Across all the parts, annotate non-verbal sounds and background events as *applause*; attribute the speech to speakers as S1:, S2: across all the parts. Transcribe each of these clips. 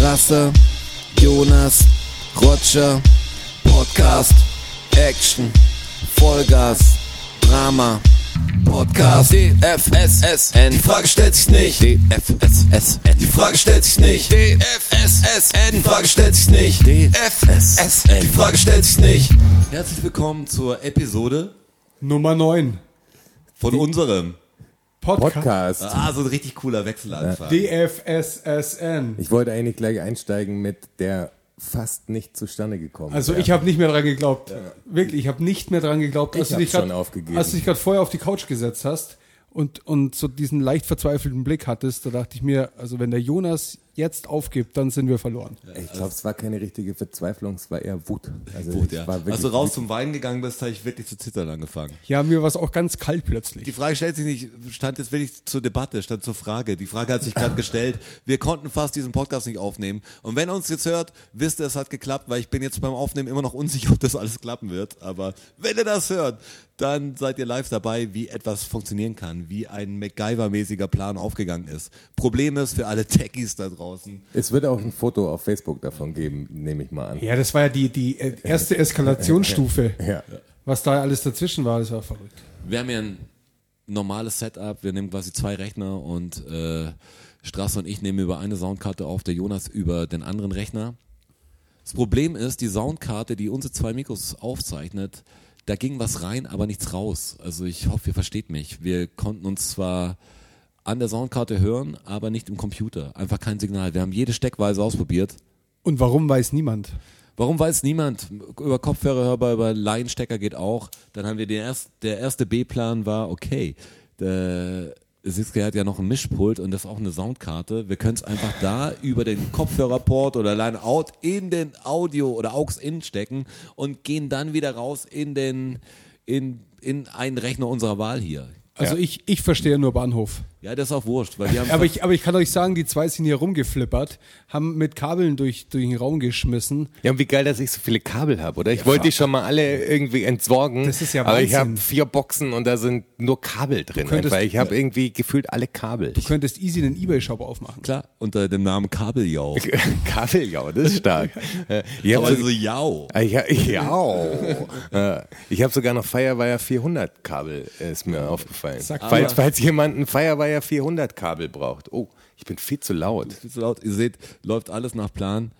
S1: Rasse, Jonas, Roger, Podcast, Action, Vollgas, Drama, Podcast, DFSSN, die Frage stellt sich nicht, DFSSN, die Frage stellt sich nicht, DFSSN, die Frage stellt sich nicht, DFSSN, die Frage stellt sich nicht. Herzlich willkommen zur Episode
S2: Nummer 9.
S1: von unserem,
S2: Podcast.
S3: Podcast.
S1: ah, so ein richtig cooler Wechselanfang.
S2: DFSSN.
S3: Ich wollte eigentlich gleich einsteigen mit der fast nicht zustande gekommen.
S2: Also
S3: wäre.
S2: ich habe nicht mehr dran geglaubt. Wirklich, ich habe nicht mehr dran geglaubt, als
S3: Ich
S2: du dich
S3: hab's
S2: grad-
S3: schon aufgegeben.
S2: als du dich gerade vorher auf die Couch gesetzt hast und, und so diesen leicht verzweifelten Blick hattest, da dachte ich mir, also wenn der Jonas jetzt aufgibt, dann sind wir verloren.
S3: ich glaube, es war keine richtige Verzweiflung, es war eher Wut. Also
S1: Gut,
S3: ich
S1: ja.
S3: war wirklich
S1: Als du raus zum Weinen gegangen bist, habe ich wirklich zu zittern angefangen.
S2: Ja, mir war es auch ganz kalt
S1: Die
S2: plötzlich.
S1: Frage stellt sich nicht, stand jetzt wirklich zur Debatte, stand zur Frage. Die Frage hat
S3: *laughs*
S1: sich gerade gestellt. Wir konnten fast diesen Podcast nicht aufnehmen. Und wenn ihr uns jetzt hört, wisst ihr, es hat geklappt, weil ich bin jetzt beim Aufnehmen immer noch unsicher, ob das alles klappen wird. Aber wenn ihr das hört, dann seid ihr live dabei, wie etwas funktionieren kann, wie ein MacGyver-mäßiger Plan aufgegangen ist. Problem ist für alle Techies da draußen.
S3: es wird auch ein Foto auf Facebook davon geben, nehme ich mal an.
S2: Ja, das war ja die, die äh,
S3: *laughs*
S2: erste Eskalationsstufe.
S3: Ja.
S2: Was da alles dazwischen war, das war verrückt.
S1: Wir haben ja ein normales Setup. Wir nehmen quasi zwei Rechner und äh, Straße und ich nehmen über eine Soundkarte auf, der Jonas über den anderen Rechner. Das Problem ist, die Soundkarte, die unsere zwei Mikros aufzeichnet, da ging was rein, aber nichts raus. Also ich hoffe, ihr versteht mich. Wir konnten uns zwar an der Soundkarte hören, aber nicht im Computer. Einfach kein Signal. Wir haben jede Steckweise ausprobiert.
S2: Und warum weiß niemand?
S1: Warum weiß niemand? Über Kopfhörer hörbar, über Laienstecker geht auch. Dann haben wir den erst, der erste B-Plan war, okay, der Siske hat ja noch ein Mischpult und das ist auch eine Soundkarte. Wir können es einfach da über den Kopfhörerport oder Line-Out in den Audio oder AUX-In stecken und gehen dann wieder raus in den, in, in einen Rechner unserer Wahl hier.
S2: Also ich, ich verstehe nur Bahnhof.
S1: Ja, das ist auch wurscht, weil wir
S4: *laughs*
S1: haben
S2: Aber ich, aber ich kann euch sagen, die zwei sind hier rumgeflippert, haben mit Kabeln durch, durch den Raum geschmissen.
S4: Ja, und wie geil, dass ich so viele Kabel habe, oder? Ich wollte die schon mal alle irgendwie entsorgen.
S2: Das ist ja
S4: Aber ich
S2: Wahnsinn.
S4: habe vier Boxen und da sind nur Kabel drin.
S2: könntest-
S4: Weil ich habe irgendwie gefühlt alle Kabel.
S2: Du könntest easy einen Ebay-Shop aufmachen.
S1: klar unter dem Namen Kabeljau.
S4: *laughs* Kabel, ja, das
S2: *laughs*
S4: ist stark. Äh, ich habe
S1: Also
S4: so,
S1: Jau.
S4: ich, hab- Äh, ja, au. *laughs* Äh, ich habe sogar noch Firewire 400 Kabel, äh, ist mir aufgefallen.
S2: Sag
S4: Falls,
S2: mal.
S4: falls jemand ein Firewire 400 Kabel braucht. Oh, ich bin viel zu laut.
S1: Viel zu laut. Ihr seht, läuft alles nach Plan.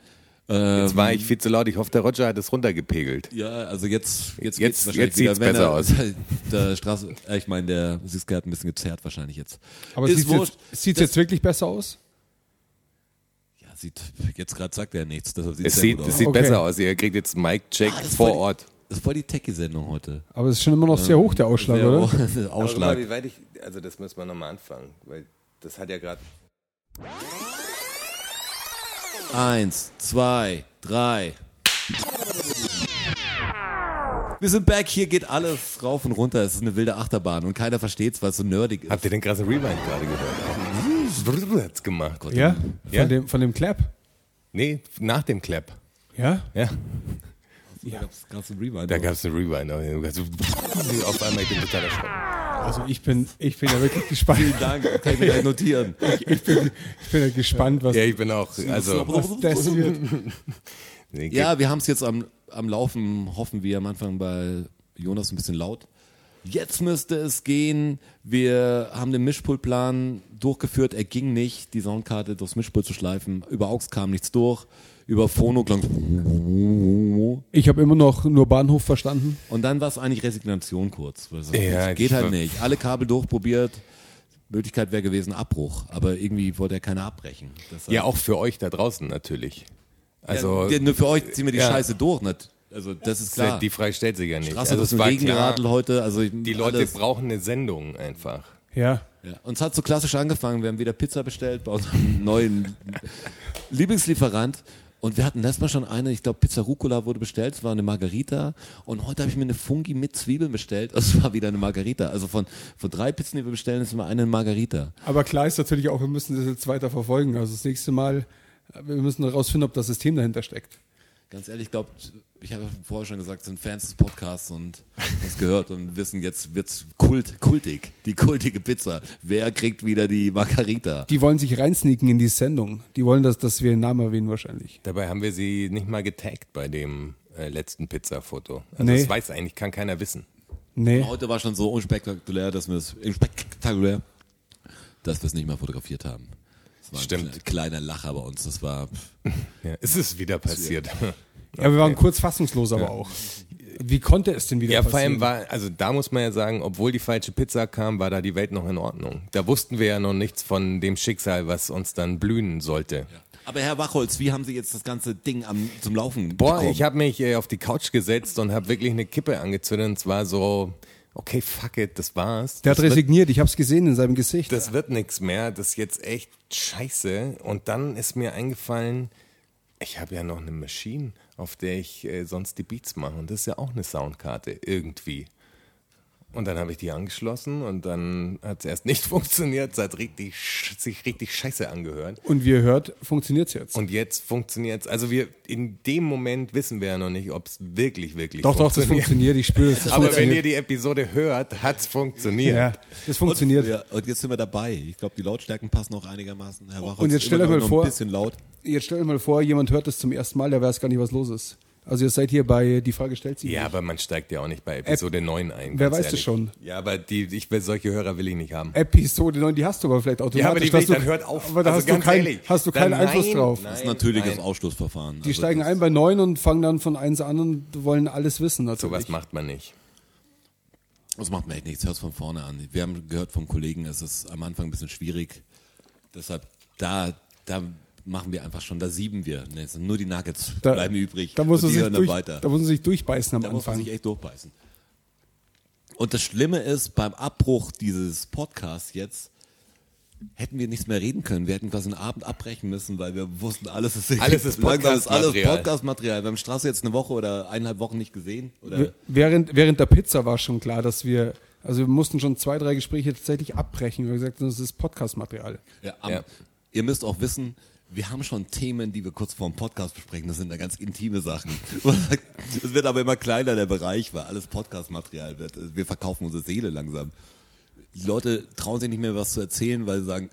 S1: Ähm,
S4: Jetzt war ich viel zu laut. Ich hoffe, der Roger hat es runtergepegelt.
S1: Ja, also jetzt, jetzt, geht's
S4: Jetzt-
S1: wahrscheinlich
S4: jetzt
S1: wieder.
S4: sieht's
S1: Wenn
S4: besser
S1: er,
S4: aus.
S1: *laughs* Der Straße, äh, ich meine, der Siska hat ein bisschen gezerrt wahrscheinlich jetzt.
S2: Aber
S1: Ist
S2: sieht
S1: wurscht.
S2: jetzt, sieht's jetzt wirklich besser aus?
S1: Ja, sieht, jetzt gerade sagt er nichts, deshalb sieht's
S4: Es
S1: sehr
S4: sieht,
S1: gut aus.
S4: es sieht
S2: Okay.
S4: besser aus. Ihr kriegt jetzt einen Mic-Check
S1: Ah, das ist voll
S4: vor
S1: die-
S4: Ort.
S1: Das ist voll die Techie-Sendung heute.
S2: Aber es ist schon immer noch sehr hoch, der Ausschlag,
S1: Sehr *laughs*
S2: oder?
S1: hoher Ausschlag.
S4: Aber wie weit ich, also das müssen wir nochmal anfangen, weil das hat ja gerade.
S1: Eins, zwei, drei. Wir sind back, hier geht alles rauf und runter. Es ist eine wilde Achterbahn und keiner versteht's, weil es so nerdig ist.
S4: Habt ihr den krassen Rewind gerade gehört? Hat's gemacht. Gott.
S2: Ja?
S4: Ja.
S2: Von dem, von dem Clap?
S4: Nee, nach dem Clap.
S2: Ja?
S4: Ja,
S1: Da gab's gerade so einen Rewind.
S4: da gab's einen Rewind. Also, Auf einmal ich bin total erschrocken.
S2: Also ich bin, ich bin ja wirklich *laughs* gespannt.
S1: Vielen Dank, kann ich mir gleich notieren.
S2: Ich bin, ich bin ja gespannt, was
S4: Ja, ich bin auch. Also,
S1: *laughs*
S2: das wird.
S4: nee,
S1: Ja, wir haben es jetzt am, am Laufen, hoffen wir am Anfang bei Jonas ein bisschen laut. Jetzt müsste es gehen. Wir haben den Mischpultplan durchgeführt. Er ging nicht, die Soundkarte durchs Mischpult zu schleifen. Über AUX kam nichts durch. Über Phono klang.
S2: Ich habe immer noch nur Bahnhof verstanden.
S1: Und dann war es eigentlich Resignation kurz. Also,
S4: Ja,
S1: es geht
S4: ich
S1: halt
S4: war-
S1: nicht. Alle Kabel durchprobiert. Möglichkeit wäre gewesen Abbruch. Aber irgendwie wollte er keiner abbrechen. Das heißt-
S4: ja, auch für euch da draußen natürlich. Also,
S1: ja, nur für euch ziehen wir die
S4: Ja.
S1: Scheiße durch. nat- Also, das ist klar.
S4: die Frage stellt sich ja nicht.
S1: Straße
S4: also,
S1: also ist
S4: es
S1: ein
S4: war klar,
S1: Regenradel heute. Also ich,
S4: die Leute
S1: alles.
S4: brauchen eine Sendung einfach.
S2: Ja.
S1: Ja. Und es hat so klassisch angefangen. Wir haben wieder Pizza bestellt bei unserem *laughs* neuen Lieblingslieferant. Und wir hatten letztes Mal schon eine, ich glaube, Pizza Rucola wurde bestellt, es war eine Margarita. Und heute habe ich mir eine Fungi mit Zwiebeln bestellt. *laughs* Es war wieder eine Margarita. Also von, von drei Pizzen, die wir bestellen, ist immer eine Margarita.
S2: Aber klar ist natürlich auch, wir müssen das jetzt weiter verfolgen. Also das nächste Mal, äh, wir müssen herausfinden, ob das System dahinter steckt.
S1: Ganz ehrlich, ich glaube, ich habe vorher schon gesagt, sind Fans des Podcasts und uns gehört und wissen, jetzt wird's kult, kultig. Die kultige Pizza. Wer kriegt wieder die Margarita?
S2: Die wollen sich reinsneaken in die Sendung. Die wollen, dass, dass wir ihren Namen erwähnen wahrscheinlich.
S4: Dabei haben wir sie nicht mal getaggt bei dem äh, letzten Pizza-Foto. Also
S2: Nee.
S4: das weiß eigentlich, kann keiner wissen.
S2: Nee.
S1: Heute war schon so unspektakulär, dass wir es spektakulär, dass wir es nicht mal fotografiert haben. Das war
S4: Stimmt.
S1: ein kle- kleiner Lacher bei uns. Das war pff,
S4: Ja, es ist wieder passiert.
S2: Ja, wir waren kurz fassungslos aber auch. Wie konnte es denn wieder
S4: *laughs* Ja, vor
S2: passieren?
S4: allem war, also da muss man ja sagen, obwohl die falsche Pizza kam, war da die Welt noch in Ordnung. Da wussten wir ja noch nichts von dem Schicksal, was uns dann blühen sollte.
S1: Aber Herr Wachholz, wie haben Sie jetzt das ganze Ding am, zum Laufen
S4: Boah,
S1: bekommen?
S4: ich habe mich äh, auf die Couch gesetzt und habe wirklich eine Kippe angezündet und es war so, okay, fuck it, das war's.
S2: Der hat
S4: das wird-
S2: resigniert, ich habe es gesehen in seinem Gesicht.
S4: das wird nichts mehr, das ist jetzt echt scheiße. Und dann ist mir eingefallen, ich habe ja noch eine Machine, auf der ich äh, sonst die Beats mache. Und das ist ja auch eine Soundkarte, irgendwie. Und dann habe ich die angeschlossen und dann hat es erst nicht *laughs* funktioniert, es hat richtig, sch- sich richtig scheiße angehört.
S2: Und wie ihr hört, funktioniert's jetzt.
S4: Und jetzt funktioniert es. Also wir in dem Moment wissen wir ja noch nicht, ob es wirklich, wirklich
S2: doch, doch, das funktioniert, ich spüre es. das
S4: *laughs* Aber wenn ihr
S2: funktioniert.
S4: die Episode hört, hat es funktioniert.
S2: ja, das funktioniert.
S1: Und, ja, und jetzt sind wir dabei. Ich glaube, die Lautstärken passen auch einigermaßen. Herr Wachholz,
S2: Oh, Und jetzt
S1: ist
S2: stell
S1: immer
S2: euch mal
S1: noch
S2: vor-
S1: Ein bisschen laut.
S2: Jetzt stell dir mal vor, jemand hört das zum ersten Mal, der weiß gar nicht, was los ist. Also ihr seid hier bei Die Frage stellt sich.
S4: Ja, aber man steigt ja auch nicht bei Episode 9 ein.
S2: Äh, wer
S4: ganz
S2: weiß das schon?
S4: Ja, aber die, ich will, solche Hörer will ich nicht haben.
S2: Episode 9, die hast du aber vielleicht automatisch.
S4: Ja, aber die will
S2: hast
S4: ich,
S2: du,
S4: dann hört auf.
S2: Aber da
S4: Also
S2: hast, du
S4: ganz
S2: kein,
S4: ehrlich.
S2: hast du
S4: Dann
S2: keinen Einfluss
S4: nein,
S2: drauf.
S1: Das
S4: nein.
S1: ist ein natürliches
S4: nein.
S1: Ausschlussverfahren. Also
S2: Die steigen ein bei 9 und fangen dann von 1 an und wollen alles wissen natürlich.
S4: Sowas macht man nicht.
S1: Das macht mir echt nichts. Hör's von vorne an. Wir haben gehört vom Kollegen, es ist am Anfang ein bisschen schwierig. Deshalb, da, da machen wir einfach schon, da sieben wir. Ne, es sind nur die Nuggets
S2: da,
S1: bleiben übrig.
S2: Da muss,
S1: und
S2: man
S1: die
S2: sich
S1: hören dann
S2: durch,
S1: weiter.
S2: da muss man sich durchbeißen am
S1: Da muss man
S2: Anfang.
S1: sich echt durchbeißen. Und das Schlimme ist, beim Abbruch dieses Podcasts jetzt hätten wir nichts mehr reden können. Wir hätten quasi einen Abend abbrechen müssen, weil wir wussten, alles ist
S4: Alles ist
S1: Langsam ist alles
S4: Podcast-Material.
S1: Podcast-Material. Wir haben Straße jetzt eine Woche oder eineinhalb Wochen nicht gesehen.
S2: W-
S1: Oder
S2: Während, während der Pizza war schon klar, dass wir, also wir mussten schon zwei, drei Gespräche tatsächlich abbrechen. Wir haben gesagt, das ist Podcast-Material.
S1: ja, am,
S4: Ja.
S1: Ihr müsst auch wissen, wir haben schon Themen, die wir kurz vor dem Podcast besprechen. Das sind da ganz intime Sachen. *laughs* Es wird aber immer kleiner, der Bereich, weil alles Podcast-Material wird. Wir verkaufen unsere Seele langsam. Die Leute trauen sich nicht mehr, was zu erzählen, weil sie sagen,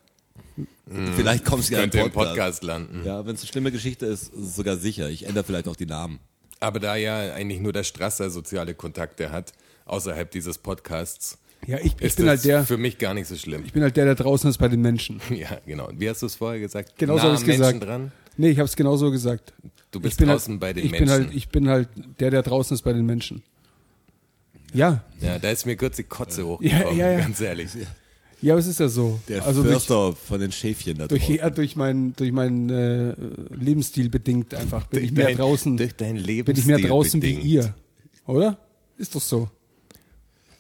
S1: vielleicht kommst du ja im
S4: Hm. Könnte im
S1: Podcast.
S4: Podcast landen.
S1: Ja, wenn es eine schlimme Geschichte ist, ist es sogar sicher. Ich ändere vielleicht auch die Namen.
S4: Aber da ja eigentlich nur der Strasser soziale Kontakte hat, außerhalb dieses Podcasts,
S2: Ja, ich, ich
S4: ist
S2: bin
S4: das
S2: halt der,
S4: für mich gar nicht so schlimm.
S2: ich bin halt der, der draußen ist bei den Menschen.
S4: *laughs* Ja, genau. Wie hast du es vorher gesagt?
S2: Genau so habe
S4: Nah
S2: ich
S4: am
S2: es
S4: Menschen
S2: gesagt.
S4: dran?
S2: Nee, ich habe es genau so gesagt.
S4: Du bist
S2: ich bin
S4: draußen
S2: halt,
S4: bei den
S2: ich
S4: Menschen.
S2: Bin halt, ich bin halt der, der draußen ist bei den Menschen. Ja,
S4: ja, da ist mir kurz die Kotze
S2: Ja,
S4: hochgekommen,
S2: ja, ja.
S4: ganz ehrlich.
S2: ja, aber es ist ja so.
S1: Der
S2: also durch,
S1: Förster von den Schäfchen da
S2: durch,
S1: draußen.
S2: ja, durch meinen durch meinen äh, Lebensstil bedingt einfach bin ich mehr
S4: dein-
S2: draußen.
S4: durch dein
S2: bin ich mehr
S4: Lebensstil
S2: draußen
S4: bedingt.
S2: wie ihr, oder? Ist doch so.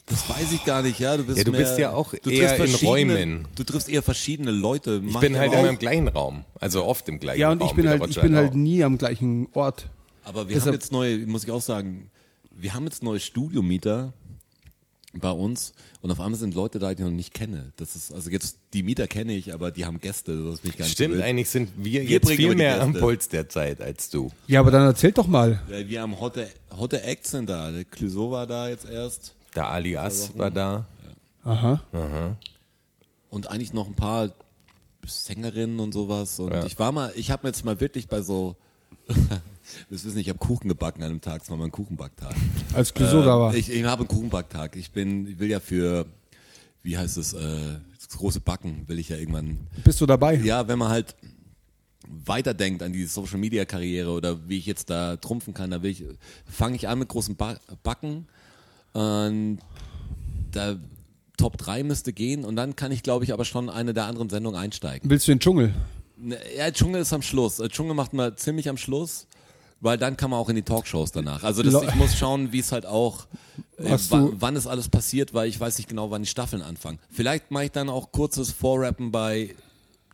S1: Das weiß ich gar nicht, ja. Du bist,
S4: Ja, du
S1: mehr,
S4: bist ja auch
S1: du
S4: eher
S1: triffst
S4: in
S1: verschiedene-
S4: Räumen.
S1: Du triffst eher verschiedene Leute.
S4: Ich bin halt
S1: auch,
S4: immer im gleichen Raum, also oft im gleichen
S2: Ja,
S4: Raum.
S2: und ich
S4: wie
S2: bin
S4: der
S2: halt, ich
S4: Roger
S2: bin halt
S4: auch.
S2: nie am gleichen Ort.
S1: Aber wir haben
S2: Deshalb-
S1: jetzt neue, muss ich auch sagen, wir haben jetzt neue Studiomieter bei uns und auf einmal sind Leute da, die ich noch nicht kenne. Das ist, also jetzt, die Mieter kenne ich, aber die haben Gäste, das ist mich gar nicht
S4: Stimmt,
S1: so wild.
S4: eigentlich sind wir,
S1: Wir
S4: jetzt
S1: bringen
S4: viel
S1: aber die
S4: mehr am
S1: Gäste.
S4: Puls der Zeit als du.
S2: Ja, aber dann erzählt doch mal.
S1: Ja, Wir haben hotte, hotte Acts sind da. Der Clouseau war da jetzt erst.
S4: Der Alias war da.
S2: Aha.
S1: und eigentlich noch ein paar Sängerinnen und sowas. Und
S4: Ja.
S1: ich war mal, ich habe mir jetzt mal wirklich bei so, *laughs* das wissen, ich habe Kuchen gebacken an einem Tag, es war mein Kuchenbacktag.
S2: Als Klausur da war.
S1: Äh, Ich, ich habe einen Kuchenbacktag. Ich bin, ich will ja für, wie heißt es, äh, das große Backen will ich ja irgendwann
S2: Bist du dabei?
S1: ja, wenn man halt weiterdenkt an die Social Media Karriere oder wie ich jetzt da trumpfen kann, da will ich, fange ich an mit großen ba Backen und da Top 3 müsste gehen und dann kann ich glaube ich aber schon eine der anderen Sendungen einsteigen.
S2: Willst du in den Dschungel?
S1: Ne, Ja, Dschungel ist am Schluss. Äh, Dschungel macht man ziemlich am Schluss, weil dann kann man auch in die Talkshows danach. Also das,
S2: Le-
S1: ich muss schauen, wie es halt auch, äh,
S2: Hast
S1: wann,
S2: du-
S1: wann es alles passiert, weil ich weiß nicht genau, wann die Staffeln anfangen. Vielleicht mache ich dann auch kurzes Vorrappen bei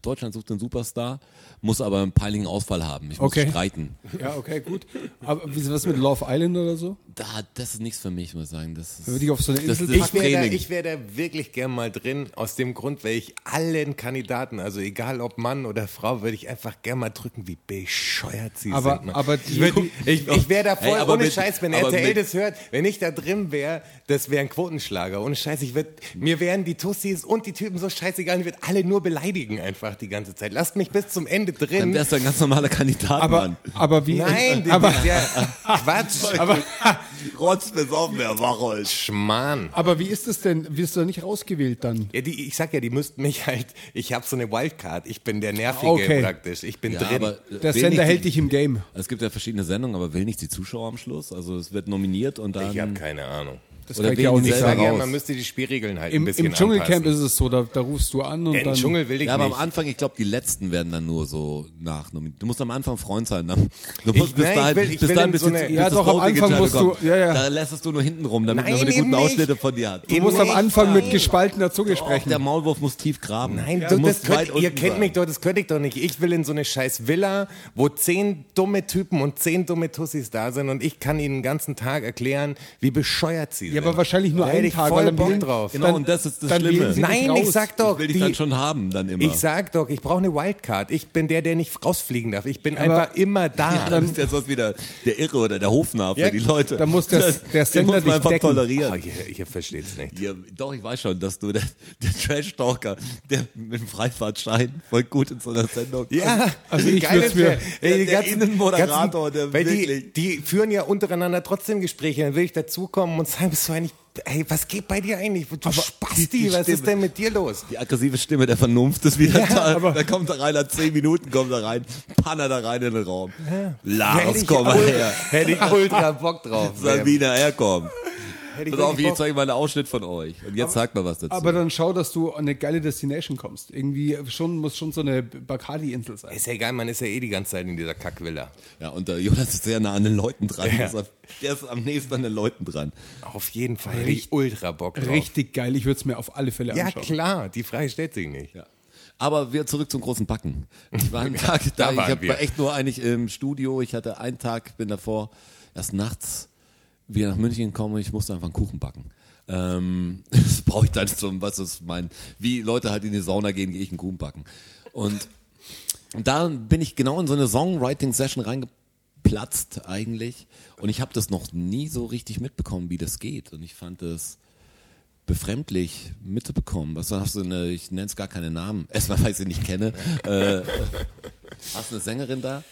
S1: Deutschland sucht den Superstar, muss aber einen peiligen Ausfall haben. Ich muss
S2: Okay.
S1: streiten.
S2: Ja, okay, gut. Aber wie- was mit Love Island oder so?
S1: Da, das ist nichts für mich, muss ich sagen. Das ist,
S2: Wenn wir dich auf so eine
S1: das,
S2: Insel
S1: das
S4: Ich
S1: ist
S4: wäre da,
S1: Training.
S4: ich wär da wirklich gern mal drin, aus dem Grund, weil ich allen Kandidaten, also egal ob Mann oder Frau, würde ich einfach gern mal drücken, wie bescheuert sie
S2: Aber-
S4: sind. Mann.
S2: aber die-
S4: ich würd- ich, ich wäre da voll,
S1: Ey, aber
S4: ohne
S1: mit-
S4: Scheiß, wenn
S1: aber
S4: RTL
S1: mit-
S4: das hört, wenn ich da drin wäre, das wäre ein Quotenschlager. Ohne Scheiß, ich würd, mir wären die Tussis und die Typen so scheißegal, ich würde alle nur beleidigen einfach die ganze Zeit. Lasst mich bis zum Ende
S1: Dann
S4: drin.
S1: wärst du ein ganz normaler Kandidat,
S2: Aber,
S1: Mann.
S2: aber wie. äh,
S4: Nein, das
S2: aber,
S4: ist ja Quatsch.
S2: aber,
S1: Rotz besoffen, Herr Wachold.
S4: Schmarrn.
S2: aber wie ist es denn? Wirst du da nicht rausgewählt dann?
S4: Ja, die, ich sag ja, die müssten mich *laughs* halt, ich habe so eine Wildcard, ich bin der Nervige
S2: Okay.
S4: praktisch, ich bin
S1: Ja,
S4: drin.
S1: aber äh,
S2: Der
S1: will
S2: Sender
S1: nicht
S2: hält
S1: die,
S2: dich im Game.
S1: Es gibt ja verschiedene Sendungen, aber will nicht die Zuschauer am Schluss. Also es wird nominiert und dann.
S4: ich habe keine Ahnung.
S2: ähm, Das
S1: Oder
S2: kann ich dir auch
S1: wählen die
S2: nicht
S4: Ich
S1: selber
S4: sage
S2: sagen.
S4: ja,
S1: raus.
S4: man müsste die Spielregeln halt ein
S2: Im,
S4: bisschen
S2: im Dschungelcamp
S4: anpassen.
S2: ist es so, da, da rufst du an und
S4: ja, Im
S2: dann.
S4: Dschungel will ich
S1: Ja, aber am
S4: nicht.
S1: Anfang, ich glaube, die letzten werden dann nur so nachnominiert. Du musst am Anfang Freund sein. Dann. Du musst
S4: nein, ich will- ich
S1: bis
S4: will
S1: dahin
S4: in
S1: bis
S4: so
S1: die-
S4: eine-
S1: bis
S4: Ja,
S1: das
S2: doch, am
S1: Voting
S2: Anfang
S1: Entscheidung
S2: musst du-
S1: kommt.
S2: ja, ja.
S1: Da lässtest du nur hinten rum, damit
S4: Nein,
S1: man die guten
S4: eben nicht.
S1: Ausschnitte von dir hat.
S2: Du musst am
S4: Nicht
S2: Anfang mit
S4: nein.
S2: gespaltener Zunge sprechen.
S1: Der Maulwurf muss tief graben.
S4: Nein,
S1: Du
S4: du, das
S1: musst
S4: könnt, ihr
S1: unten
S4: kennt
S1: sein.
S4: mich doch, das könnte ich doch nicht. Ich will in so eine scheiß Villa, wo zehn dumme Typen und zehn dumme Tussis da sind und ich kann ihnen den ganzen Tag erklären, wie bescheuert sie
S2: Ja,
S4: sind.
S2: aber wahrscheinlich nur
S4: Da
S2: einen
S4: hätte ich
S2: Tag,
S4: voll
S2: weil dann
S4: Bock
S2: wählen-
S4: drauf.
S1: Genau,
S2: Dann-
S1: und das ist das
S2: dann wählen
S1: Schlimme.
S2: sie dich
S4: Nein, ich
S2: raus.
S4: sag doch,
S1: Will ich
S4: die-
S1: dann schon haben, dann immer.
S4: Ich sag doch, ich brauche eine Wildcard. Ich bin der, der nicht rausfliegen darf. Ich bin
S2: Aber-
S4: einfach immer da.
S1: dann ist ja sonst wieder der Irre oder der Hofnarr für
S4: Ja,
S1: die Leute.
S2: da muss der-
S1: Das-
S2: der
S1: den
S2: Sender
S1: muss
S2: dich
S1: man einfach
S2: decken.
S1: tolerieren.
S4: Ah, ihr, ihr versteht's nicht.
S1: Ja, doch, ich weiß schon, dass du der, der Trash-Talker, der mit dem Freifahrtschein voll gut in so einer Sendung
S4: Ja,
S2: Also
S4: wie
S2: ich
S4: geil
S2: würd's
S4: das wär.
S2: mir-
S4: Ey, die
S1: Der- der Innenmoderator, der
S4: weil die,
S1: wirklich-
S4: die führen ja untereinander trotzdem Gespräche. Dann will ich dazukommen und sagen, bist du eigentlich, ey, was geht bei dir eigentlich? Du Spasti,
S1: die
S4: was
S1: Stimme-
S4: ist denn mit dir los?
S1: Die aggressive Stimme der Vernunft ist wieder da.
S2: aber-
S1: Da kommt er rein, nach zehn Minuten kommt er rein, panner da rein in den Raum.
S4: Hätte
S1: Lars,
S4: ich
S1: Ah, komm mal
S4: ul-
S1: her.
S4: Hätte ich ultra
S1: *laughs*
S4: Bock drauf. ey.
S1: Sabina, herkommen.
S4: Hätte ich
S1: Pass auf,
S4: wirklich
S1: ich
S4: Bock.
S1: zeige mal einen Ausschnitt von euch. Und jetzt sagt mal was dazu.
S2: Aber dann schau, dass du an eine geile Destination kommst. Irgendwie schon, muss schon so eine Bacardi-Insel sein.
S4: Ist ja egal, man ist ja eh die ganze Zeit in dieser Kackvilla.
S1: ja, und der Jonas ist sehr nah an den Leuten dran.
S4: Ja.
S1: Deshalb- Der ist am nächsten an den Leuten dran.
S4: Auf jeden Fall hätte ich ultra Bock drauf.
S2: Richtig geil, ich würde es mir auf alle Fälle
S4: Ja,
S2: anschauen.
S4: klar, die Frage stellt sich nicht.
S1: Ja. Aber wir zurück zum großen Backen. Ich war
S4: *laughs*
S1: einen Tag
S4: Da
S1: da,
S4: waren
S1: ich hab,
S4: wir.
S1: war echt nur eigentlich im Studio. Ich hatte einen Tag, bin davor erst nachts wieder nach München gekommen und ich musste einfach einen Kuchen backen. Ähm, *laughs* das brauche ich dann zum, was ist mein, wie Leute halt in die Sauna gehen, gehe ich einen Kuchen backen. Und da bin ich genau in so eine Songwriting-Session reingeplatzt eigentlich. Und ich habe das noch nie so richtig mitbekommen, wie das geht. Und ich fand es befremdlich mitzubekommen. Was hast du eine, ich nenne es gar keine Namen, *laughs* erstmal weil ich sie nicht kenne. äh, hast eine Sängerin da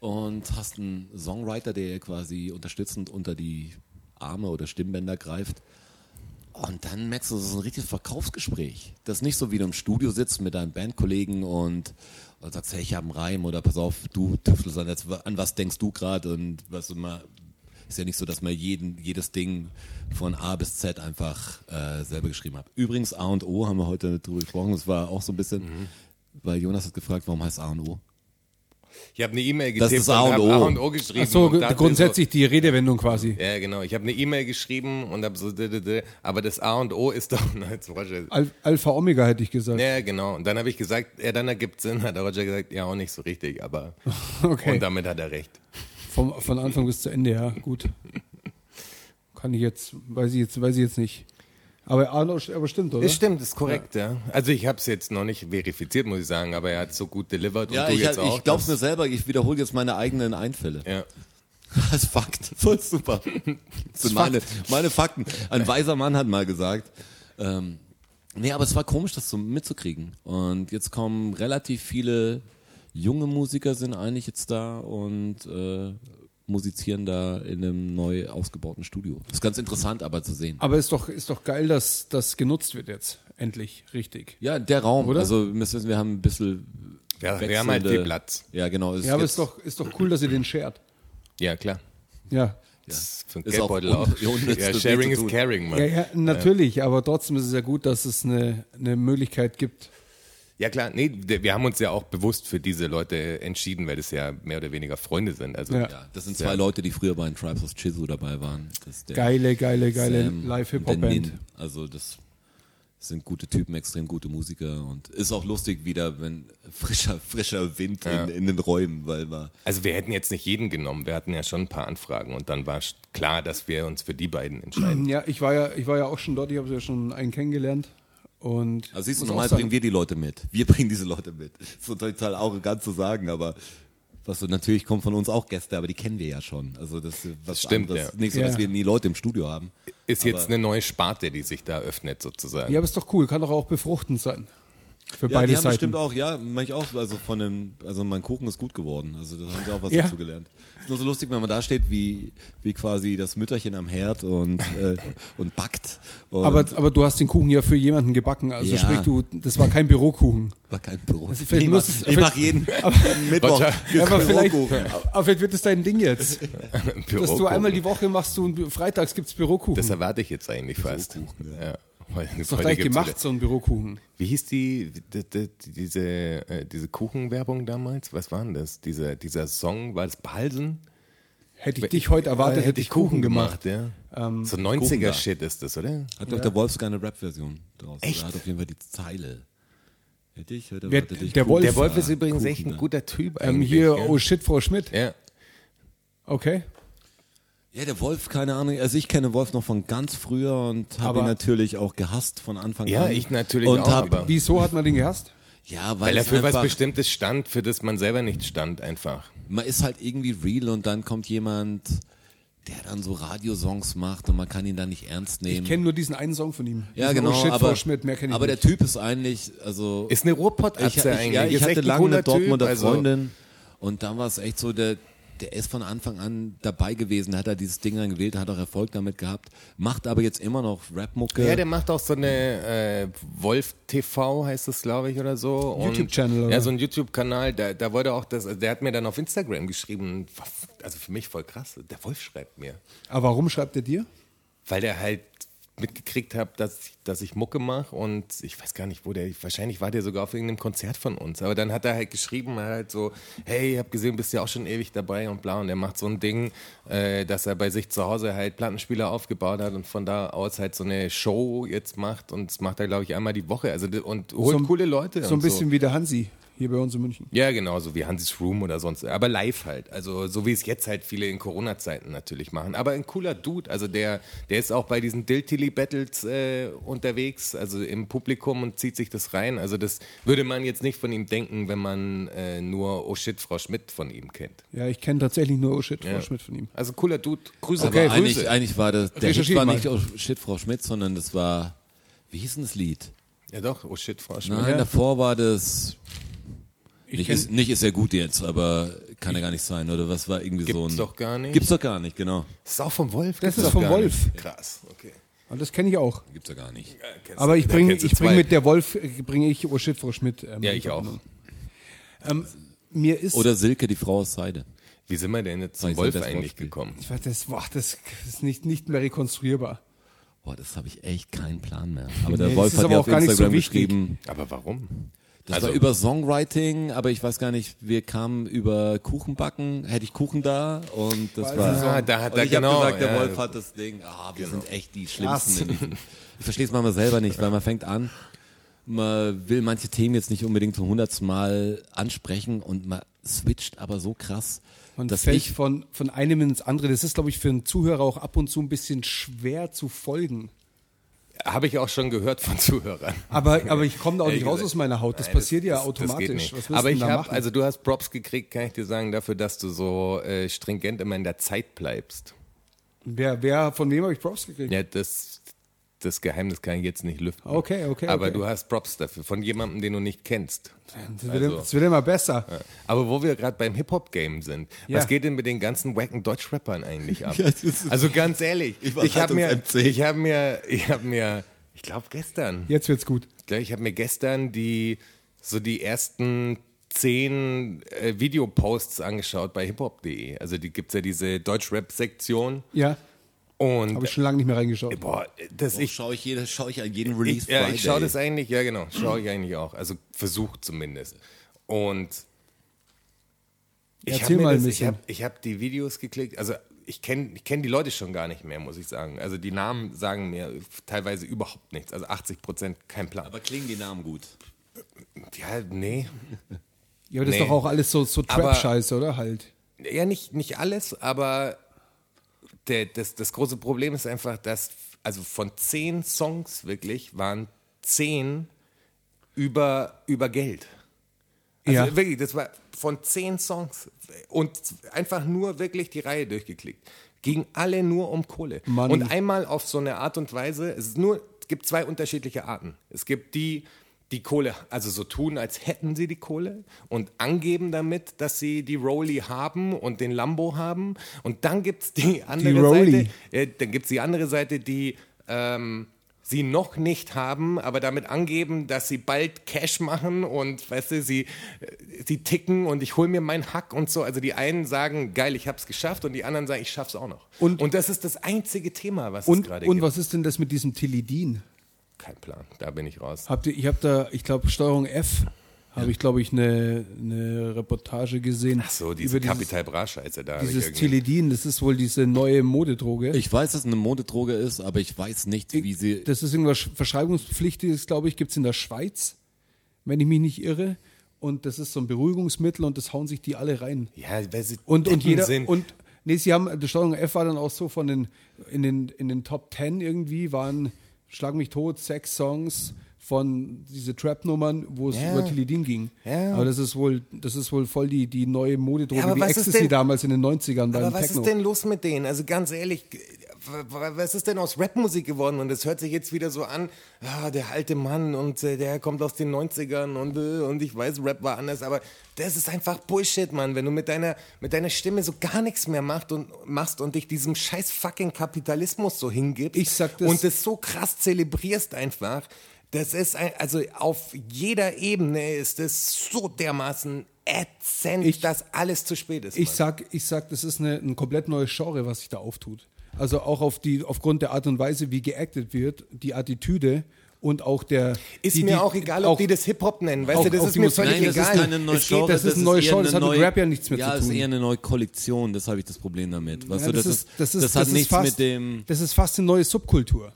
S1: und hast einen Songwriter, der ihr quasi unterstützend unter die Arme oder Stimmbänder greift. Und dann merkst du, das ist ein richtiges Verkaufsgespräch. Das ist nicht so, wie du im Studio sitzt mit deinen Bandkollegen und, und sagst, hey, ich habe einen Reim oder pass auf, du tüftelst an, jetzt, an was denkst du gerade und was immer. Ist ja nicht so, dass man jeden, jedes Ding von A bis Z einfach äh, selber geschrieben hat. Übrigens, A und O haben wir heute drüber gesprochen. Das war auch so ein bisschen, weil Jonas hat gefragt, warum heißt A und O?
S4: Ich habe eine E-Mail
S1: Das
S4: getippt
S1: ist A und
S4: hab
S1: O.
S4: A und O geschrieben.
S2: Ach so,
S4: und dachte
S2: grundsätzlich die Redewendung quasi.
S4: So, ja, genau. Ich habe eine E-Mail geschrieben und habe so, d -d -d aber das A und O ist doch. *laughs* Na, jetzt Roger.
S2: Al Alpha Omega hätte ich gesagt.
S4: Ja, genau. Und dann habe ich gesagt, ja, dann ergibt Sinn. Hat Roger gesagt, ja, auch nicht so richtig, aber.
S2: *laughs* *laughs* Okay.
S4: Und damit hat er recht.
S2: Vom, von Anfang bis zu Ende, ja,
S4: *laughs*
S2: gut. Kann ich jetzt, weiß ich jetzt, weiß ich jetzt nicht. Aber Arnold, aber stimmt, oder?
S4: Das stimmt, ist korrekt, ja. Also ich habe es jetzt noch nicht verifiziert, muss ich sagen, aber er hat so gut delivered
S1: Ja,
S4: und du
S1: ich,
S4: jetzt auch.
S1: ich glaub's mir selber, ich wiederhole jetzt meine eigenen Einfälle.
S4: ja.
S1: *laughs* Das ist Fakt. Voll super. Das sind meine, meine Fakten. Ein weiser Mann hat mal gesagt. Ähm, nee, aber es war komisch, das so mitzukriegen. Und jetzt kommen relativ viele junge Musiker sind eigentlich jetzt da und äh, musizieren da in einem neu ausgebauten Studio. Das ist ganz interessant aber zu sehen.
S2: Aber ist doch, ist doch geil, dass das genutzt wird jetzt. Endlich, richtig.
S1: Ja, der Raum,
S2: Oder?
S1: Also wir müssen wissen, wir haben ein bisschen
S4: Ja, wir haben
S1: wechselnde-
S4: halt viel Platz.
S1: Ja, genau. Es
S2: Ja, aber
S1: jetzt-
S2: ist doch, ist doch cool, dass ihr den shared.
S4: Ja, klar.
S2: Ja.
S4: Das ist für ein
S1: Ist auch
S4: Geldbeutel
S1: un-
S4: auch.
S1: *laughs* unnütz,
S4: Ja,
S1: das
S4: sharing
S1: nicht zu
S4: is
S1: tun.
S4: caring, man.
S2: Ja, ja, natürlich, aber trotzdem ist es ja gut, dass es eine, eine Möglichkeit gibt.
S4: Ja klar, nee, d- wir haben uns ja auch bewusst für diese Leute entschieden, weil das ja mehr oder weniger Freunde sind. Also
S2: Ja.
S1: Ja, das sind zwei Leute, die früher bei den Tribes of Chizu dabei waren. Das ist der
S2: Geile, geile, geile
S1: Sam und der
S2: Live-Hip-Hop-Band.
S1: Nin. Also das sind gute Typen, extrem gute Musiker und ist auch lustig wieder, wenn frischer, frischer Wind
S4: Ja.
S1: in, in den Räumen, weil man
S4: Also wir hätten jetzt nicht jeden genommen, wir hatten ja schon ein paar Anfragen und dann war sch- klar, dass wir uns für die
S1: *clears throat*
S4: beiden entscheiden.
S2: Ja, ich war ja, ich war ja auch schon dort, ich habe ja schon einen kennengelernt. Und
S1: Also siehst du,
S2: muss auch
S1: normal
S2: sagen-
S1: bringen wir die Leute mit. Wir bringen diese Leute mit. Ist so total arrogant zu sagen, aber was so, natürlich kommen von uns auch Gäste, aber die kennen wir ja schon. Also das ist was
S4: Stimmt,
S1: anderes.
S4: ja.
S1: Nicht so,
S2: Ja.
S1: dass wir nie Leute im Studio haben.
S4: Ist jetzt
S1: aber-
S4: eine neue Sparte, die sich da öffnet sozusagen. *laughs*
S2: Ja, aber ist doch cool, kann doch auch befruchtend sein. Für
S1: Ja,
S2: beide
S1: die haben
S2: Seiten.
S1: bestimmt auch, ja, manch auch, also von dem, also mein Kuchen ist gut geworden. Also da haben sie auch was
S2: Ja.
S1: dazu gelernt. Ist nur so lustig, wenn man da steht, wie, wie quasi das Mütterchen am Herd und, äh, und backt. Und
S2: aber, aber du hast den Kuchen ja für jemanden gebacken, also
S1: Ja.
S2: sprich du, das war kein Bürokuchen.
S1: war kein Büro. Ich,
S2: also vielleicht
S1: mach,
S2: muss es-
S1: ich
S2: *laughs*
S1: mach jeden Mittwoch. *laughs*
S2: Ja, aber vielleicht,
S1: Bürokuchen.
S2: *laughs* aber vielleicht wird es dein Ding jetzt, dass du
S4: Bürokuchen.
S2: einmal die Woche machst, du einen- freitags gibt's Bürokuchen.
S4: Das erwarte ich jetzt eigentlich fast.
S1: Bürokuchen,
S4: Ja. Weil-
S2: ist doch
S4: weil
S2: gleich
S4: die gibt's
S2: gemacht,
S4: wieder.
S2: so ein Bürokuchen.
S4: Wie hieß die, die, die diese, äh, diese Kuchenwerbung damals? Was war denn das? Dieser, dieser Song, war das Balsen?
S2: Hätte ich dich
S4: äh,
S2: heute erwartet, hätte ich Kuchen gemacht. Ähm,
S4: ja. so 90er-Shit ist das, oder?
S1: Hat doch der Wolf sogar eine Rap-Version draus.
S4: Echt?
S1: Er hat auf jeden Fall die Zeile. Hätte ich heute
S2: Wer-
S1: erwartet, ich
S2: der
S1: Kuchen-
S2: Wolf- Der
S4: Wolf ist
S1: Ah,
S4: übrigens
S1: Kuchen,
S4: echt ein
S1: ja.
S4: guter Typ
S2: Ähm,
S4: eigentlich.
S2: hier,
S4: ja.
S2: oh shit, Frau Schmidt.
S4: ja.
S2: Okay.
S1: Ja, der Wolf, keine Ahnung. Also ich kenne Wolf noch von ganz früher und habe
S2: Aber-
S1: ihn natürlich auch gehasst von Anfang
S4: Ja,
S1: an.
S4: ich natürlich
S1: und
S4: auch,
S1: Hab,
S4: aber-
S2: Wieso hat man den gehasst?
S1: ja, weil,
S4: Weil er
S1: es
S4: für was
S1: einfach-
S4: Bestimmtes stand, für das man selber nicht stand, einfach.
S1: man ist halt irgendwie real und dann kommt jemand, der dann so Radiosongs macht und man kann ihn dann nicht ernst
S2: Ich
S1: nehmen.
S2: kenne nur diesen einen Song von ihm.
S1: Hm. ja,
S2: Diesen
S1: genau.
S2: Oh shit, Frau
S1: aber
S2: Schmidt, mehr kenne ich
S1: aber
S2: nicht.
S1: der Typ ist eigentlich, also
S4: Ist eine Ruhrpott-Atze
S1: ich, ich,
S4: eigentlich.
S1: ja, ich
S4: Ist echt
S1: hatte
S4: ein
S1: lange
S4: cooler
S1: eine
S4: Typ,
S1: Dortmunder
S4: also-
S1: Freundin und dann war es echt so, der, der ist von Anfang an dabei gewesen, da hat er dieses Ding dann gewählt, hat auch Erfolg damit gehabt, macht aber jetzt immer noch Rap-Mucke.
S4: Ja, der macht auch so eine äh, Wolf TV heißt es, glaube ich, oder so. Und-
S2: YouTube-Channel, oder?
S4: Ja, so ein YouTube-Kanal. Da, da wollte auch das. Also der hat mir dann auf Instagram geschrieben. was- Also für mich voll krass. Der Wolf schreibt mir,
S2: aber warum schreibt er dir?
S4: weil der halt mitgekriegt hat, dass ich, dass ich Mucke mache und ich weiß gar nicht, wo der, wahrscheinlich war der sogar auf irgendeinem Konzert von uns, aber dann hat er halt geschrieben, halt so, hey, ich hab gesehen, bist ja auch schon ewig dabei und bla und er macht so ein Ding, äh, dass er bei sich zu Hause halt Plattenspieler aufgebaut hat und von da aus halt so eine Show jetzt macht und das macht er, glaube ich, einmal die Woche, also d- und holt
S2: ein-
S4: coole Leute
S2: So ein
S4: und
S2: bisschen wie der Hansi hier bei uns in München.
S4: ja, genau, so wie Hansis Room oder sonst. Aber live halt. Also so wie es jetzt halt viele in Corona-Zeiten natürlich machen. Aber ein cooler Dude. Also der, der ist auch bei diesen Diltily-Battles äh, unterwegs, also im Publikum und zieht sich das rein. Also das würde man jetzt nicht von ihm denken, wenn man äh, nur Oh shit, Frau Schmidt von ihm kennt.
S2: Ja, ich kenne tatsächlich nur Oh shit, Frau
S4: Ja.
S2: Schmidt von ihm.
S4: Also cooler Dude.
S1: aber
S4: Grüße.
S2: Okay,
S1: eigentlich,
S4: Grüße.
S1: eigentlich war das, der Hit
S2: Recherchiert
S1: war
S2: mal.
S1: nicht oh, Shit, Frau Schmidt, sondern das war, wie hieß denn das Lied?
S4: Ja doch, Oh shit, Frau Schmidt.
S1: Nein,
S2: Ja.
S1: davor war das,
S2: Ich
S1: nicht
S2: kenn,
S1: ist, nicht ist er gut jetzt, aber kann ja gar nicht sein, oder was war irgendwie so ein...
S4: Gibt's doch gar nicht.
S1: Gibt's doch gar nicht, genau.
S4: Das ist auch vom Wolf.
S2: Das
S4: gibt's
S2: ist
S4: doch
S2: vom
S4: gar
S2: Wolf.
S4: Nicht. Krass, okay.
S2: aber das kenne ich auch.
S1: Gibt's doch gar nicht.
S4: Ja, kennst
S2: Aber
S4: du-
S2: ich
S4: da
S2: bringe
S4: kennst du
S2: ich bring
S4: zwei.
S2: mit der Wolf, äh, bringe ich Oh shit, Frau Schmidt. ähm,
S4: Ja,
S2: in
S4: ich auch.
S2: Verbindung. Ähm, mir ist,
S1: Oder Silke, die Frau aus Seide.
S4: Wie sind wir denn jetzt
S1: Soll
S4: zum
S1: ich sagen,
S4: Wolf
S1: das
S4: eigentlich
S1: Wortspiel?
S4: gekommen?
S2: Ich weiß, das, boah, das ist nicht, nicht mehr rekonstruierbar.
S1: Boah, das habe ich echt keinen Plan mehr. Aber der
S2: Nee, das
S1: Wolf
S2: ist
S1: hat
S2: aber
S1: ja
S2: auch
S1: auf
S2: gar nicht so
S1: Instagram
S2: wichtig.
S1: geschrieben.
S4: Aber warum?
S1: Das
S4: Also-
S1: war über Songwriting, aber ich weiß gar nicht, wir kamen über Kuchenbacken, hätte ich Kuchen da und das war.
S4: Ah, da hat
S1: Und
S4: er
S1: ich
S4: genau.
S1: habe gesagt, der
S4: ja.
S1: Wolf hat das Ding, ah, wir sind echt die Schlimmsten. in diesem- Ich verstehe es manchmal selber nicht, weil man fängt an, man will manche Themen jetzt nicht unbedingt zum hundertsten Mal ansprechen und man switcht aber so krass,
S2: Man
S1: dass
S2: fällt
S1: ich
S2: von, von einem ins andere. Das ist, glaube ich, für einen Zuhörer auch ab und zu ein bisschen schwer zu folgen.
S4: Habe ich auch schon gehört von Zuhörern. *laughs*
S2: Aber, aber ich komme da auch
S4: Ehrlich
S2: nicht raus
S4: gesagt.
S2: aus meiner Haut. Das
S4: Nein,
S2: passiert ja
S4: das- das geht
S2: automatisch.
S4: nicht.
S2: Was willst
S4: Aber
S2: du denn
S4: ich
S2: da
S4: habe,
S2: machen?
S4: also du hast Props gekriegt, kann ich dir sagen, dafür, dass du so äh, stringent immer in der Zeit bleibst.
S2: wer, wer, von wem habe ich Props gekriegt?
S4: Ja, das, das Geheimnis kann ich jetzt nicht lüften.
S2: Okay, okay,
S4: Aber
S2: okay.
S4: du hast Props dafür, von jemandem, den du nicht kennst.
S2: das,
S4: also.
S2: wird, das wird immer besser.
S4: Aber wo wir gerade beim Hip-Hop-Game sind,
S2: Ja.
S4: was geht denn mit den ganzen wacken Deutschrappern eigentlich
S2: *laughs*
S4: ab?
S1: Ja, das ist-
S4: also ganz ehrlich, ich,
S1: war
S4: habe mir,
S1: Rettungsmc.
S4: ich habe mir, ich habe mir, ich glaube gestern,
S2: Jetzt wird's gut.
S4: Ich glaube, ich habe mir gestern die so die ersten zehn äh, Videoposts angeschaut bei hiphop.de. Also die gibt's ja diese Deutschrap-Sektion.
S2: Ja, habe
S4: Und
S2: ich Oh, schon lange nicht mehr reingeschaut.
S4: boah, das ich.
S1: schaue ich, jede- schaue ich an jedem Release
S4: ich ja, ich schaue
S1: Friday.
S4: das eigentlich, ja genau, schaue ich eigentlich auch. Also versucht zumindest. Und ich
S2: Erzähl
S4: habe
S2: mal
S4: mir
S2: ein
S4: das, ich
S2: bisschen.
S4: habe ich hab die Videos geklickt, also ich kenne ich kenn die Leute schon gar nicht mehr, muss ich sagen. Also die Namen sagen mir teilweise überhaupt nichts. Also 80 Prozent kein Plan.
S1: Aber klingen die Namen gut.
S4: ja, nee.
S2: Ja, aber das
S4: Nee.
S2: ist doch auch alles so, so
S4: Aber-
S2: Trap-Scheiße, oder? Halt.
S4: Ja, nicht, nicht alles, aber der, das, das große Problem ist einfach, dass also von zehn Songs wirklich waren zehn über, über Geld. Also
S2: Ja.
S4: wirklich, das war von zehn Songs und einfach nur wirklich die Reihe durchgeklickt. Ging alle nur um Kohle.
S2: Mann.
S4: Und einmal auf so eine Art und Weise, es, ist nur, es gibt zwei unterschiedliche Arten. Es gibt die, die Kohle, also so tun, als hätten sie die Kohle und angeben damit, dass sie die Rolli haben und den Lambo haben. Und dann gibt es die andere
S2: Rolli.
S4: Seite, äh, dann gibt es die andere Seite, die ähm, sie noch nicht haben, aber damit angeben, dass sie bald Cash machen und weißt du, sie, äh, sie ticken und ich hole mir meinen Hack und so. Also die einen sagen, geil, ich hab's geschafft und die anderen sagen, ich schaff's auch noch.
S2: Und-
S4: und das ist das einzige Thema, was es
S2: Und,
S4: gerade
S2: und
S4: gibt.
S2: was ist denn das mit diesem Tilidin?
S4: Kein Plan, da bin ich raus.
S2: Habt ihr, ich habe da, ich glaube, Steuerung F habe ich, glaube ich, eine, eine Reportage gesehen.
S4: Ach so, diese
S2: über dieses,
S4: Kapital Bra Scheiße da. hab ich
S2: dieses
S4: irgendwie-
S2: Tilidin, das ist wohl diese neue Modedroge.
S1: Ich weiß, dass es eine Modedroge ist, aber ich weiß nicht, wie sie.
S2: das ist irgendwas Verschreibungspflichtiges, glaube ich, gibt es in der Schweiz, wenn ich mich nicht irre. Und das ist so ein Beruhigungsmittel und das hauen sich die alle rein.
S4: ja, weil sie
S2: Und, und
S4: Deppen
S2: jeder
S4: sind.
S2: und nee, sie haben die Steuerung F war dann auch so von den in den in den Top Ten irgendwie waren Schlag mich tot sechs Songs von diese Trap Nummern, wo es
S4: Ja.
S2: über Tilidin ging.
S4: Ja.
S2: Aber das ist wohl das ist wohl voll die die neue Modedroge
S4: Ja, aber
S2: wie
S4: was ist
S2: Ecstasy
S4: denn-
S2: damals in den 90ern beim
S4: Aber was
S2: Techno.
S4: ist denn los mit denen? Also ganz ehrlich, w- w- was ist denn aus Rapmusik geworden? Und es hört sich jetzt wieder so an, ah, der alte Mann und äh, der kommt aus den 90ern und, äh, und ich weiß, Rap war anders, aber das ist einfach Bullshit, Mann. Wenn du mit deiner, mit deiner Stimme so gar nichts mehr macht und, machst und dich diesem scheiß fucking Kapitalismus so hingibst
S2: Ich sag das-
S4: und das so krass zelebrierst einfach, das ist ein, also auf jeder Ebene ist es so dermaßen ätzend,
S2: Ich-
S4: dass alles zu spät ist.
S2: Ich
S4: Mann.
S2: sag, ich sag, das ist eine, ein komplett neues Genre, was sich da auftut. Also auch auf die, aufgrund der Art und Weise, wie geactet wird, die Attitüde und auch der.
S4: Ist
S2: die,
S4: mir
S2: die-
S4: auch egal, ob die das Hip-Hop nennen. Weißt
S2: auch-
S4: du, das
S2: auch
S4: ist
S2: die
S4: mir
S2: Musik-
S4: völlig
S2: Nein,
S4: egal.
S2: ist keine
S1: neue
S2: Es geht- das ist ein neues
S1: eher
S2: Genre,
S1: eine
S2: das hat mit
S1: neue-
S2: Rap ja nichts mehr zu
S1: Ja,
S2: tun.
S1: ist eher eine neue Kollektion, das habe ich das Problem damit. Weißt
S4: Also
S2: Ja,
S1: du, das, ist, das, hat nichts
S2: fast,
S1: mit dem.
S2: Das ist fast eine neue Subkultur.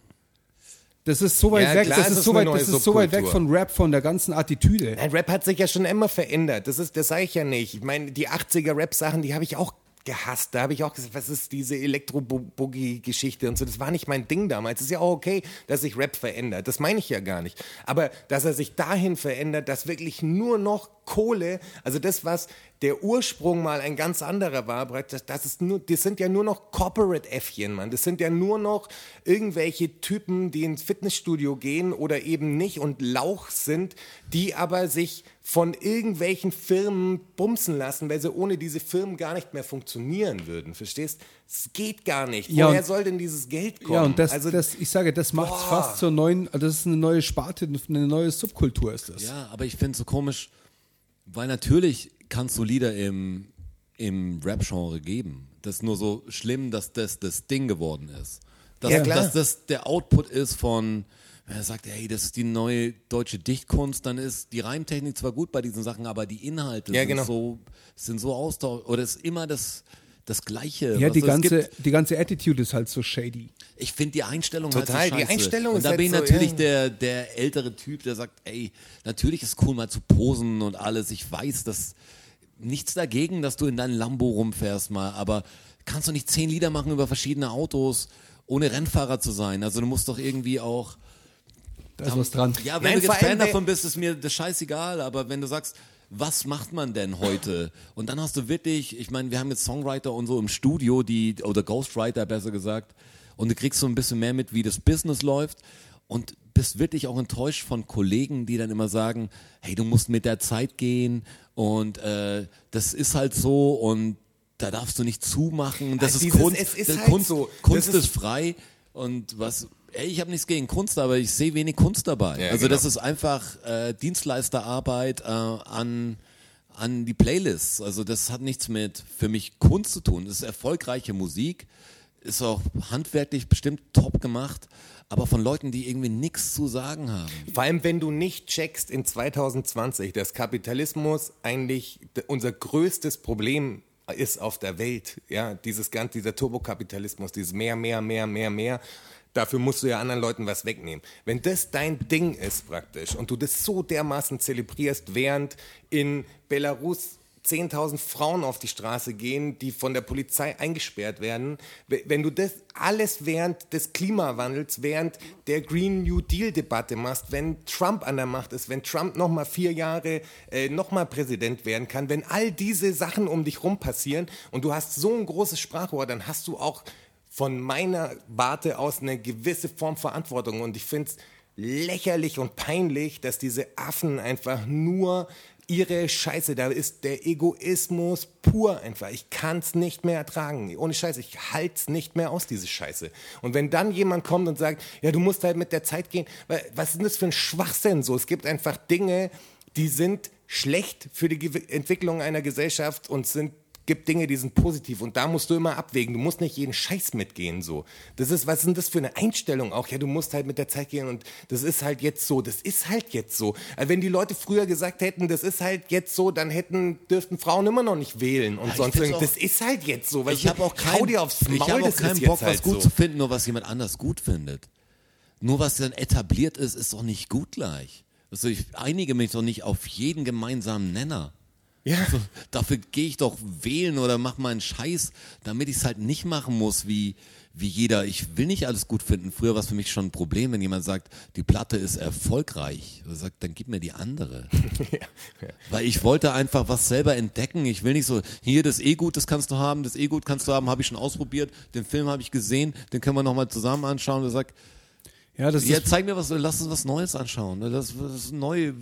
S2: Das ist so weit
S4: Ja,
S2: weg,
S4: klar,
S2: das
S4: es
S2: ist,
S4: ist
S2: so
S4: eine
S2: weit,
S4: neue
S2: das ist so weit weg
S4: Subkultur.
S2: von Rap, von der ganzen Attitüde.
S4: Nein, Rap hat sich ja schon immer verändert. Das, ist- das sage ich ja nicht. Ich meine, die 80er-Rap-Sachen, die habe ich auch gehasst. Da habe ich auch gesagt, was ist diese Elektro-Boogie-Geschichte und so. Das war nicht mein Ding damals. Ist ja auch okay, dass sich Rap verändert. Das meine ich ja gar nicht. Aber dass er sich dahin verändert, dass wirklich nur noch Kohle, also das, was der Ursprung mal ein ganz anderer war, praktisch, das, ist nur, das sind ja nur noch Corporate-Äffchen, Mann. Das sind ja nur noch irgendwelche Typen, die ins Fitnessstudio gehen oder eben nicht und Lauch sind, die aber sich von irgendwelchen Firmen bumsen lassen, weil sie ohne diese Firmen gar nicht mehr funktionieren würden. Verstehst? Es geht gar nicht.
S2: Ja,
S4: Woher
S2: und-
S4: soll denn dieses Geld kommen?
S2: Ja, und das,
S4: also,
S2: das, ich sage, das macht
S4: Boah.
S2: fast zur neuen, also das ist eine neue Sparte, eine neue Subkultur ist das.
S1: Ja, aber ich finde es so komisch, weil natürlich kannst du Lieder im, im Rap-Genre geben. Das ist nur so schlimm, dass das das Ding geworden ist. Dass,
S4: Ja, klar.
S1: dass das der Output ist von, wenn er sagt, hey, das ist die neue deutsche Dichtkunst, dann ist die Reimtechnik zwar gut bei diesen Sachen, aber die Inhalte
S4: Ja,
S1: sind,
S4: genau.
S1: so, sind so austausch oder ist immer das, das Gleiche.
S4: also
S2: Ja,
S1: Weißt
S2: die
S1: du, es
S2: ganze,
S1: gibt-
S2: die ganze Attitude ist halt so shady.
S1: ich finde die Einstellung
S4: Total,
S1: halt so
S4: die
S1: scheiße.
S4: Einstellung
S1: und
S4: ist
S1: da bin ich
S4: halt so,
S1: natürlich
S4: ja.
S1: der, der ältere Typ, der sagt, ey, natürlich ist cool mal zu posen und alles. Ich weiß, dass nichts dagegen, dass du in deinem Lambo rumfährst mal, aber kannst du nicht zehn Lieder machen über verschiedene Autos, ohne Rennfahrer zu sein. Also du musst doch irgendwie auch
S2: Da ist was dran.
S1: ja, wenn
S4: Nein,
S1: du jetzt
S4: vor allem,
S1: Fan
S4: wer-
S1: davon bist, ist mir das scheißegal, aber wenn du sagst, was macht man denn heute? Und dann hast du wirklich, ich meine, wir haben jetzt Songwriter und so im Studio, die, oder Ghostwriter besser gesagt, und du kriegst so ein bisschen mehr mit, wie das Business läuft und bist wirklich auch enttäuscht von Kollegen, die dann immer sagen, hey, du musst mit der Zeit gehen und äh, das ist halt so und da darfst du nicht zumachen. Das
S4: Ah,
S1: ist
S4: dieses,
S1: Kunst.
S4: es ist
S1: das
S4: halt
S1: Kunst,
S4: so.
S1: Kunst
S4: Das
S1: ist
S4: ist-
S1: frei und was. Ey, ich habe nichts gegen Kunst, aber ich sehe wenig Kunst dabei.
S4: Ja,
S1: also
S4: genau.
S1: das ist einfach äh, Dienstleisterarbeit äh, an an die Playlists. Also das hat nichts mit für mich Kunst zu tun. Das ist erfolgreiche Musik, ist auch handwerklich bestimmt top gemacht, aber von Leuten, die irgendwie nichts zu sagen haben.
S4: Vor allem, wenn du nicht checkst in 2020, dass Kapitalismus eigentlich d- unser größtes Problem ist auf der Welt. Ja, dieses ganze, dieser Turbokapitalismus, dieses mehr, mehr, mehr, mehr, mehr. Dafür musst du ja anderen Leuten was wegnehmen. Wenn das dein Ding ist praktisch und du das so dermaßen zelebrierst, während in Belarus 10.000 Frauen auf die Straße gehen, die von der Polizei eingesperrt werden, w- wenn du das alles während des Klimawandels, während der Green New Deal Debatte machst, wenn Trump an der Macht ist, wenn Trump nochmal vier Jahre äh, nochmal Präsident werden kann, wenn all diese Sachen um dich rum passieren und du hast so ein großes Sprachrohr, dann hast du auch von meiner Warte aus eine gewisse Form Verantwortung und ich finde es lächerlich und peinlich, dass diese Affen einfach nur ihre Scheiße, da ist der Egoismus pur einfach. Ich kann's nicht mehr ertragen. Ohne Scheiße, ich halt's nicht mehr aus, diese Scheiße. Und wenn dann jemand kommt und sagt, ja, du musst halt mit der Zeit gehen, wa- was ist denn das für ein Schwachsinn so? Es gibt einfach Dinge, die sind schlecht für die Ge Entwicklung einer Gesellschaft und sind gibt Dinge, die sind positiv und da musst du immer abwägen. Du musst nicht jeden Scheiß mitgehen so. Das ist, was ist denn das für eine Einstellung auch? Ja, du musst halt mit der Zeit gehen und das ist halt jetzt so. Das ist halt jetzt so. Also wenn die Leute früher gesagt hätten, das ist halt jetzt so, dann hätten, dürften Frauen immer noch nicht wählen und
S1: ich
S4: sonst
S1: find's
S4: irgend-
S1: auch-
S4: Das ist halt jetzt so. weißt
S1: Ich
S4: du?
S1: habe auch
S4: Hau
S1: keinen,
S4: dir aufs Maul,
S1: ich hab auch
S4: das
S1: keinen
S4: ist
S1: Bock,
S4: jetzt halt
S1: was gut zu
S4: so.
S1: finden, nur was jemand anders gut findet. Nur was dann etabliert ist, ist doch nicht gut gleich. Also ich einige mich doch nicht auf jeden gemeinsamen Nenner. *laughs*
S4: Ja. *laughs*
S1: Dafür gehe ich doch wählen oder mach mal einen Scheiß, damit ich es halt nicht machen muss wie, wie jeder. Ich will nicht alles gut finden. Früher war es für mich schon ein Problem, wenn jemand sagt, die Platte ist erfolgreich. Er sagt, dann gib mir die andere. Weil ich wollte einfach was selber entdecken. Ich will nicht so, hier, das E-Gut, das kannst du haben, das E-Gut kannst du haben, habe ich schon ausprobiert, den Film habe ich gesehen, den können wir nochmal zusammen anschauen. Er sagt,
S2: Ja, das
S1: ja,
S2: ist,
S1: zeig mir was, lass uns was Neues anschauen. ne? Das, das ist neu.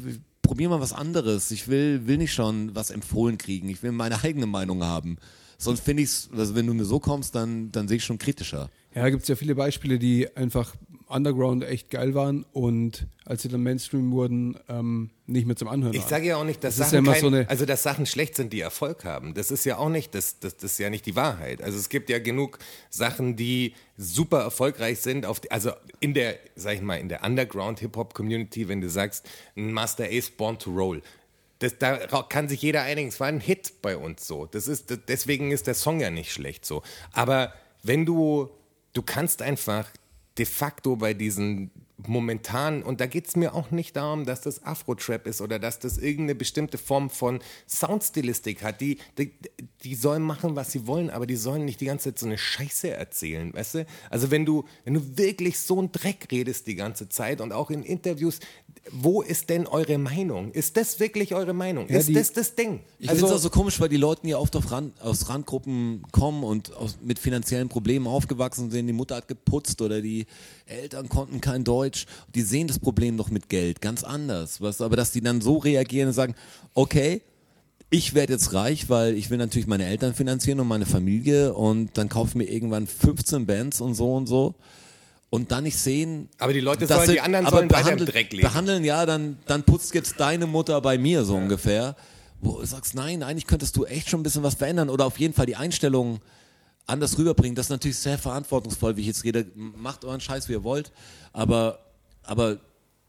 S1: Probier mal was anderes. Ich will, will nicht schon was empfohlen kriegen. Ich will meine eigene Meinung haben. Sonst finde ich's, also wenn du mir so kommst, dann, dann sehe ich schon kritischer.
S2: ja, gibt es ja viele Beispiele, die einfach Underground echt geil waren und als sie dann Mainstream wurden, ähm, nicht mehr zum Anhören
S4: Ich
S2: waren.
S4: sage ja auch nicht, dass
S2: Das ist
S4: Sachen,
S2: ja immer
S4: kein,
S2: so eine-
S4: also dass Sachen schlecht sind, die Erfolg haben. Das ist ja auch nicht, das, das, das ist ja nicht die Wahrheit. Also es gibt ja genug Sachen, die super erfolgreich sind, auf die, also in der, sag ich mal, in der Underground-Hip-Hop-Community, wenn du sagst, ein Master Ace Born to Roll. Das, da ra- kann sich jeder einigen. Es war ein Hit bei uns so. Das ist, das, deswegen ist der Song ja nicht schlecht so. Aber wenn du, du kannst einfach de facto bei diesen momentan, und da geht es mir auch nicht darum, dass das Afro-Trap ist oder dass das irgendeine bestimmte Form von Soundstilistik hat. Die, die, die sollen machen, was sie wollen, aber die sollen nicht die ganze Zeit so eine Scheiße erzählen, weißt du? Also wenn du, wenn du wirklich so einen Dreck redest die ganze Zeit und auch in Interviews, wo ist denn eure Meinung? Ist das wirklich eure Meinung? ist
S2: die-
S4: das das Ding?
S1: Ich finde es auch so komisch, weil die Leute ja oft auf Rand, aus Randgruppen kommen und aus, mit finanziellen Problemen aufgewachsen sind. Die Mutter hat geputzt oder die Eltern konnten kein Deutsch. Die sehen das Problem doch mit Geld ganz anders. Was, aber dass die dann so reagieren und sagen, okay, ich werde jetzt reich, weil ich will natürlich meine Eltern finanzieren und meine Familie und dann kaufe ich mir irgendwann 15 Bands und so und so. Und dann nicht sehen,
S4: aber die Leute
S1: das
S4: sollen,
S1: sind-
S4: die anderen
S1: aber
S4: sollen weiter im
S1: behandelt-
S4: Dreck leben.
S1: Behandeln, ja, dann, dann putzt jetzt deine Mutter bei mir so ungefähr. Wo du sagst, nein, eigentlich könntest du echt schon ein bisschen was verändern oder auf jeden Fall die Einstellung anders rüberbringen. Das ist natürlich sehr verantwortungsvoll, wie ich jetzt rede. M- Macht euren Scheiß, wie ihr wollt, aber, aber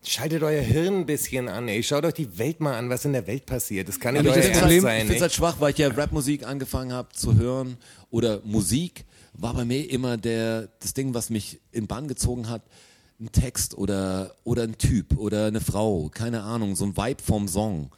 S4: Schaltet euer Hirn ein bisschen an, ey. Schaut euch die Welt mal an, was in der Welt passiert. Das kann nicht
S1: Aber
S4: euer
S1: ich
S2: das
S1: finde
S4: Ernst
S2: Problem-
S4: sein.
S1: es
S4: ey.
S1: halt schwach, weil ich ja Rapmusik angefangen habe zu hören oder Musik war bei mir immer der, das Ding, was mich in Bann gezogen hat, ein Text oder, oder ein Typ oder eine Frau, keine Ahnung, so ein Vibe vom Song.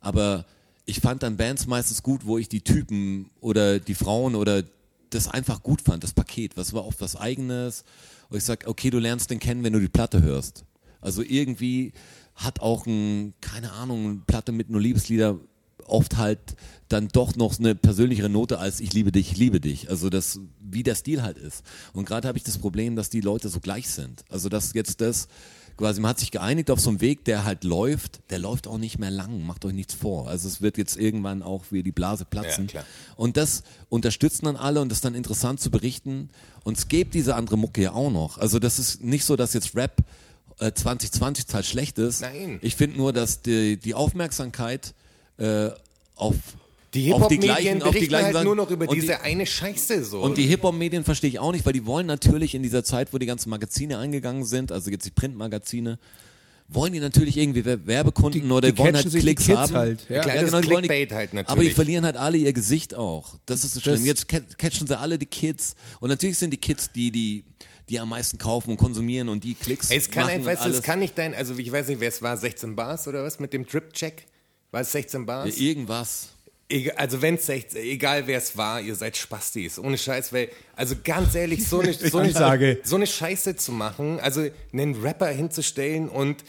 S1: Aber ich fand dann Bands meistens gut, wo ich die Typen oder die Frauen oder das einfach gut fand, das Paket, was war oft was Eigenes. Und ich sag, okay, du lernst den kennen, wenn du die Platte hörst. Also irgendwie hat auch ein, keine Ahnung, eine Platte mit nur Liebeslieder oft halt dann doch noch eine persönlichere Note als ich liebe dich, ich liebe dich. Also das, wie der Stil halt ist. Und gerade habe ich das Problem, dass die Leute so gleich sind. Also dass jetzt das quasi, man hat sich geeinigt auf so einen Weg, der halt läuft, der läuft auch nicht mehr lang, macht euch nichts vor. Also es wird jetzt irgendwann auch wie die Blase platzen.
S4: Ja, klar.
S1: Und das unterstützen dann alle und das ist dann interessant zu berichten. Und es gibt diese andere Mucke ja auch noch. Also das ist nicht so, dass jetzt Rap äh, 2020 total schlecht ist.
S4: Nein.
S1: Ich finde nur, dass die, die Aufmerksamkeit äh, auf
S4: Die
S1: auf die
S4: Hip-Hop-Medien
S1: gleichen, auf die
S4: berichten
S1: gleichen
S4: halt
S1: Sachen-
S4: nur noch über
S1: und die-
S4: diese eine Scheiße so.
S1: und die Hip-Hop-Medien verstehe ich auch nicht, weil die wollen natürlich in dieser Zeit, wo die ganzen Magazine eingegangen sind, also jetzt die Printmagazine, wollen die natürlich irgendwie Wer- Werbekunden
S2: Die-
S1: oder
S2: die
S1: wollen
S2: catchen
S1: halt
S2: sich die
S1: Klicks
S2: Kids
S1: haben.
S2: halt, ja.
S4: Klar, das
S1: die wollen die-
S4: Clickbait halt natürlich.
S1: Aber die verlieren halt alle ihr Gesicht auch. Das ist so schlimm.
S2: Das-
S1: Jetzt ca- catchen sie alle die Kids. Und natürlich sind die Kids die, die, die am meisten kaufen und konsumieren und die Klicks
S4: Ey, es kann
S1: machen
S4: ein,
S1: und
S4: weißt du,
S1: alles.
S4: es kann nicht dein, also ich weiß nicht, wer es war, 16 Bars oder was mit dem Drip-Check? War es 16 Bars?
S1: Ja, irgendwas.
S4: Egal, also wenn es egal wer es war, ihr seid Spastis, ohne Scheiß, weil, also ganz ehrlich,
S2: *laughs*
S4: so eine, so eine,
S3: Ansage.
S4: so eine Scheiße zu machen, also einen Rapper hinzustellen und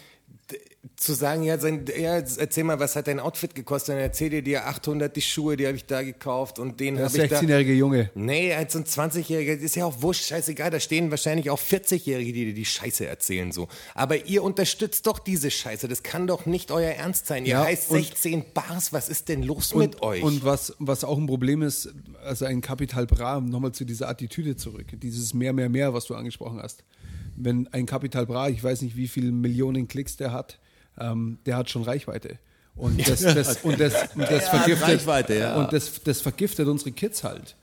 S4: d- zu sagen, ja, sein, ja, erzähl mal, was hat dein Outfit gekostet? Dann erzähl dir dir 800 die Schuhe, die habe ich da gekauft und den
S2: Der
S4: habe ich da.
S2: 16-jährige Junge.
S4: Nee, als ein 20-Jähriger, ist ja auch wurscht, scheißegal, da stehen wahrscheinlich auch 40-Jährige, die dir die Scheiße erzählen so. Aber ihr unterstützt doch diese Scheiße, das kann doch nicht euer Ernst sein. Ihr
S2: Ja,
S4: heißt
S2: und-
S4: 16 Bars, was ist denn los
S2: Und,
S4: mit euch?
S2: und was, was auch ein Problem ist, also ein Kapital Bra, nochmal zu dieser Attitüde zurück, dieses mehr, mehr, mehr, was du angesprochen hast. Wenn ein Kapital Bra, ich weiß nicht, wie viele Millionen Klicks der hat, ähm, der hat schon Reichweite.
S1: *laughs*
S2: Und das, das, und das, und das
S1: hat
S2: vergiftet,
S1: Reichweite, ja.
S2: und das, das vergiftet unsere Kids halt.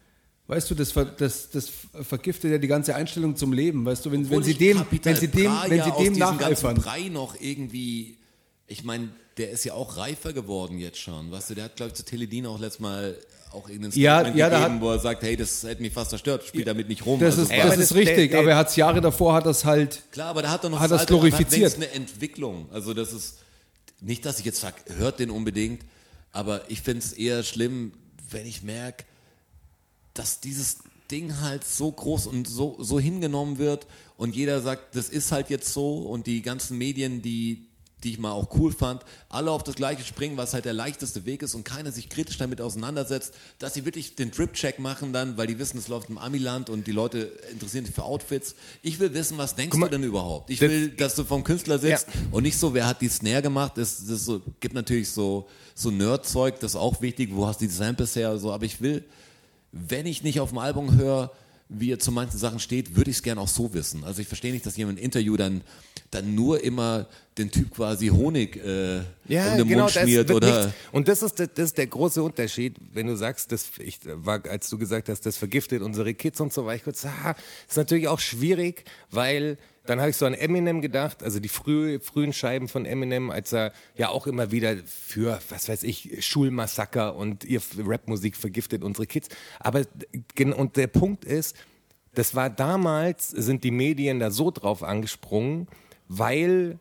S2: Weißt du, das, ver, das, das vergiftet ja die ganze Einstellung zum Leben. Weißt du, wenn, wenn
S1: Obwohl
S2: sie
S1: ich
S2: dem,
S1: Capital
S2: wenn sie dem,
S1: Bra
S2: wenn
S1: ja
S2: sie
S1: aus
S2: dem
S1: diesem ganzen
S2: nacheifern.
S1: Brei noch irgendwie, ich meine, der ist ja auch reifer geworden jetzt schon, weißt du, der hat, glaube ich, zu Teledin auch letztes Mal auch irgendein
S2: Ja,
S1: Statement
S2: ja, da
S1: gegeben,
S2: hat-
S1: wo er sagt, hey, das hätte mich fast zerstört, spiel damit nicht rum.
S2: Das
S1: also
S2: ist,
S1: war-
S4: aber
S2: das
S4: das-
S2: ist richtig,
S4: der- der-
S2: aber er hat es Jahre davor, hat das halt.
S1: Klar, aber da hat er noch
S2: Hat
S1: das
S2: das
S1: Alter,
S2: glorifiziert.
S1: Hat wenigstens eine Entwicklung. Also das ist nicht, dass ich jetzt sage, hört den unbedingt, aber ich finde es eher schlimm, wenn ich merke, dass dieses Ding halt so groß und so, so hingenommen wird und jeder sagt, das ist halt jetzt so und die ganzen Medien, die, die ich mal auch cool fand, alle auf das gleiche springen, was halt der leichteste Weg ist und keiner sich kritisch damit auseinandersetzt, dass sie wirklich den Drip-Check machen dann, weil die wissen, es läuft im Amiland und die Leute interessieren sich für Outfits. Ich will wissen, was denkst du denn überhaupt? Ich
S4: das-
S1: will, dass du vom Künstler sitzt und nicht so, wer hat die Snare gemacht. Es das ist so, gibt natürlich so, so Nerd-Zeug, das ist auch wichtig, wo hast du die Samples her, so, aber ich will, wenn ich nicht auf dem Album höre, wie er zu manchen Sachen steht, würde ich es gerne auch so wissen. Also ich verstehe nicht, dass jemand im Interview dann, dann nur immer den Typ quasi Honig äh, um den Mund
S4: genau das
S1: schmiert
S4: wird
S1: oder...
S4: nichts. Und das ist, der- das ist der große Unterschied, wenn du sagst, das, ich war, als du gesagt hast, das vergiftet unsere Kids und so, war ich kurz, ah, ist natürlich auch schwierig, weil dann habe ich so an Eminem gedacht, also die frühe, frühen Scheiben von Eminem, als er ja auch immer wieder für, was weiß ich, Schulmassaker und ihr Rapmusik vergiftet unsere Kids. Aber, gen- und der Punkt ist, das war damals, sind die Medien da so drauf angesprungen, weil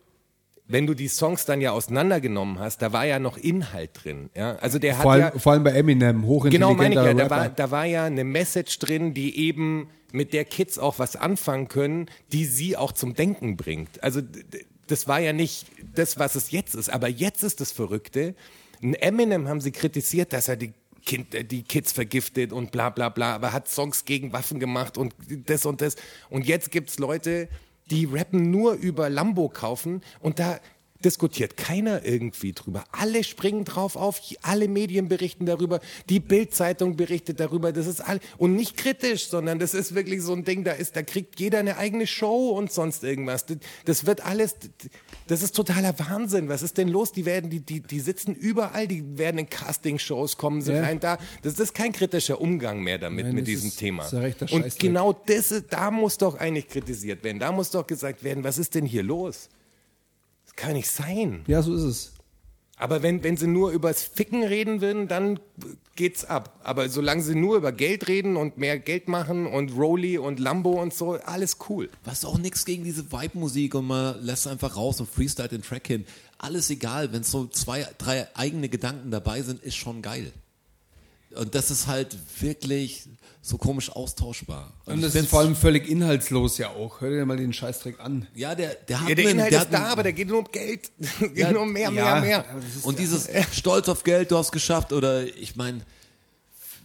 S4: wenn du die Songs dann ja auseinandergenommen hast, da war ja noch Inhalt drin. Ja? Also der
S2: Vor
S4: hat
S2: allem,
S4: ja,
S2: vor allem bei Eminem, hochintelligenter
S4: genau meine ich
S2: Rapper.
S4: ja, da war, da war ja eine Message drin, die eben mit der Kids auch was anfangen können, die sie auch zum Denken bringt. Also d- d- das war ja nicht das, was es jetzt ist, aber jetzt ist das Verrückte. Ein Eminem haben sie kritisiert, dass er die Kind, äh, die Kids vergiftet und bla bla bla, aber hat Songs gegen Waffen gemacht und das und das. Und jetzt gibt's Leute, die rappen nur über Lambo kaufen und da diskutiert keiner irgendwie drüber. Alle springen drauf auf, alle Medien berichten darüber, die Bild-Zeitung berichtet darüber, das ist all und nicht kritisch, sondern das ist wirklich so ein Ding, da ist, da kriegt jeder eine eigene Show und sonst irgendwas. Das, das wird alles, das ist totaler Wahnsinn. Was ist denn los? Die werden, die, die, die sitzen überall, die werden in Casting-Shows kommen, sind
S2: Ja.
S4: rein da. Das ist kein kritischer Umgang mehr damit,
S2: Nein,
S4: mit
S2: das
S4: diesem
S2: ist-
S4: Thema.
S2: ist ein rechter
S4: und
S2: Scheißdreck.
S4: genau das, ist- da muss doch eigentlich kritisiert werden. Da muss doch gesagt werden, was ist denn hier los? Das kann nicht sein.
S2: ja, so ist es.
S4: Aber wenn, wenn sie nur übers Ficken reden würden, dann geht's ab. Aber solange sie nur über Geld reden und mehr Geld machen und Rolly und Lambo und so, alles cool.
S1: Was auch nichts gegen diese Vibe-Musik und man lässt einfach raus und freestyle den Track hin. Alles egal, wenn so zwei, drei eigene Gedanken dabei sind, ist schon geil. Und das ist halt wirklich so komisch austauschbar.
S2: Und
S1: ich
S2: das ist
S1: find's-
S2: vor allem völlig inhaltslos ja auch. Hör dir mal den Scheißdreck an.
S1: ja, der, der hat
S4: Ja, der
S1: einen-
S4: Inhalt
S1: der
S4: ist
S1: hat einen-
S4: da, aber der geht nur um Geld. *laughs* geht nur um mehr,
S2: ja.
S4: mehr, mehr.
S2: *laughs*
S1: Und dieses Stolz auf Geld, du hast geschafft, oder ich meine,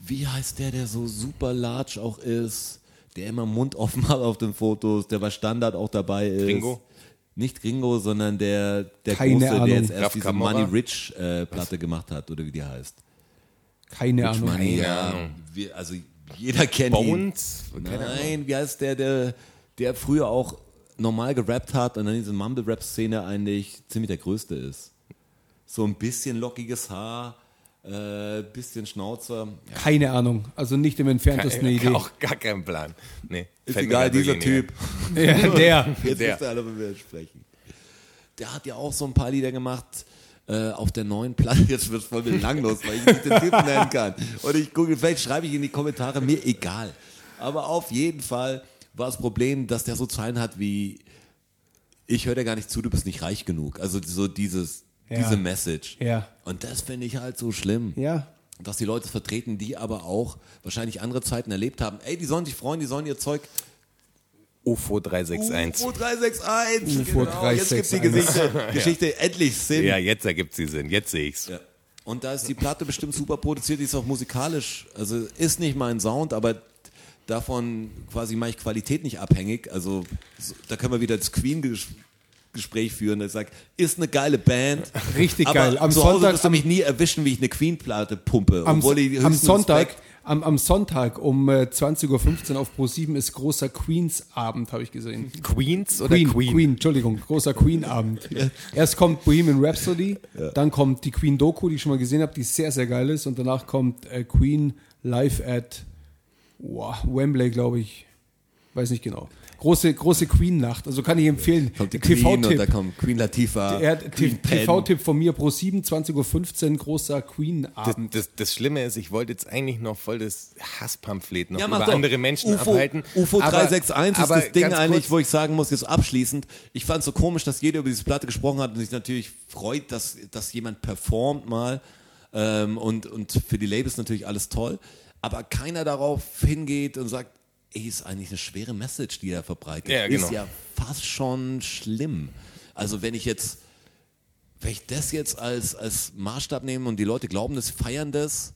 S1: wie heißt der, der so super large auch ist, der immer Mund offen *laughs* hat auf den Fotos, der bei Standard auch dabei ist.
S4: Gringo?
S1: Nicht Gringo, sondern der, der
S2: Keine
S1: Große,
S2: Ahnung.
S1: der jetzt erst
S4: Raf
S1: diese
S4: Camora?
S1: Money Rich äh, Platte gemacht hat, oder wie die heißt.
S2: Keine Ahnung.
S1: Money, ja. Wir, also jeder kennt
S4: Bones?
S1: ihn.
S4: Keine
S1: Nein, wie heißt der, der, der früher auch normal gerappt hat und dann in dieser Mumble-Rap-Szene eigentlich ziemlich der Größte ist. So ein bisschen lockiges Haar, äh, bisschen Schnauzer. Ja,
S2: Keine Ahnung. Also nicht im entferntesten eine Idee.
S4: Äh, *laughs* Auch gar keinen Plan. Nee,
S1: ist
S4: fällt mir
S1: egal,
S4: grad wirklich
S1: dieser
S4: nicht
S1: Typ.
S2: *laughs* Ja, der.
S1: Jetzt
S4: Der.
S1: müsste einer mit mir sprechen. der hat ja auch so ein paar Lieder gemacht äh, auf der neuen Platte. *laughs* Jetzt wird voll belanglos, weil ich nicht den Titel nennen kann. Und ich gucke, vielleicht schreibe ich in die Kommentare, mir egal. Aber auf jeden Fall war das Problem, dass der so Zeilen hat wie ich höre dir gar nicht zu, du bist nicht reich genug. Also so dieses,
S2: Ja.
S1: diese Message.
S2: Ja.
S1: Und das finde ich halt so schlimm
S2: Ja.
S1: dass die Leute vertreten, die aber auch wahrscheinlich andere Zeiten erlebt haben. Ey, die sollen sich freuen, die sollen ihr Zeug.
S4: UFO 361.
S1: UFO 361.
S2: UFO
S1: genau. Jetzt gibt's die
S2: 361.
S1: Geschichte, Geschichte endlich Sinn.
S4: Ja, jetzt ergibt sie Sinn. Jetzt sehe ich's.
S1: Ja. Und da ist die Platte bestimmt super produziert, die ist auch musikalisch. Also ist nicht mein Sound, aber davon quasi mache ich Qualität nicht abhängig. Also so, da können wir wieder das Queen-Gespräch führen. Ich sage, ist eine geile Band.
S2: Richtig
S1: aber
S2: geil. Am
S1: zu Hause
S2: Sonntag-
S1: wirst du mich nie erwischen, wie ich eine Queen-Platte pumpe.
S2: Am,
S1: obwohl ich
S2: am
S1: höchsten
S2: Sonntag.
S1: Respekt-
S2: Am, am Sonntag um äh, 20.15 Uhr auf Pro7 ist großer Queens-Abend, habe ich gesehen.
S4: Queens oder
S2: Queen,
S4: Queen?
S2: Queen, Entschuldigung, großer Queen-Abend. Erst kommt Bohemian Rhapsody, dann kommt die Queen-Doku, die ich schon mal gesehen habe, die sehr, sehr geil ist. Und danach kommt äh, Queen live at boah, Wembley, glaube ich. Weiß nicht genau. Große, große Queen-Nacht. Also kann ich empfehlen.
S1: kommt die Queen und da
S2: TV-Tipp.
S1: kommt Queen Latifah.
S2: Er hat
S1: Queen
S2: T-
S1: Pen.
S2: TV-Tipp von mir pro 7, 20.15 Uhr, großer
S4: Das,
S2: Queen-Abend.
S4: das, das Schlimme ist, ich wollte jetzt eigentlich noch voll das Hasspamphlet noch
S1: Ja, mach
S4: über
S1: doch.
S4: andere Menschen
S1: UFO,
S4: abhalten.
S1: UFO
S4: Aber-
S1: 361
S4: aber
S1: ist das Ding
S4: ganz kurz,
S1: eigentlich, wo ich sagen muss, jetzt abschließend, ich fand es so komisch, dass jeder über diese Platte gesprochen hat und sich natürlich freut, dass, dass jemand performt mal ähm, und, und für die Labels natürlich alles toll, aber keiner darauf hingeht und sagt, ey, ist eigentlich eine schwere Message, die er verbreitet.
S4: Ja, genau.
S1: Ist ja fast schon schlimm. Also wenn ich jetzt wenn ich das jetzt als, als Maßstab nehme und die Leute glauben das, feiern das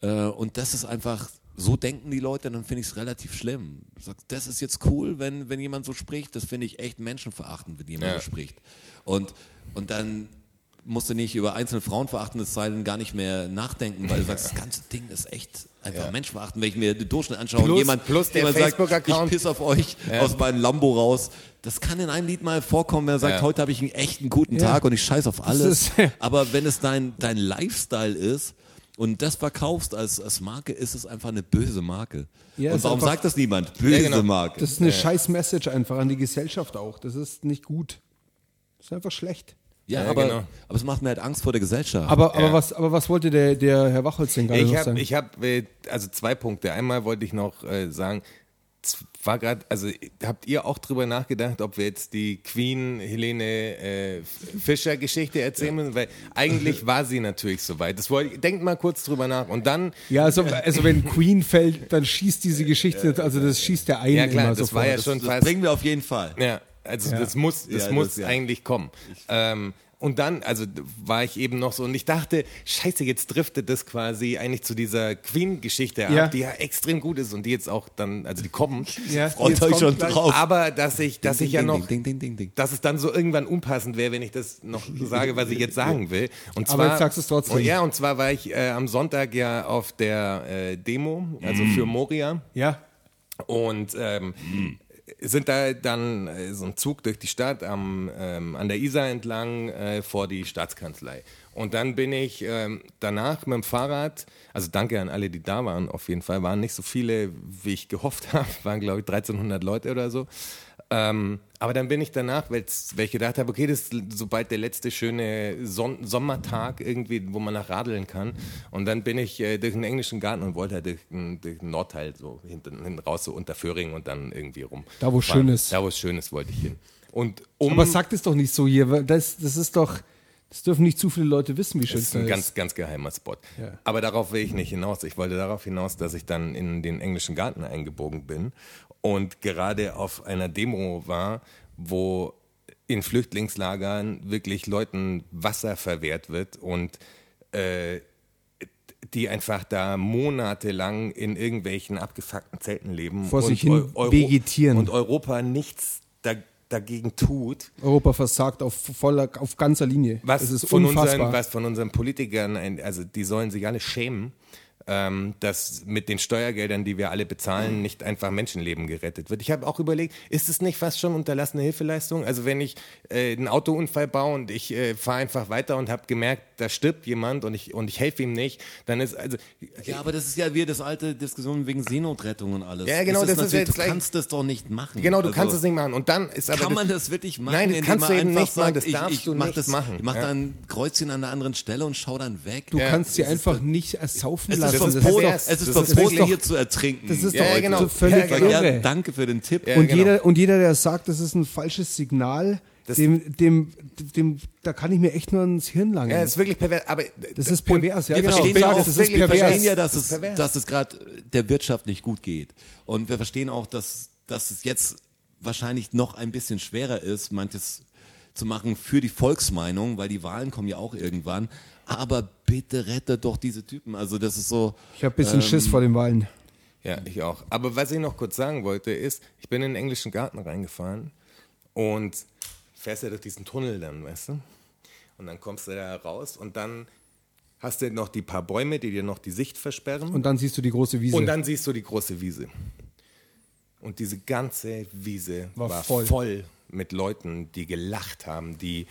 S1: äh, und das ist einfach, so denken die Leute, dann finde ich es relativ schlimm. Ich Sag, das ist jetzt cool, wenn, wenn jemand so spricht, das finde ich echt menschenverachtend, wenn jemand
S4: Ja.
S1: so spricht. Und, und dann musst du nicht über einzelne frauenverachtendes Zeilen gar nicht mehr nachdenken, weil du sagst, das ganze Ding ist echt einfach menschenverachtend, wenn ich mir den Durchschnitt anschaue und
S4: Plus-
S1: jemand,
S4: plus der
S1: jemand sagt, ich
S4: Facebook-Account.
S1: piss auf euch aus meinem Lambo raus. Das kann in einem Lied mal vorkommen, wenn er sagt,
S4: Ja.
S1: heute habe ich einen echten guten
S2: Ja.
S1: Tag und ich scheiß auf alles alles.
S2: Das ist-
S1: Aber wenn es dein, dein Lifestyle ist und das verkaufst als, als Marke, ist es einfach eine böse Marke.
S2: Ja,
S1: und
S2: ist
S1: warum
S2: einfach-
S1: sagt das niemand? Böse
S4: genau.
S1: Marke.
S2: Das ist eine scheiß Message einfach an die Gesellschaft auch. Das ist nicht gut. Das ist einfach schlecht.
S1: ja,
S4: Ja,
S1: aber,
S4: genau.
S1: aber es macht mir halt Angst vor der Gesellschaft.
S2: Aber, aber,
S4: Ja.
S2: was, aber was wollte der, der Herr Wachholz denn gerade
S4: Ich
S2: noch
S4: habe
S2: sagen?
S4: ich hab, äh, also zwei Punkte. Einmal wollte ich noch äh, sagen, es war gerade, also äh, habt ihr auch drüber nachgedacht, ob wir jetzt die Queen Helene äh, Fischer Geschichte erzählen müssen? Weil eigentlich war sie natürlich soweit. Das wollte ich, denkt mal kurz drüber nach. Und dann
S2: ja, also, also wenn Queen fällt, dann schießt diese Geschichte, also das schießt der ein
S4: Ja, klar,
S2: immer
S4: das
S2: sofort.
S4: war ja
S1: das,
S4: schon
S1: das
S4: fast-
S1: bringen wir auf jeden Fall.
S4: Ja, also
S2: Ja.
S4: das muss,
S1: Ja,
S4: das
S1: das,
S4: muss
S1: ja.
S4: eigentlich kommen. Ähm, und dann, also d- war ich eben noch so und ich dachte, scheiße, jetzt driftet das quasi eigentlich zu dieser Queen-Geschichte
S2: Ja.
S4: ab, die ja extrem gut ist und die jetzt auch dann, also die kommen.
S2: Ja,
S1: Freut
S2: jetzt
S1: euch
S2: kommt
S1: schon
S2: gleich-
S1: drauf.
S4: Aber dass ich, dass
S1: Ding,
S4: ich ja
S1: ding,
S4: noch,
S1: ding, ding, ding, ding.
S4: dass es dann so irgendwann unpassend wäre, wenn ich das noch sage, was ich jetzt sagen will. Und zwar,
S2: Aber jetzt sagst du's trotzdem.
S4: Oh, ja, und zwar war ich äh, am Sonntag ja auf der äh, Demo, also
S2: Mhm.
S4: für Moria.
S2: Ja,
S4: Und ähm, sind da dann äh, so ein Zug durch die Stadt am, ähm, an der Isar entlang äh, vor die Staatskanzlei. Und dann bin ich ähm, danach mit dem Fahrrad, also danke an alle, die da waren, auf jeden Fall, waren nicht so viele, wie ich gehofft *laughs* habe, waren glaube ich 1300 Leute oder so. Ähm, aber dann bin ich danach, weil's- weil ich gedacht habe, okay, das ist sobald der letzte schöne Son Sommertag irgendwie, wo man nach radeln kann. Und dann bin ich äh, durch den englischen Garten und wollte halt durch den, durch den Nordteil so hinten hin raus, so unter Föhring und dann irgendwie rum.
S2: Da, wo
S4: fahren.
S2: schön ist.
S4: Da, wo es schön ist, wollte ich hin. Und um.
S2: aber sagt es doch nicht so hier. weil Das, das ist doch, das dürfen nicht zu viele Leute wissen, wie schön
S4: Das
S2: es
S4: ist ein
S2: da
S4: ganz,
S2: ist.
S4: ganz geheimer Spot.
S2: Ja.
S4: Aber darauf will ich nicht hinaus. Ich wollte darauf hinaus, dass ich dann in den englischen Garten eingebogen bin und gerade auf einer Demo war, wo in Flüchtlingslagern wirklich Leuten Wasser verwehrt wird und äh, die einfach da monatelang in irgendwelchen abgefuckten Zelten leben
S2: Vor
S4: und
S2: sich hin vegetieren.
S4: und Europa nichts da, dagegen tut.
S2: Europa versagt auf voller, auf ganzer Linie.
S4: Was
S2: das ist
S4: von
S2: unfassbar.
S4: unseren, was von unseren Politikern, ein- also die sollen sich alle schämen, ähm, dass mit den Steuergeldern, die wir alle bezahlen, nicht einfach Menschenleben gerettet wird. Ich habe auch überlegt, ist es nicht fast schon unterlassene Hilfeleistung? Also wenn ich äh, einen Autounfall baue und ich äh, fahre einfach weiter und habe gemerkt, da stirbt jemand und ich, und ich helfe ihm nicht, dann ist also...
S1: Ja, aber das ist ja wieder das alte Diskussion wegen Seenotrettung und alles.
S4: Ja, genau, das ist
S1: natürlich-
S4: jetzt
S1: Du
S4: gleich-
S1: kannst das doch nicht machen.
S4: Genau, du
S1: Also-
S4: kannst es nicht machen. Und dann ist aber
S1: kann
S4: das-
S1: man das wirklich machen?
S4: Nein, das
S1: indem
S4: kannst
S1: man
S4: du eben
S1: einfach
S4: nicht machen, das
S1: ich-
S4: darfst
S1: ich
S4: du
S1: mach
S4: nicht
S1: das,
S4: machen.
S1: Ich mach
S4: Ja.
S1: da ein Kreuzchen an der anderen Stelle und schau dann weg.
S2: Du kannst sie einfach nicht ersaufen
S1: es ist
S2: lassen.
S4: ist
S1: verboten,
S4: pervers.
S2: doch,
S1: es ist
S4: Das ist
S1: verboten
S4: wirklich-
S1: hier zu ertrinken.
S2: das ist
S4: Ja,
S2: doch
S4: ja, genau.
S2: völlig
S4: Ja,
S1: Weil- ja,
S2: irre.
S1: danke für den Tipp.
S4: Ja,
S2: und,
S4: genau.
S2: jeder, und jeder, der sagt, das ist ein falsches Signal, dem, dem, dem, da kann ich mir echt nur ans Hirn langen.
S4: Ja, das ist wirklich pervers. Aber
S2: das ist pervers, ja
S1: wir
S2: genau.
S1: verstehen
S2: Ich
S1: ja
S2: sag,
S1: auch,
S2: das ist
S1: wir verstehen ja,
S2: pervers.
S1: dass
S4: Das ist
S1: es,
S4: pervers.
S1: dass es gerade äh, der Wirtschaft nicht gut geht. Und wir verstehen auch, dass, dass es jetzt wahrscheinlich noch ein bisschen schwerer ist, manches zu machen für die Volksmeinung, weil die Wahlen kommen ja auch irgendwann. Aber bitte rettet doch diese Typen. Also das ist so.
S2: Ich habe ein
S4: Ähm,
S2: bisschen Schiss vor den Wahlen.
S4: Ja, ich auch. Aber was ich noch kurz sagen wollte, ist, ich bin in den englischen Garten reingefahren und fährst ja durch diesen Tunnel dann, weißt du? Und dann kommst du da raus und dann hast du noch die paar Bäume, die dir noch die Sicht versperren.
S2: Und dann siehst du die große Wiese.
S4: Und dann siehst du die große Wiese. Und diese ganze Wiese war,
S2: War
S4: voll.
S2: voll.
S4: mit Leuten, die gelacht haben, die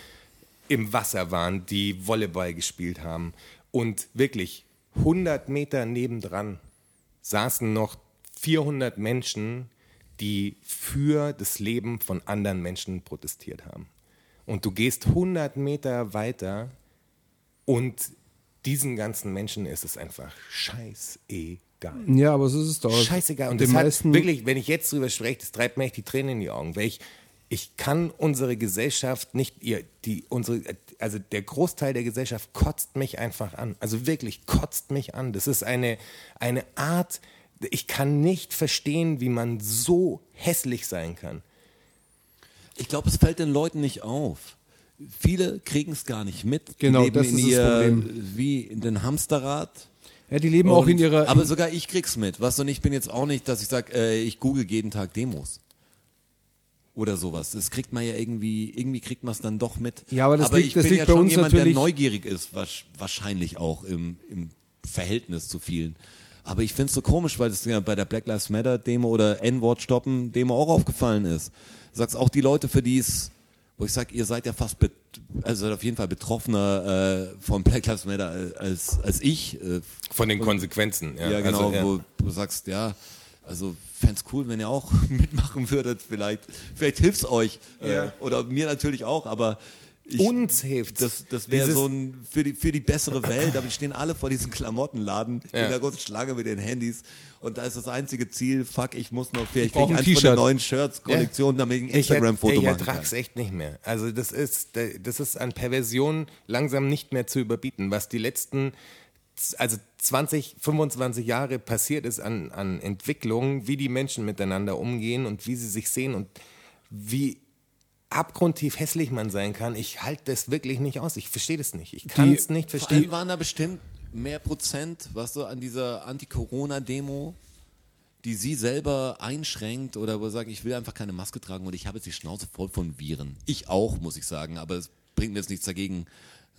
S4: im Wasser waren, die Volleyball gespielt haben. Und wirklich 100 Meter nebendran saßen noch 400 Menschen, die für das Leben von anderen Menschen protestiert haben. Und du gehst 100 Meter weiter und diesen ganzen Menschen ist es einfach scheißegal.
S2: ja, aber so ist es doch.
S4: Scheißegal. Und
S2: den
S4: das hat,
S2: meisten,
S4: wirklich, wenn ich jetzt drüber spreche, das treibt mir echt die Tränen in die Augen, weil ich, ich kann unsere Gesellschaft nicht, ihr, die, unsere, also der Großteil der Gesellschaft kotzt mich einfach an. Also wirklich kotzt mich an. Das ist eine, eine Art, ich kann nicht verstehen, wie man so hässlich sein kann.
S1: Ich glaube, es fällt den Leuten nicht auf. Viele kriegen es gar nicht mit.
S2: Genau,
S1: die leben
S2: das
S1: in
S2: ist das
S1: ihr,
S2: Problem.
S1: Wie in den Hamsterrad.
S2: ja, die leben auch
S1: Und-
S2: in ihrer.
S1: aber sogar ich krieg's mit. Was und ich bin jetzt auch nicht, dass ich sage, äh, ich google jeden Tag Demos. Oder sowas. Das kriegt man ja irgendwie, irgendwie kriegt man es dann doch mit.
S2: Ja, aber das liegt-
S1: ich
S2: das
S1: bin
S2: liegt
S1: ja
S2: bei
S1: schon
S2: uns
S1: jemand, der
S2: natürlich-
S1: neugierig ist, wasch- wahrscheinlich auch im, im Verhältnis zu vielen. Aber ich find's so komisch, weil das ja bei der Black Lives Matter Demo oder N-Wort stoppen Demo auch aufgefallen ist. Du sagst auch die Leute, für die es, wo ich sag, ihr seid ja fast, bet also seid auf jeden Fall betroffener äh, von Black Lives Matter äh, als, als ich, äh,
S4: Von den Konsequenzen. Ja,
S1: ja, genau,
S4: Also, ja.
S1: wo du sagst, ja, also fänd's cool, wenn ihr auch *laughs* mitmachen würdet, vielleicht, vielleicht hilft's euch. Äh, oder mir natürlich auch, aber ich,
S4: Uns hilft's.
S1: das, das wäre
S4: Dieses-
S1: so ein für die, für die bessere Welt, aber die stehen alle vor diesem Klamottenladen
S4: Ja.
S1: in der großen Schlange mit den Handys und da ist das einzige Ziel, fuck, ich muss noch vielleicht
S2: brauch ein
S1: eins von den
S2: T-Shirt.
S1: neuen Shirts, Kollektion, damit ich ein
S4: Ich hätt-
S1: Instagram-Foto
S4: Ich
S1: machen
S4: ertrag's
S1: kann.
S4: echt nicht mehr. Also das ist, das ist an Perversion langsam nicht mehr zu überbieten, was die letzten z- also 20, 25 Jahre passiert ist an, an Entwicklungen, wie die Menschen miteinander umgehen und wie sie sich sehen und wie abgrundtief hässlich man sein kann. Ich halte das wirklich nicht aus. Ich verstehe das nicht. Ich kann es nicht
S1: Vor allem
S4: verstehen.
S1: waren da bestimmt mehr Prozent, was so an dieser Anti-Corona-Demo, die sie selber einschränkt oder wo sie sagen, ich will einfach keine Maske tragen und ich habe jetzt die Schnauze voll von Viren. Ich auch, muss ich sagen, aber es bringt mir jetzt nichts dagegen,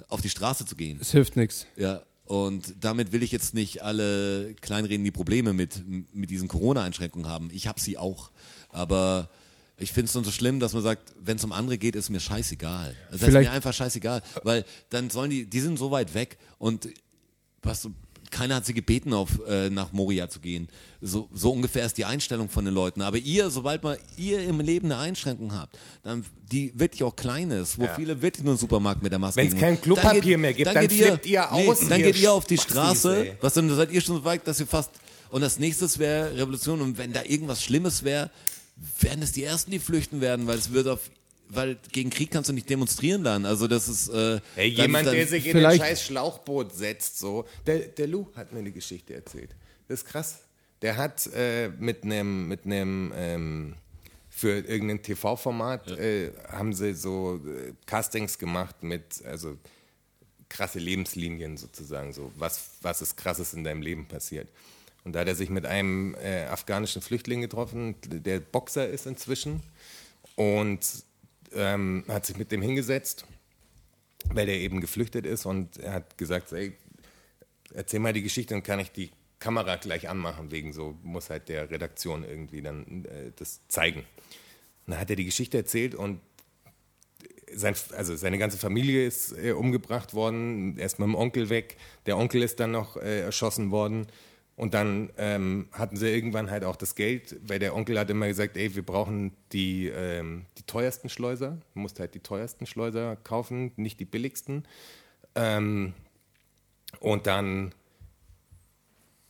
S1: auf die Straße zu gehen.
S2: es hilft nichts.
S1: Ja. Und damit will ich jetzt nicht alle kleinreden, die Probleme mit, mit diesen Corona-Einschränkungen haben. Ich habe sie auch. Aber ich finde es nur so schlimm, dass man sagt, wenn es um andere geht, ist mir scheißegal. Also, Das ist
S2: Vielleicht-
S1: mir einfach scheißegal. Weil dann sollen die, die sind so weit weg und was du, keiner hat sie gebeten, auf, äh, nach Moria zu gehen. So, so ungefähr ist die Einstellung von den Leuten. Aber ihr, sobald mal ihr im Leben eine Einschränkung habt, dann, die wirklich auch klein ist, wo
S4: Ja.
S1: viele wirklich nur einen Supermarkt mit der Maske
S4: Wenn's
S1: gehen.
S4: kein Klopapier
S1: geht-
S4: mehr gibt, dann
S1: geht
S4: flippt ihr aus,
S1: dann
S4: ihr
S1: geht ihr auf die
S4: Spastis,
S1: Straße.
S4: ey.
S1: Was denn, da seid ihr schon so weit, dass ihr fast. Und das nächste wäre Revolution. Und wenn da irgendwas Schlimmes wäre, wären es die Ersten, die flüchten werden, weil es wird auf. Weil gegen Krieg kannst du nicht demonstrieren dann. Also das ist. Äh,
S4: Hey,
S1: dann-
S4: jemand,
S1: dann,
S4: der sich in ein
S2: Vielleicht-
S4: scheiß Schlauchboot setzt, so. Der, der Lou hat mir eine Geschichte erzählt. Das ist krass. Der hat äh, mit einem, mit einem, ähm, für irgendein TV-Format äh, haben sie so äh, Castings gemacht mit, also krasse Lebenslinien sozusagen, so was, was ist krasses in deinem Leben passiert. Und da hat er sich mit einem äh, afghanischen Flüchtling getroffen, der Boxer ist inzwischen und ähm, hat sich mit dem hingesetzt, weil der eben geflüchtet ist und er hat gesagt, ey, erzähl mal die Geschichte und kann ich die Kamera gleich anmachen, wegen so muss halt der Redaktion irgendwie dann äh, das zeigen. Und dann hat er die Geschichte erzählt und sein, also seine ganze Familie ist äh, umgebracht worden, erst mit dem Onkel weg, der Onkel ist dann noch äh, erschossen worden und dann ähm, hatten sie irgendwann halt auch das Geld, weil der Onkel hat immer gesagt, ey, wir brauchen die, ähm, die teuersten Schleuser, du musst halt die teuersten Schleuser kaufen, nicht die billigsten. Ähm, und dann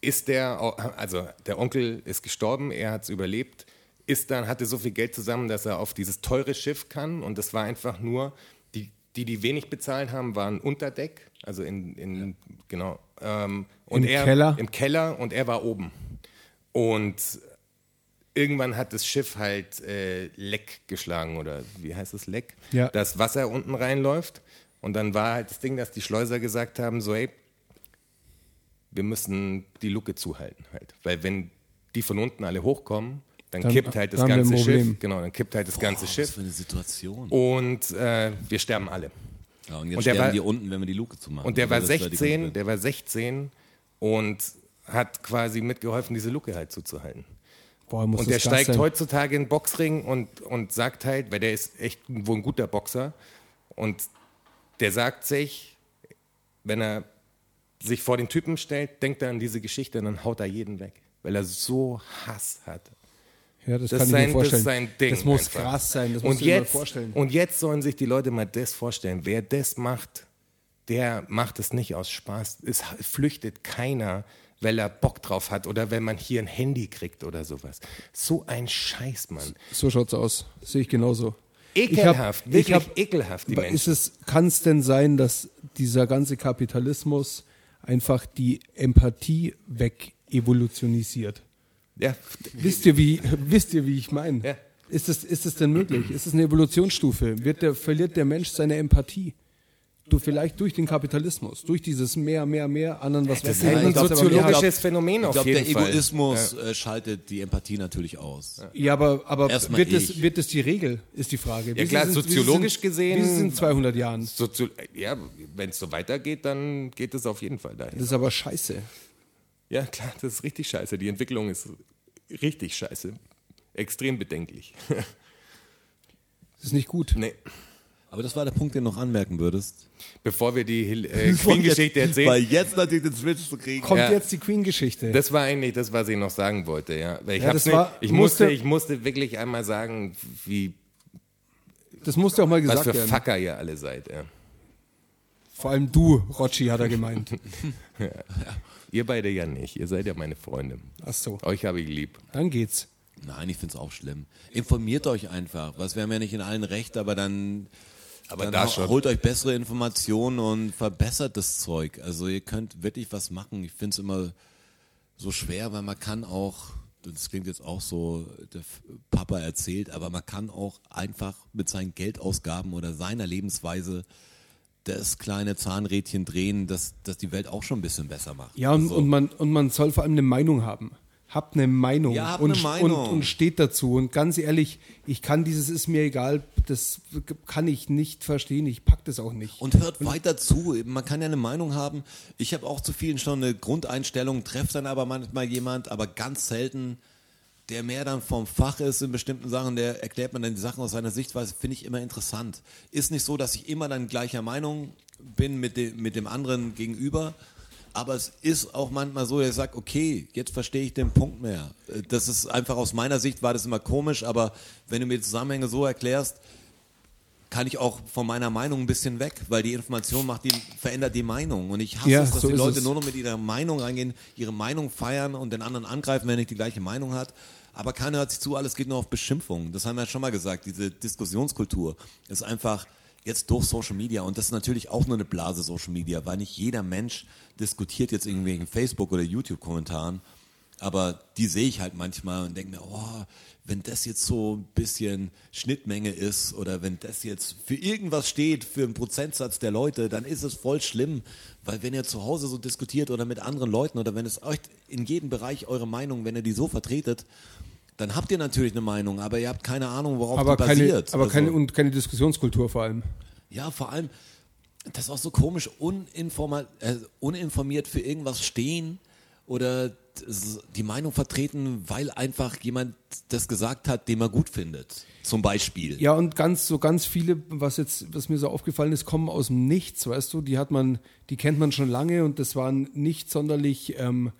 S4: ist der, also der Onkel ist gestorben, er hat es überlebt, ist dann, hatte so viel Geld zusammen, dass er auf dieses teure Schiff kann und das war einfach nur, die, die, die wenig bezahlt haben, waren unter Deck, also in, in genau, ähm, und
S2: Im
S4: er,
S2: Keller?
S4: Im Keller und er war oben. Und irgendwann hat das Schiff halt äh, Leck geschlagen oder wie heißt es Leck?
S2: Ja.
S4: Dass Wasser unten reinläuft und dann war halt das Ding, dass die Schleuser gesagt haben, so hey, wir müssen die Luke zuhalten halt, weil wenn die von unten alle hochkommen, dann,
S2: Dann-
S4: kippt halt das
S2: dann haben wir ein
S4: ganze Schiff.
S2: Problem.
S4: Genau, dann kippt halt das ganze
S1: Boah, Was
S4: Schiff
S1: für eine Situation.
S4: und äh, wir sterben alle.
S1: Ja, und jetzt
S4: Und der
S1: sterben
S4: war-
S1: die unten, wenn wir die Luke zumachen. Also
S4: Und der war
S1: Das die Konsequenz.
S4: 16, der war 16 und hat quasi mitgeholfen, diese Luke halt zuzuhalten.
S2: Boah, muss
S4: Und der
S2: das krass
S4: steigt
S2: sein.
S4: heutzutage in den Boxring und, und sagt halt, weil der ist echt wohl ein guter Boxer und der sagt sich, wenn er sich vor den Typen stellt, denkt er an diese Geschichte und dann haut er jeden weg, weil er so Hass hat.
S2: Ja, das,
S4: Das
S2: kann
S4: ist sein-
S2: ich mir vorstellen.
S4: das ist sein Ding
S2: Das muss
S4: einfach.
S2: krass sein, das
S4: Und
S2: muss ich mir mal
S4: jetzt,
S2: vorstellen.
S4: und jetzt sollen sich die Leute mal das vorstellen. Wer das macht, der macht es nicht aus Spaß. Es flüchtet keiner, weil er Bock drauf hat oder wenn man hier ein Handy kriegt oder sowas. So ein Scheiß, Mann.
S2: so schaut's aus. Sehe ich genauso.
S4: Ekelhaft,
S2: Ich
S4: wirklich
S2: hab, ich hab,
S4: ekelhaft, die
S2: Aber
S4: Menschen.
S2: Ist es, kann es denn sein, dass dieser ganze Kapitalismus einfach die Empathie weg evolutionisiert?
S4: Ja,
S2: Wisst ihr, wie, wisst ihr, wie ich meine?
S4: Ja.
S2: Ist es, ist es denn möglich? Ist es eine Evolutionsstufe? Wird der, verliert der Mensch seine Empathie? Du vielleicht durch den Kapitalismus, durch dieses mehr, mehr, mehr, anderen was
S4: das ist
S2: weiß ich,
S4: halt ein
S2: anderen
S4: soziologisches
S2: Soziologisch-
S4: Phänomen
S1: Ich
S4: auf
S1: glaube,
S4: jeden
S1: der
S4: Fall.
S1: Egoismus äh, schaltet die Empathie natürlich aus.
S2: Ja, aber, aber
S1: Erstmal
S2: wird,
S1: ich.
S2: es, wird es die Regel, ist die Frage. Ja,
S4: klar, soziologisch gesehen-
S2: Wie ist es in 200 Jahren?
S4: Sozio ja, wenn es so weitergeht, dann geht es auf jeden Fall dahin.
S2: Das ist aber scheiße.
S4: Ja, klar, das ist richtig scheiße. Die Entwicklung ist richtig scheiße. Extrem bedenklich. *laughs*
S2: Das ist nicht gut.
S4: nee.
S1: Aber das war der Punkt, den du noch anmerken würdest.
S4: Bevor wir die Hil-
S2: *laughs*
S4: äh, Queen-Geschichte
S1: Weil
S4: erzählen,
S1: jetzt natürlich den Switch zu kriegen.
S2: Kommt
S4: Ja.
S2: jetzt die Queen-Geschichte.
S4: das war eigentlich das, was ich noch sagen wollte. Ja, Weil ich,
S2: Ja,
S4: hab's
S2: das
S4: nicht,
S2: war-
S4: ich, musste,
S2: musste-
S4: ich musste wirklich einmal sagen, wie,
S2: Das musste auch mal
S4: was
S2: gesagt
S4: für
S2: werden.
S4: Fucker ihr alle seid. Ja.
S2: Vor allem du, Rocci, hat er gemeint.
S4: Ihr beide ja nicht. Ihr seid ja meine Freunde.
S2: Ach so,
S4: Euch habe ich lieb.
S2: dann geht's.
S1: Nein, ich find's auch schlimm. Informiert euch einfach. Was wir haben ja nicht in allen recht, aber dann,
S4: Aber
S1: dann
S4: da
S1: ho-
S4: schon.
S1: holt euch bessere Informationen und verbessert das Zeug. Also ihr könnt wirklich was machen. Ich find's immer so schwer, weil man kann auch, das klingt jetzt auch so, der F- Papa erzählt, aber man kann auch einfach mit seinen Geldausgaben oder seiner Lebensweise das kleine Zahnrädchen drehen, dass, dass die Welt auch schon ein bisschen besser macht.
S2: Ja, und,
S1: Also-
S2: und, man, und man soll vor allem eine Meinung haben. Habt eine Meinung,
S1: Ja, habt
S2: und,
S1: eine Meinung.
S2: Und, und steht dazu. Und ganz ehrlich, ich kann dieses ist mir egal, das kann ich nicht verstehen, ich pack das auch nicht.
S1: Und hört weiter zu. Man kann ja eine Meinung haben. Ich habe auch zu vielen schon eine Grundeinstellung, treffe dann aber manchmal jemand, aber ganz selten, der mehr dann vom Fach ist in bestimmten Sachen, der erklärt man dann die Sachen aus seiner Sichtweise, finde ich immer interessant. Ist nicht so, dass ich immer dann gleicher Meinung bin mit, de mit dem anderen gegenüber. Aber es ist auch manchmal so, dass ich sage, okay, jetzt verstehe ich den Punkt mehr. Äh, Das ist einfach aus meiner Sicht war das immer komisch, aber wenn du mir die Zusammenhänge so erklärst, kann ich auch von meiner Meinung ein bisschen weg, weil die Information macht die, verändert die Meinung. Und ich hasse
S2: Ja,
S1: es, dass
S2: so
S1: die
S2: ist
S1: Leute
S2: es.
S1: nur noch mit ihrer Meinung reingehen, ihre Meinung feiern und den anderen angreifen, wenn er nicht die gleiche Meinung hat. Aber keiner hört sich zu, alles geht nur auf Beschimpfung. Das haben wir ja schon mal gesagt. Diese Diskussionskultur ist einfach jetzt durch Social Media und das ist natürlich auch nur eine Blase Social Media, weil nicht jeder Mensch diskutiert jetzt irgendwie in Facebook oder YouTube-Kommentaren. Aber die sehe ich halt manchmal und denke mir, oh, wenn das jetzt so ein bisschen Schnittmenge ist oder wenn das jetzt für irgendwas steht, für einen Prozentsatz der Leute, dann ist es voll schlimm. Weil wenn ihr zu Hause so diskutiert oder mit anderen Leuten oder wenn es euch in jedem Bereich eure Meinung, wenn ihr die so vertretet, dann habt ihr natürlich eine Meinung, aber ihr habt keine Ahnung, worauf
S2: Aber,
S1: die
S2: keine,
S1: basiert.
S2: aber
S1: Also-
S2: keine, und keine Diskussionskultur vor allem.
S1: ja, vor allem, das ist auch so komisch, uninforma- äh, uninformiert für irgendwas stehen oder s- die Meinung vertreten, weil einfach jemand das gesagt hat, den man gut findet. Zum Beispiel. *laughs*
S2: Ja, und ganz, so ganz viele, was jetzt, was mir so aufgefallen ist, kommen aus dem Nichts, weißt du, die hat man, die kennt man schon lange und das waren nicht sonderlich ähm,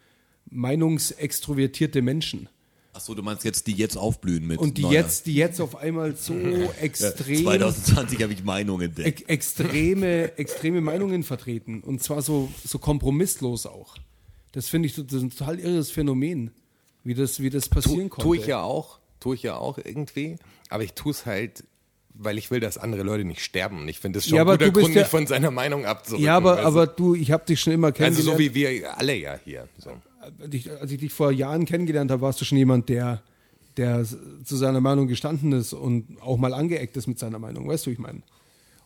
S2: meinungsextrovertierte Menschen.
S1: Achso, du meinst jetzt, die jetzt aufblühen mit
S2: Und die
S1: neuer-
S2: jetzt, die jetzt auf einmal
S1: *laughs*
S2: so extrem
S1: 2020 habe ich Meinung
S2: ex-
S1: entdeckt.
S4: *laughs*
S2: extreme, extreme Meinungen vertreten. Und zwar so, so kompromisslos auch. Das finde ich so- das ist ein total irres Phänomen, wie das, wie das passieren
S4: Tu,
S2: konnte.
S4: tue ich ja auch, tue ich ja auch irgendwie, aber ich tue es halt, weil ich will, dass andere Leute nicht sterben. Und ich finde das schon
S2: Ja,
S4: ein
S2: aber
S4: guter
S2: du bist
S4: Grund,
S2: ja-
S4: mich von seiner Meinung abzurücken.
S2: Ja, aber,
S4: weißt du?
S2: aber du, ich habe dich schon immer
S4: also
S2: kennengelernt.
S4: so wie wir alle ja hier. So.
S2: als ich, als ich dich vor Jahren kennengelernt habe, warst du schon jemand, der, der s- zu seiner Meinung gestanden ist und auch mal angeeckt ist mit seiner Meinung. Weißt du, wie ich meine?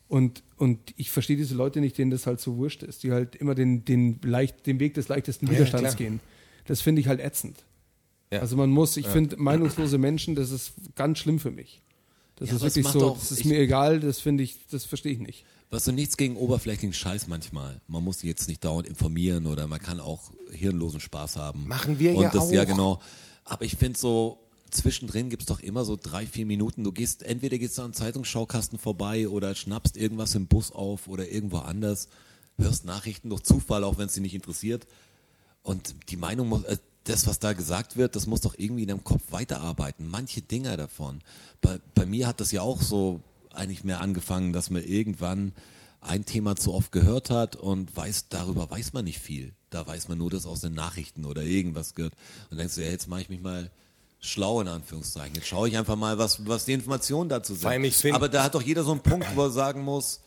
S2: Und, und ich verstehe diese Leute nicht, denen das halt so wurscht ist, die halt immer den, den, leicht, den Weg des leichtesten Widerstands
S4: klar.
S2: gehen. Das finde ich halt ätzend.
S4: Ja.
S2: Also man muss, ich finde meinungslose Menschen, das ist ganz schlimm für mich. Das
S1: Ja,
S2: ist
S1: aber es
S2: wirklich
S1: macht
S2: so,
S1: doch-
S2: das ist
S1: ich-
S2: mir egal, das finde ich, das verstehe ich nicht.
S1: Was so nichts gegen oberflächlichen Scheiß manchmal. Man muss jetzt nicht dauernd informieren oder man kann auch hirnlosen Spaß haben.
S4: Machen wir
S1: Und
S4: ja
S1: das,
S4: auch.
S1: Ja, genau. Aber ich finde so, zwischendrin gibt's doch immer so drei, vier Minuten. Du gehst, entweder gehst du an einem Zeitungsschaukasten vorbei oder schnappst irgendwas im Bus auf oder irgendwo anders, hörst Nachrichten durch Zufall, auch wenn es dich nicht interessiert. Und die Meinung muss, äh, das, was da gesagt wird, das muss doch irgendwie in deinem Kopf weiterarbeiten. Manche Dinger davon. Bei, bei mir hat das ja auch so eigentlich mehr angefangen, dass man irgendwann ein Thema zu oft gehört hat und weiß, darüber weiß man nicht viel. Da weiß man nur, dass aus den Nachrichten oder irgendwas gehört. Und denkst du, ja, jetzt mache ich mich mal schlau in Anführungszeichen. Jetzt schaue ich einfach mal, was, was die Informationen dazu
S4: Vor allem,
S1: sind.
S4: ich find-
S1: Aber da hat doch jeder so einen Punkt, wo er sagen muss,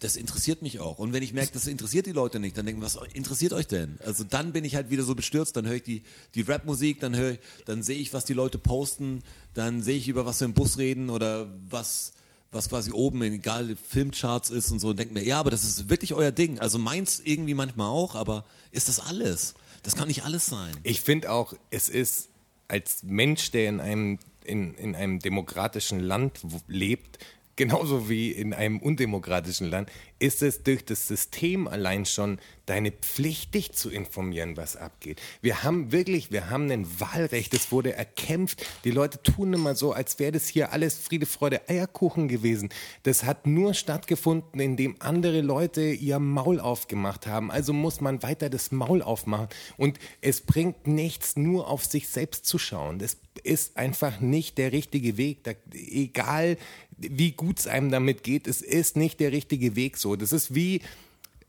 S1: das interessiert mich auch. Und wenn ich merke, das interessiert die Leute nicht, dann denken, was interessiert euch denn? Also dann bin ich halt wieder so bestürzt, dann höre ich die, die Rap-Musik, dann höre ich, dann sehe ich, was die Leute posten, dann sehe ich, über was wir im Bus reden oder was, was quasi oben in egal Filmcharts ist und so und denke mir, ja, aber das ist wirklich euer Ding. Also meins irgendwie manchmal auch, aber ist das alles? Das kann nicht alles sein.
S4: Ich finde auch, es ist als Mensch, der in einem, in, in einem demokratischen Land w- lebt, genauso wie in einem undemokratischen Land, ist es durch das System allein schon deine Pflicht, dich zu informieren, was abgeht. Wir haben wirklich, wir haben ein Wahlrecht, es wurde erkämpft. Die Leute tun immer so, als wäre das hier alles Friede, Freude, Eierkuchen gewesen. Das hat nur stattgefunden, indem andere Leute ihr Maul aufgemacht haben. Also muss man weiter das Maul aufmachen. Und es bringt nichts, nur auf sich selbst zu schauen. Das ist einfach nicht der richtige Weg. Da, egal, wie gut es einem damit geht, es ist nicht der richtige Weg so. Das ist wie,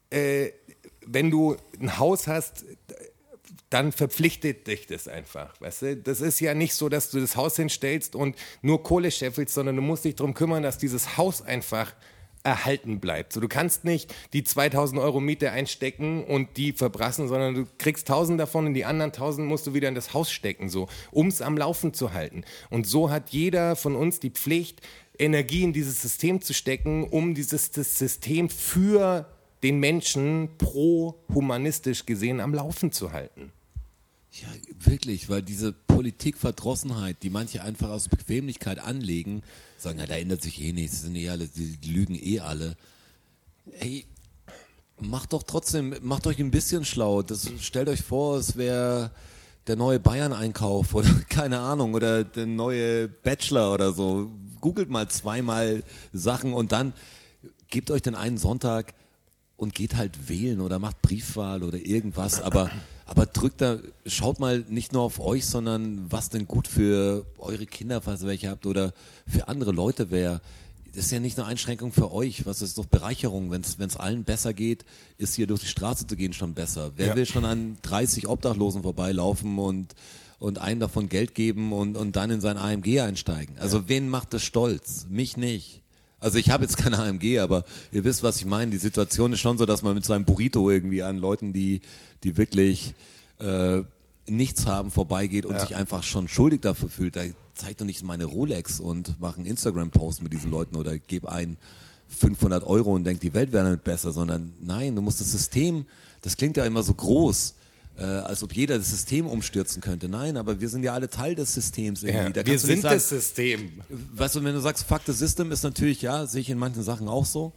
S4: äh, wenn du ein Haus hast, dann verpflichtet dich das einfach. Weißt du? Das ist ja nicht so, dass du das Haus hinstellst und nur Kohle scheffelst, sondern du musst dich darum kümmern, dass dieses Haus einfach erhalten bleibt. So, du kannst nicht die 2000 Euro Miete einstecken und die verbrassen, sondern du kriegst 1000 davon und die anderen 1000 musst du wieder in das Haus stecken, so, um es am Laufen zu halten. Und so hat jeder von uns die Pflicht, Energie in dieses System zu stecken, um dieses das System für den Menschen pro humanistisch gesehen am Laufen zu halten.
S1: Ja, wirklich, weil diese Politikverdrossenheit, die manche einfach aus Bequemlichkeit anlegen, sagen, ja, da ändert sich eh nichts, sind eh alle, die die lügen eh alle. Ey, macht doch trotzdem, macht euch ein bisschen schlau. Das, stellt euch vor, es wäre der neue Bayern-Einkauf oder *laughs* keine Ahnung oder der neue Bachelor oder so. Googelt mal zweimal Sachen und dann gebt euch den einen Sonntag und geht halt wählen oder macht Briefwahl oder irgendwas, aber, aber drückt da, schaut mal nicht nur auf euch, sondern was denn gut für eure Kinder, falls ihr welche habt, oder für andere Leute wäre. Das ist ja nicht eine Einschränkung für euch, was ist doch Bereicherung. Wenn es allen besser geht, ist hier durch die Straße zu gehen schon besser. Wer
S4: Ja.
S1: will schon an 30 Obdachlosen vorbeilaufen und, und einem davon Geld geben und, und dann in sein AMG einsteigen? Also wen macht das stolz? Mich nicht. Also ich habe jetzt keine AMG, aber ihr wisst, was ich meine. Die Situation ist schon so, dass man mit seinem Burrito irgendwie an Leuten, die, die wirklich äh, nichts haben, vorbeigeht und sich einfach schon schuldig dafür fühlt. Da zeigt doch nicht meine Rolex und mache einen Instagram-Post mit diesen Leuten oder gebe ein 500 Euro und denkt, die Welt wäre damit besser, sondern nein, du musst das System, das klingt ja immer so groß, äh, als ob jeder das System umstürzen könnte. Nein, aber wir sind ja alle Teil des Systems irgendwie. Da
S4: wir
S1: kannst du nicht
S4: sind
S1: sagen,
S4: das System.
S1: weißt du, wenn du sagst, fuck the system, ist natürlich, ja, sehe ich in manchen Sachen auch so,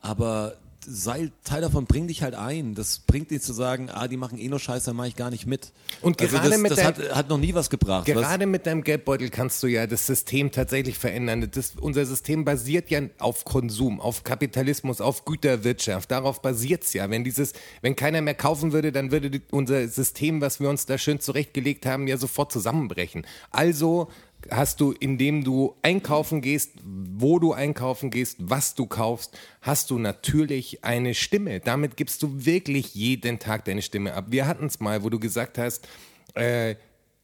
S1: aber sei Teil davon, bring dich halt ein. Das bringt nicht zu sagen, ah, die machen eh nur Scheiße, da mache ich gar nicht mit.
S4: Und
S1: also
S4: gerade
S1: das,
S4: mit
S1: das
S4: dein-
S1: hat, hat noch nie was gebracht.
S4: Gerade mit deinem Geldbeutel kannst du ja das System tatsächlich verändern. Das, unser System basiert ja auf Konsum, auf Kapitalismus, auf Güterwirtschaft. Darauf basiert's ja. Wenn, dieses, wenn keiner mehr kaufen würde, dann würde die, unser System, was wir uns da schön zurechtgelegt haben, ja sofort zusammenbrechen. Also hast du, indem du einkaufen gehst, wo du einkaufen gehst, was du kaufst, hast du natürlich eine Stimme. Damit gibst du wirklich jeden Tag deine Stimme ab. Wir hatten's mal, wo du gesagt hast, äh,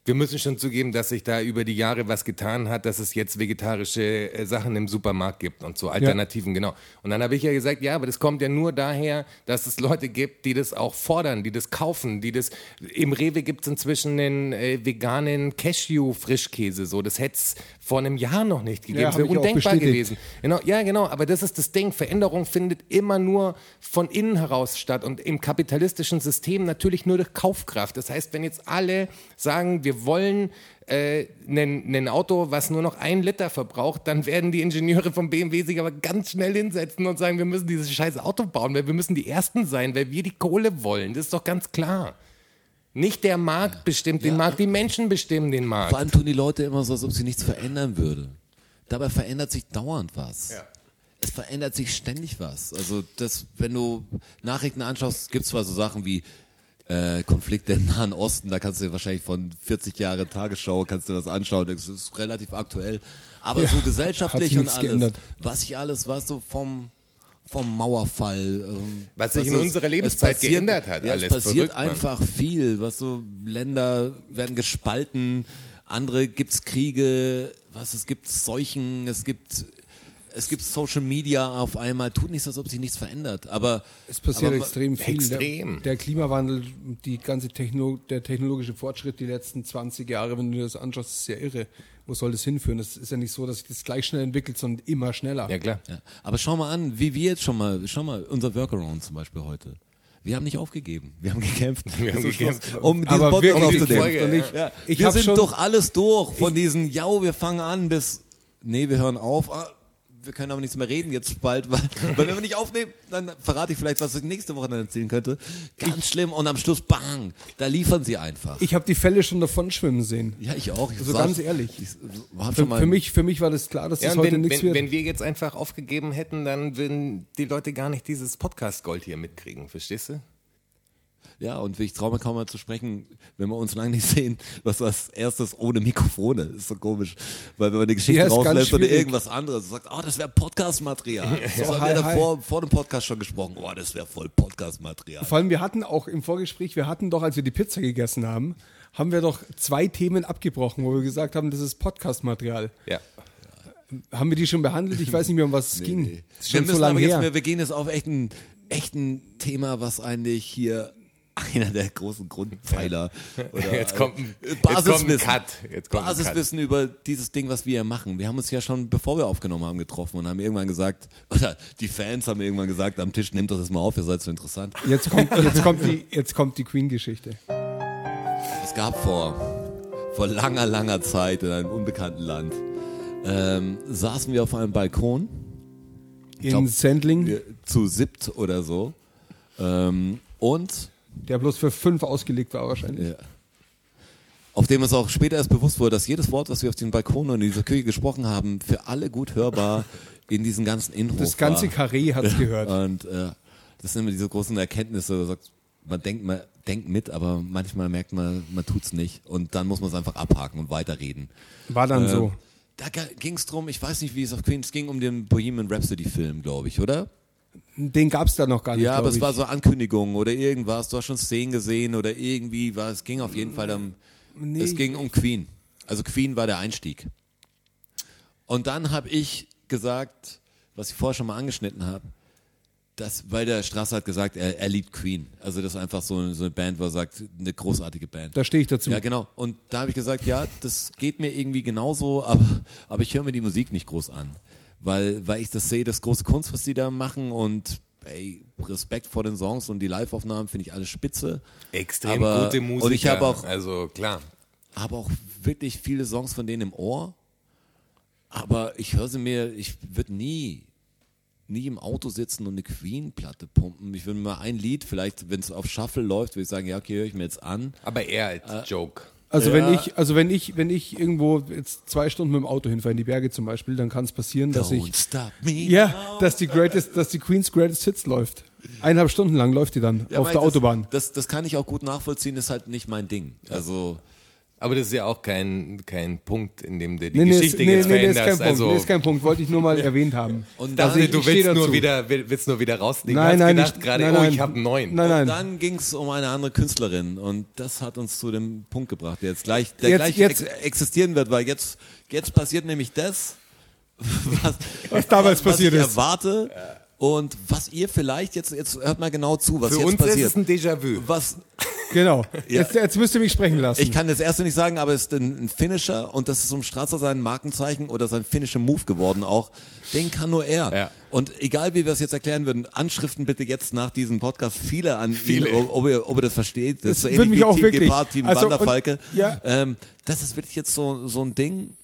S4: wir müssen schon zugeben, dass sich da über die Jahre was getan hat, dass es jetzt vegetarische äh, Sachen im Supermarkt gibt und so Alternativen, genau. Und dann habe ich ja gesagt, ja, aber das kommt ja nur daher, dass es Leute gibt, die das auch fordern, die das kaufen, die das. Im Rewe gibt es inzwischen einen äh, veganen Cashew-Frischkäse, so. Das hätte es vor einem Jahr noch nicht gegeben.
S2: Ja,
S4: das
S2: habe
S4: wäre
S2: ich auch
S4: undenkbar
S2: bestätigt.
S4: gewesen. Genau, ja, genau. Aber das ist das Ding. Veränderung findet immer nur von innen heraus statt und im kapitalistischen System natürlich nur durch Kaufkraft. Das heißt, wenn jetzt alle sagen, wir wollen äh, ein ein Auto, was nur noch ein Liter verbraucht, dann werden die Ingenieure vom BMW sich aber ganz schnell hinsetzen und sagen, wir müssen dieses scheiß Auto bauen, weil wir müssen die Ersten sein, weil wir die Kohle wollen. Das ist doch ganz klar. Nicht der Markt bestimmt den Markt, die Menschen bestimmen den Markt.
S1: Vor allem tun die Leute immer so, als ob sie nichts verändern würde. Dabei verändert sich dauernd was. Es verändert sich ständig was. Also das, wenn du Nachrichten anschaust, gibt es zwar so Sachen wie äh, Konflikte im Nahen Osten, da kannst du dir wahrscheinlich von 40 Jahre Tagesschau kannst du das anschauen. Das ist relativ aktuell. Aber
S2: *laughs*
S1: so
S2: hat
S1: gesellschaftlich
S2: sich
S1: und
S2: nichts
S1: alles,
S2: geändert.
S1: was ich alles, was so vom vom Mauerfall. Ähm,
S4: Was sich in
S1: es-
S4: unserer
S1: es
S4: Lebenszeit
S1: passiert-
S4: geändert hat,
S1: Ja,
S4: alles.
S1: es passiert
S4: Verrückt, Mann.
S1: einfach einfach viel, was so Länder werden gespalten, andere gibt's Kriege, was äh, es gibt Seuchen, es gibt es gibt Social Media auf einmal, tut nichts, als ob sich nichts verändert, aber
S2: Es passiert
S1: aber,
S2: extrem viel.
S4: Extrem.
S2: Der, der Klimawandel, die ganze Techno, der technologische Fortschritt die letzten 20 Jahre, wenn du dir das anschaust, ist ja irre. Wo soll das hinführen? Es ist ja nicht so, dass sich das gleich schnell entwickelt, sondern immer schneller.
S4: Ja, klar.
S1: Ja. Aber schau mal an, wie wir jetzt schon mal, schau mal, unser Workaround zum Beispiel heute. Wir haben nicht aufgegeben. Wir haben gekämpft.
S4: Wir haben
S1: Zum Schluss,
S4: gekämpft.
S1: Um diesen
S2: Aber
S1: Podcast
S2: wirklich
S1: aufzunehmen.
S4: gekämpft und ich-
S1: ja.
S2: ich
S1: wir
S2: hab
S1: sind
S2: schon-
S1: doch alles durch. Von diesen, ja, wir fangen an bis, nee, wir hören auf. Ah, wir können aber nichts mehr reden jetzt
S2: *laughs*
S1: bald, weil, weil wenn wir nicht aufnehmen, dann verrate ich vielleicht, was ich nächste Woche dann erzählen könnte. Ganz schlimm. Und am Schluss, bang, da liefern sie einfach.
S2: Ich habe die Fälle schon davon schwimmen sehen.
S1: ja, ich auch. Ich
S2: Also
S1: saß-
S2: ganz ehrlich.
S1: Ich hab
S2: Für,
S1: schon mal
S2: für, mich, für mich war das klar, dass
S4: Ja,
S2: das
S4: und
S2: heute
S4: wenn,
S2: nichts
S4: wenn,
S2: wird.
S4: wenn wir jetzt einfach aufgegeben hätten, dann würden die Leute gar nicht dieses Podcast-Gold hier mitkriegen, verstehst du?
S1: Ja, und ich traue mir kaum mal zu sprechen, wenn wir uns lange nicht sehen, was als erstes ohne Mikrofone ist so komisch. Weil wenn man die Geschichte
S2: Ja, ist ganz
S1: rauslässt oder
S2: schwierig.
S1: irgendwas anderes, sagt, oh, das wäre Podcast-Material. So haben
S2: hi,
S1: wir da
S2: hi.
S1: vor, vor dem Podcast schon gesprochen, oh, das wäre voll Podcast-Material.
S2: Vor allem, wir hatten auch im Vorgespräch, wir hatten doch, als wir die Pizza gegessen haben, haben wir doch zwei Themen abgebrochen, wo wir gesagt haben, das ist Podcast-Material.
S4: Ja.
S2: Haben wir die schon behandelt? Ich weiß nicht mehr, um was es ging.
S4: Hm.
S2: Das ist
S1: Wir
S2: schon
S1: müssen
S2: so lange
S1: aber jetzt
S2: her.
S1: mehr, wir gehen jetzt auf echt ein, echt ein Thema, was eigentlich hier einer der großen Grundpfeiler oder
S4: *laughs*
S1: äh,
S4: Jetzt kommt ein- jetzt
S1: Basiswissen,
S4: kommt ein Cut. Jetzt kommt ein Cut.
S1: Basiswissen über dieses Ding, was wir hier machen. Wir haben uns ja schon, bevor wir aufgenommen haben, getroffen und haben irgendwann gesagt, *laughs* oder die Fans haben irgendwann gesagt am Tisch, nehmt doch das mal auf, ihr seid so interessant.
S2: Jetzt kommt, jetzt kommt die, jetzt kommt die Queen-Geschichte.
S1: Es gab vor, vor langer, langer Zeit in einem unbekannten Land, ähm, saßen wir auf einem Balkon
S2: In
S1: glaub-
S2: Sendling,
S1: wir, zu siebt oder so ähm, und
S2: der bloß für fünf ausgelegt war wahrscheinlich.
S1: Ja. Auf dem es auch später erst bewusst wurde, dass jedes Wort, was wir auf dem Balkon und in dieser Küche gesprochen haben, für alle gut hörbar in diesen ganzen Innenhof
S2: Das ganze
S1: war.
S2: Karree hat es gehört.
S1: Und äh, das sind immer diese großen Erkenntnisse, du sagst, man denkt, man denkt mit, aber manchmal merkt man, man tut's nicht. Und dann muss man es einfach abhaken und weiterreden. Ähm,
S2: War dann so.
S1: Da ging es drum, ich weiß nicht, wie es auf Queens ging, um den Bohemian Rhapsody-Film, glaube ich, oder?
S2: Den gab es da noch gar nicht.
S1: Ja, aber
S2: glaub
S1: es
S2: ich.
S1: war so Ankündigungen oder irgendwas. Du hast schon Szenen gesehen oder irgendwie war es ging auf jeden Fall um. Es ging um Queen. Also Queen war der Einstieg. Und dann habe ich gesagt, was ich vorher schon mal angeschnitten habe, dass, weil der Strasser hat gesagt, er, er liebt Queen. Also das ist einfach so, so eine Band, wo er sagt, eine großartige Band.
S2: Da stehe ich dazu.
S1: Ja, genau. Und da habe ich gesagt, ja, das geht mir irgendwie genauso, aber, aber ich höre mir die Musik nicht groß an. Weil, weil ich das sehe, das große Kunst, was die da machen und ey, Respekt vor den Songs und die Live-Aufnahmen finde ich alles spitze.
S4: Extrem
S1: Aber-
S4: gute Musiker.
S1: und ich habe auch-
S4: Also klar.
S1: Habe auch wirklich viele Songs von denen im Ohr. Aber ich höre sie mir, ich würde nie nie im Auto sitzen und eine Queen-Platte pumpen. Ich will mal ein Lied, vielleicht, wenn es auf Shuffle läuft, würde ich sagen, ja, okay, höre ich mir jetzt an.
S4: Aber eher als Joke.
S2: Also
S1: Ja.
S2: wenn ich, also wenn ich, wenn ich irgendwo jetzt zwei Stunden mit dem Auto hinfahre in die Berge zum Beispiel, dann kann es passieren, dass ich,
S1: Don't stop me.
S2: ja, dass die greatest, dass die Queen's Greatest Hits läuft. Eineinhalb Stunden lang läuft die dann
S1: Ja,
S2: auf
S1: weil
S2: der
S1: das,
S2: Autobahn.
S1: Das, das kann ich auch gut nachvollziehen, ist halt nicht mein Ding. Also,
S4: Aber das ist ja auch kein, kein Punkt, in dem du die
S2: Nee, nee, ist,
S4: Geschichte
S2: nee,
S4: jetzt
S2: nee, nee, ist kein
S4: veränderst.
S2: Punkt.
S4: also,
S2: nee, ist kein Punkt. Wollte ich nur mal erwähnt haben.
S1: Und
S4: dachte,
S1: Also ich-
S4: du
S2: ich steh
S4: willst nur,
S2: dazu.
S4: wieder, will- willst nur wieder rausnehmen.
S2: Nein,
S4: Hast
S2: nein,
S4: gedacht
S2: ich,
S4: gerade,
S2: nein,
S4: oh,
S2: nein.
S4: ich habe neun.
S2: Nein, nein.
S1: dann ging es um eine andere Künstlerin und das hat uns zu dem Punkt gebracht, der jetzt gleich, der
S2: Jetzt-
S1: gleich
S2: jetzt-
S1: ex existieren wird, weil jetzt, jetzt passiert nämlich das, *laughs* was,
S2: Was damals passiert
S1: ich
S2: ist.
S1: erwarte und was ihr vielleicht jetzt, jetzt hört mal genau zu, was
S4: Für
S1: jetzt
S4: uns
S1: passiert.
S4: ist es ein Déjà-vu.
S1: was,
S2: Genau. Jetzt, jetzt müsst ihr mich sprechen lassen.
S1: ich kann das erste nicht sagen, aber es ist ein, ein Finisher und das ist um Strasser sein Markenzeichen oder sein finnischer Move geworden auch. Den kann nur er.
S4: Ja.
S1: Und egal wie wir es jetzt erklären würden, Anschriften bitte jetzt nach diesem Podcast viele an viele. Ihn, ob, ob, ihr, ob ihr das versteht. Das,
S2: Das
S1: ist so
S2: würde
S1: ähnlich
S2: mich
S1: wie
S2: auch
S1: Team
S2: wirklich-
S1: Gepard, Team
S2: also, und-
S1: Wanderfalke.
S2: ja.
S1: ähm, das ist wirklich jetzt so, so ein Ding,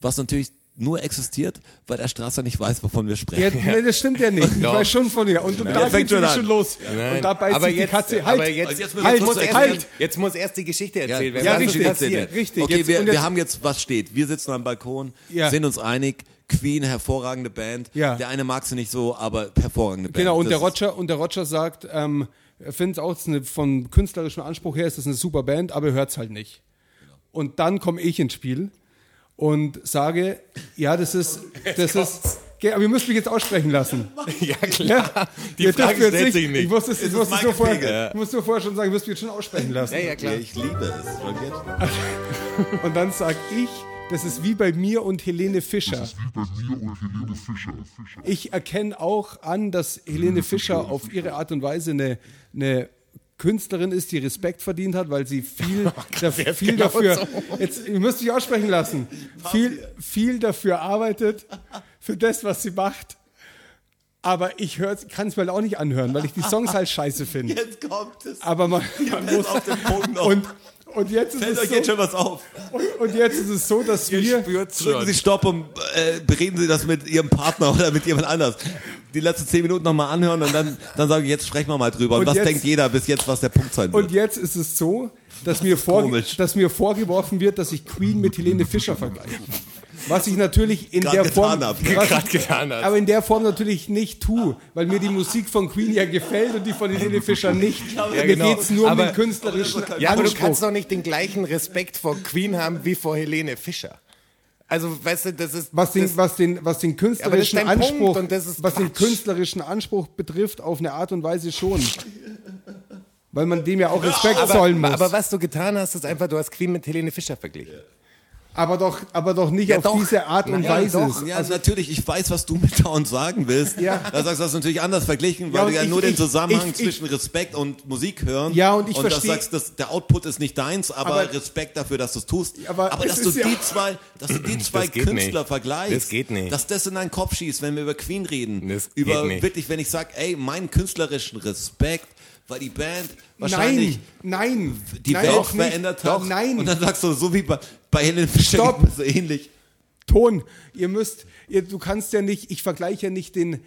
S1: was natürlich nur existiert, weil der Strasser nicht weiß, wovon wir sprechen.
S2: Ja, nee, das stimmt ja nicht. Ich
S4: Doch.
S2: weiß schon von dir. Und da
S1: Der fängt
S2: fängt
S1: schon
S2: schon,
S1: an.
S2: schon los.
S4: Nein.
S2: Und da beißt
S4: aber
S2: sich die
S4: jetzt,
S2: Katze. Halt.
S4: aber jetzt,
S1: Also jetzt
S4: jetzt,
S1: muss-
S4: muss
S1: jetzt
S4: erst,
S1: halt.
S4: jetzt muss erst die Geschichte erzählt werden.
S2: ja,
S4: Was ist
S2: richtig,
S4: passiert?
S2: richtig.
S1: Okay,
S2: Jetzt-
S1: wir,
S2: und jetzt-
S1: wir haben jetzt, was steht? Wir sitzen am Balkon,
S2: Ja.
S1: sind uns einig, Queen, hervorragende Band.
S2: Ja.
S1: Der eine mag sie nicht so, aber hervorragende Band.
S2: Genau, und
S1: Das
S2: der,
S1: ist-
S2: Roger, und der Roger sagt, ähm, er findet auch, es ist eine, von künstlerischem Anspruch her ist das eine super Band, aber er hört es halt nicht. Und dann komme ich ins Spiel und sage, ja, das ist, das ist, Ge- aber ihr müsst mich jetzt aussprechen lassen.
S4: Ja, klar.
S2: Ja,
S4: Die
S2: ihr dürft
S4: Frage
S2: jetzt
S4: stellt sich nicht.
S2: Ich musste es, ich
S1: ist
S2: musste es
S1: mein
S2: so vorher,
S1: Gepegel,
S2: ich musste vorher schon sagen, ihr müsst mich jetzt schon aussprechen lassen.
S4: Ja, ja, klar.
S1: Ich liebe es. Schon jetzt.
S2: Und dann sage ich, das ist wie bei mir und Helene Fischer.
S5: bei mir und Helene Fischer.
S2: Ich erkenne auch an, dass Helene Fischer auf ihre Art und Weise eine, eine Künstlerin ist, die Respekt verdient hat, weil sie
S1: *laughs*
S2: viel, da, viel
S1: genau
S2: dafür, jetzt, ihr müsst mich aussprechen lassen, viel, viel dafür arbeitet, für das, was sie macht. Aber ich kann es mir halt auch nicht anhören, weil ich die Songs halt scheiße finde.
S1: Jetzt kommt es.
S2: Aber
S1: *laughs*
S2: man, man muss.
S1: auf den Punkt noch.
S2: Und, und, jetzt ist
S1: Fällt euch
S2: es
S1: jetzt
S2: so,
S1: schon was auf.
S2: und jetzt ist es so, dass wir.
S1: Drücken Sie Stopp und äh, bereden Sie das mit Ihrem Partner *laughs* oder mit jemand anders. Die letzten zehn Minuten nochmal anhören und dann, dann sage ich, jetzt sprechen wir mal drüber. Und,
S2: Und
S1: was
S2: jetzt-
S1: denkt jeder bis jetzt, was der Punkt sein wird?
S2: Und jetzt ist es so, dass mir, vorge
S1: komisch.
S2: dass mir vorgeworfen wird, dass ich Queen mit Helene Fischer vergleiche. Was ich natürlich in
S1: Gerade
S2: der
S1: getan
S2: Form,
S1: hab.
S2: was
S4: Gerade
S2: ich,
S4: ne? getan hast.
S2: aber in der Form natürlich nicht tue, weil mir die Musik von Queen ja gefällt und die von Helene Fischer nicht. mir
S4: genau.
S2: geht's nur um
S4: Aber-
S2: den künstlerischen
S4: Ja, aber du
S2: Anspruch.
S4: kannst doch nicht den gleichen Respekt vor Queen haben wie vor Helene Fischer. Also, weißt du, das ist.
S2: was den,
S4: das,
S2: was den, was den künstlerischen
S4: dein Punkt
S2: Anspruch,
S4: und das ist
S2: was den
S4: Quatsch.
S2: künstlerischen Anspruch betrifft, auf eine Art und Weise schon, weil man dem ja auch Respekt
S4: aber,
S2: zollen muss.
S4: aber was du getan hast, ist einfach, du hast Queen mit Helene Fischer verglichen.
S2: Aber doch, aber doch nicht
S4: Ja,
S2: auf
S4: doch.
S2: diese Art und
S4: Na ja,
S2: Weise.
S4: doch.
S1: Ja, also natürlich, ich weiß, was *laughs* du mit Down sagen willst.
S2: Ja.
S1: Da sagst du das natürlich anders verglichen, weil
S2: Ja,
S1: du
S2: und
S1: ja
S2: ich-
S1: nur den
S2: ich-
S1: Zusammenhang
S2: ich- ich-
S1: zwischen Respekt und Musik hören.
S2: Ja, und ich
S1: und das
S2: versteh-
S1: sagst, dass der Output ist nicht deins, aber,
S2: Aber-
S1: Respekt dafür, dass du es tust.
S2: Aber es
S1: dass
S2: ist
S1: du
S2: ja-
S1: die zwei, dass du die zwei
S4: geht
S1: Künstler
S4: nicht.
S1: vergleichst.
S4: Das geht nicht.
S1: Dass das in deinen Kopf schießt, wenn wir über Queen reden.
S4: Das geht
S1: über
S4: nicht.
S1: wirklich, wenn ich sag, ey, meinen künstlerischen Respekt, weil die Band wahrscheinlich
S2: nein, nein,
S1: die
S2: nein,
S1: Welt
S2: doch nicht,
S1: verändert hat.
S2: Doch,
S1: Und
S2: nein,
S1: dann sagst du, so wie bei, bei Helen Fischer
S2: Stopp.
S1: geht mir so ähnlich.
S2: Ton. Ihr müsst, ihr, du kannst ja nicht, ich vergleiche ja nicht den,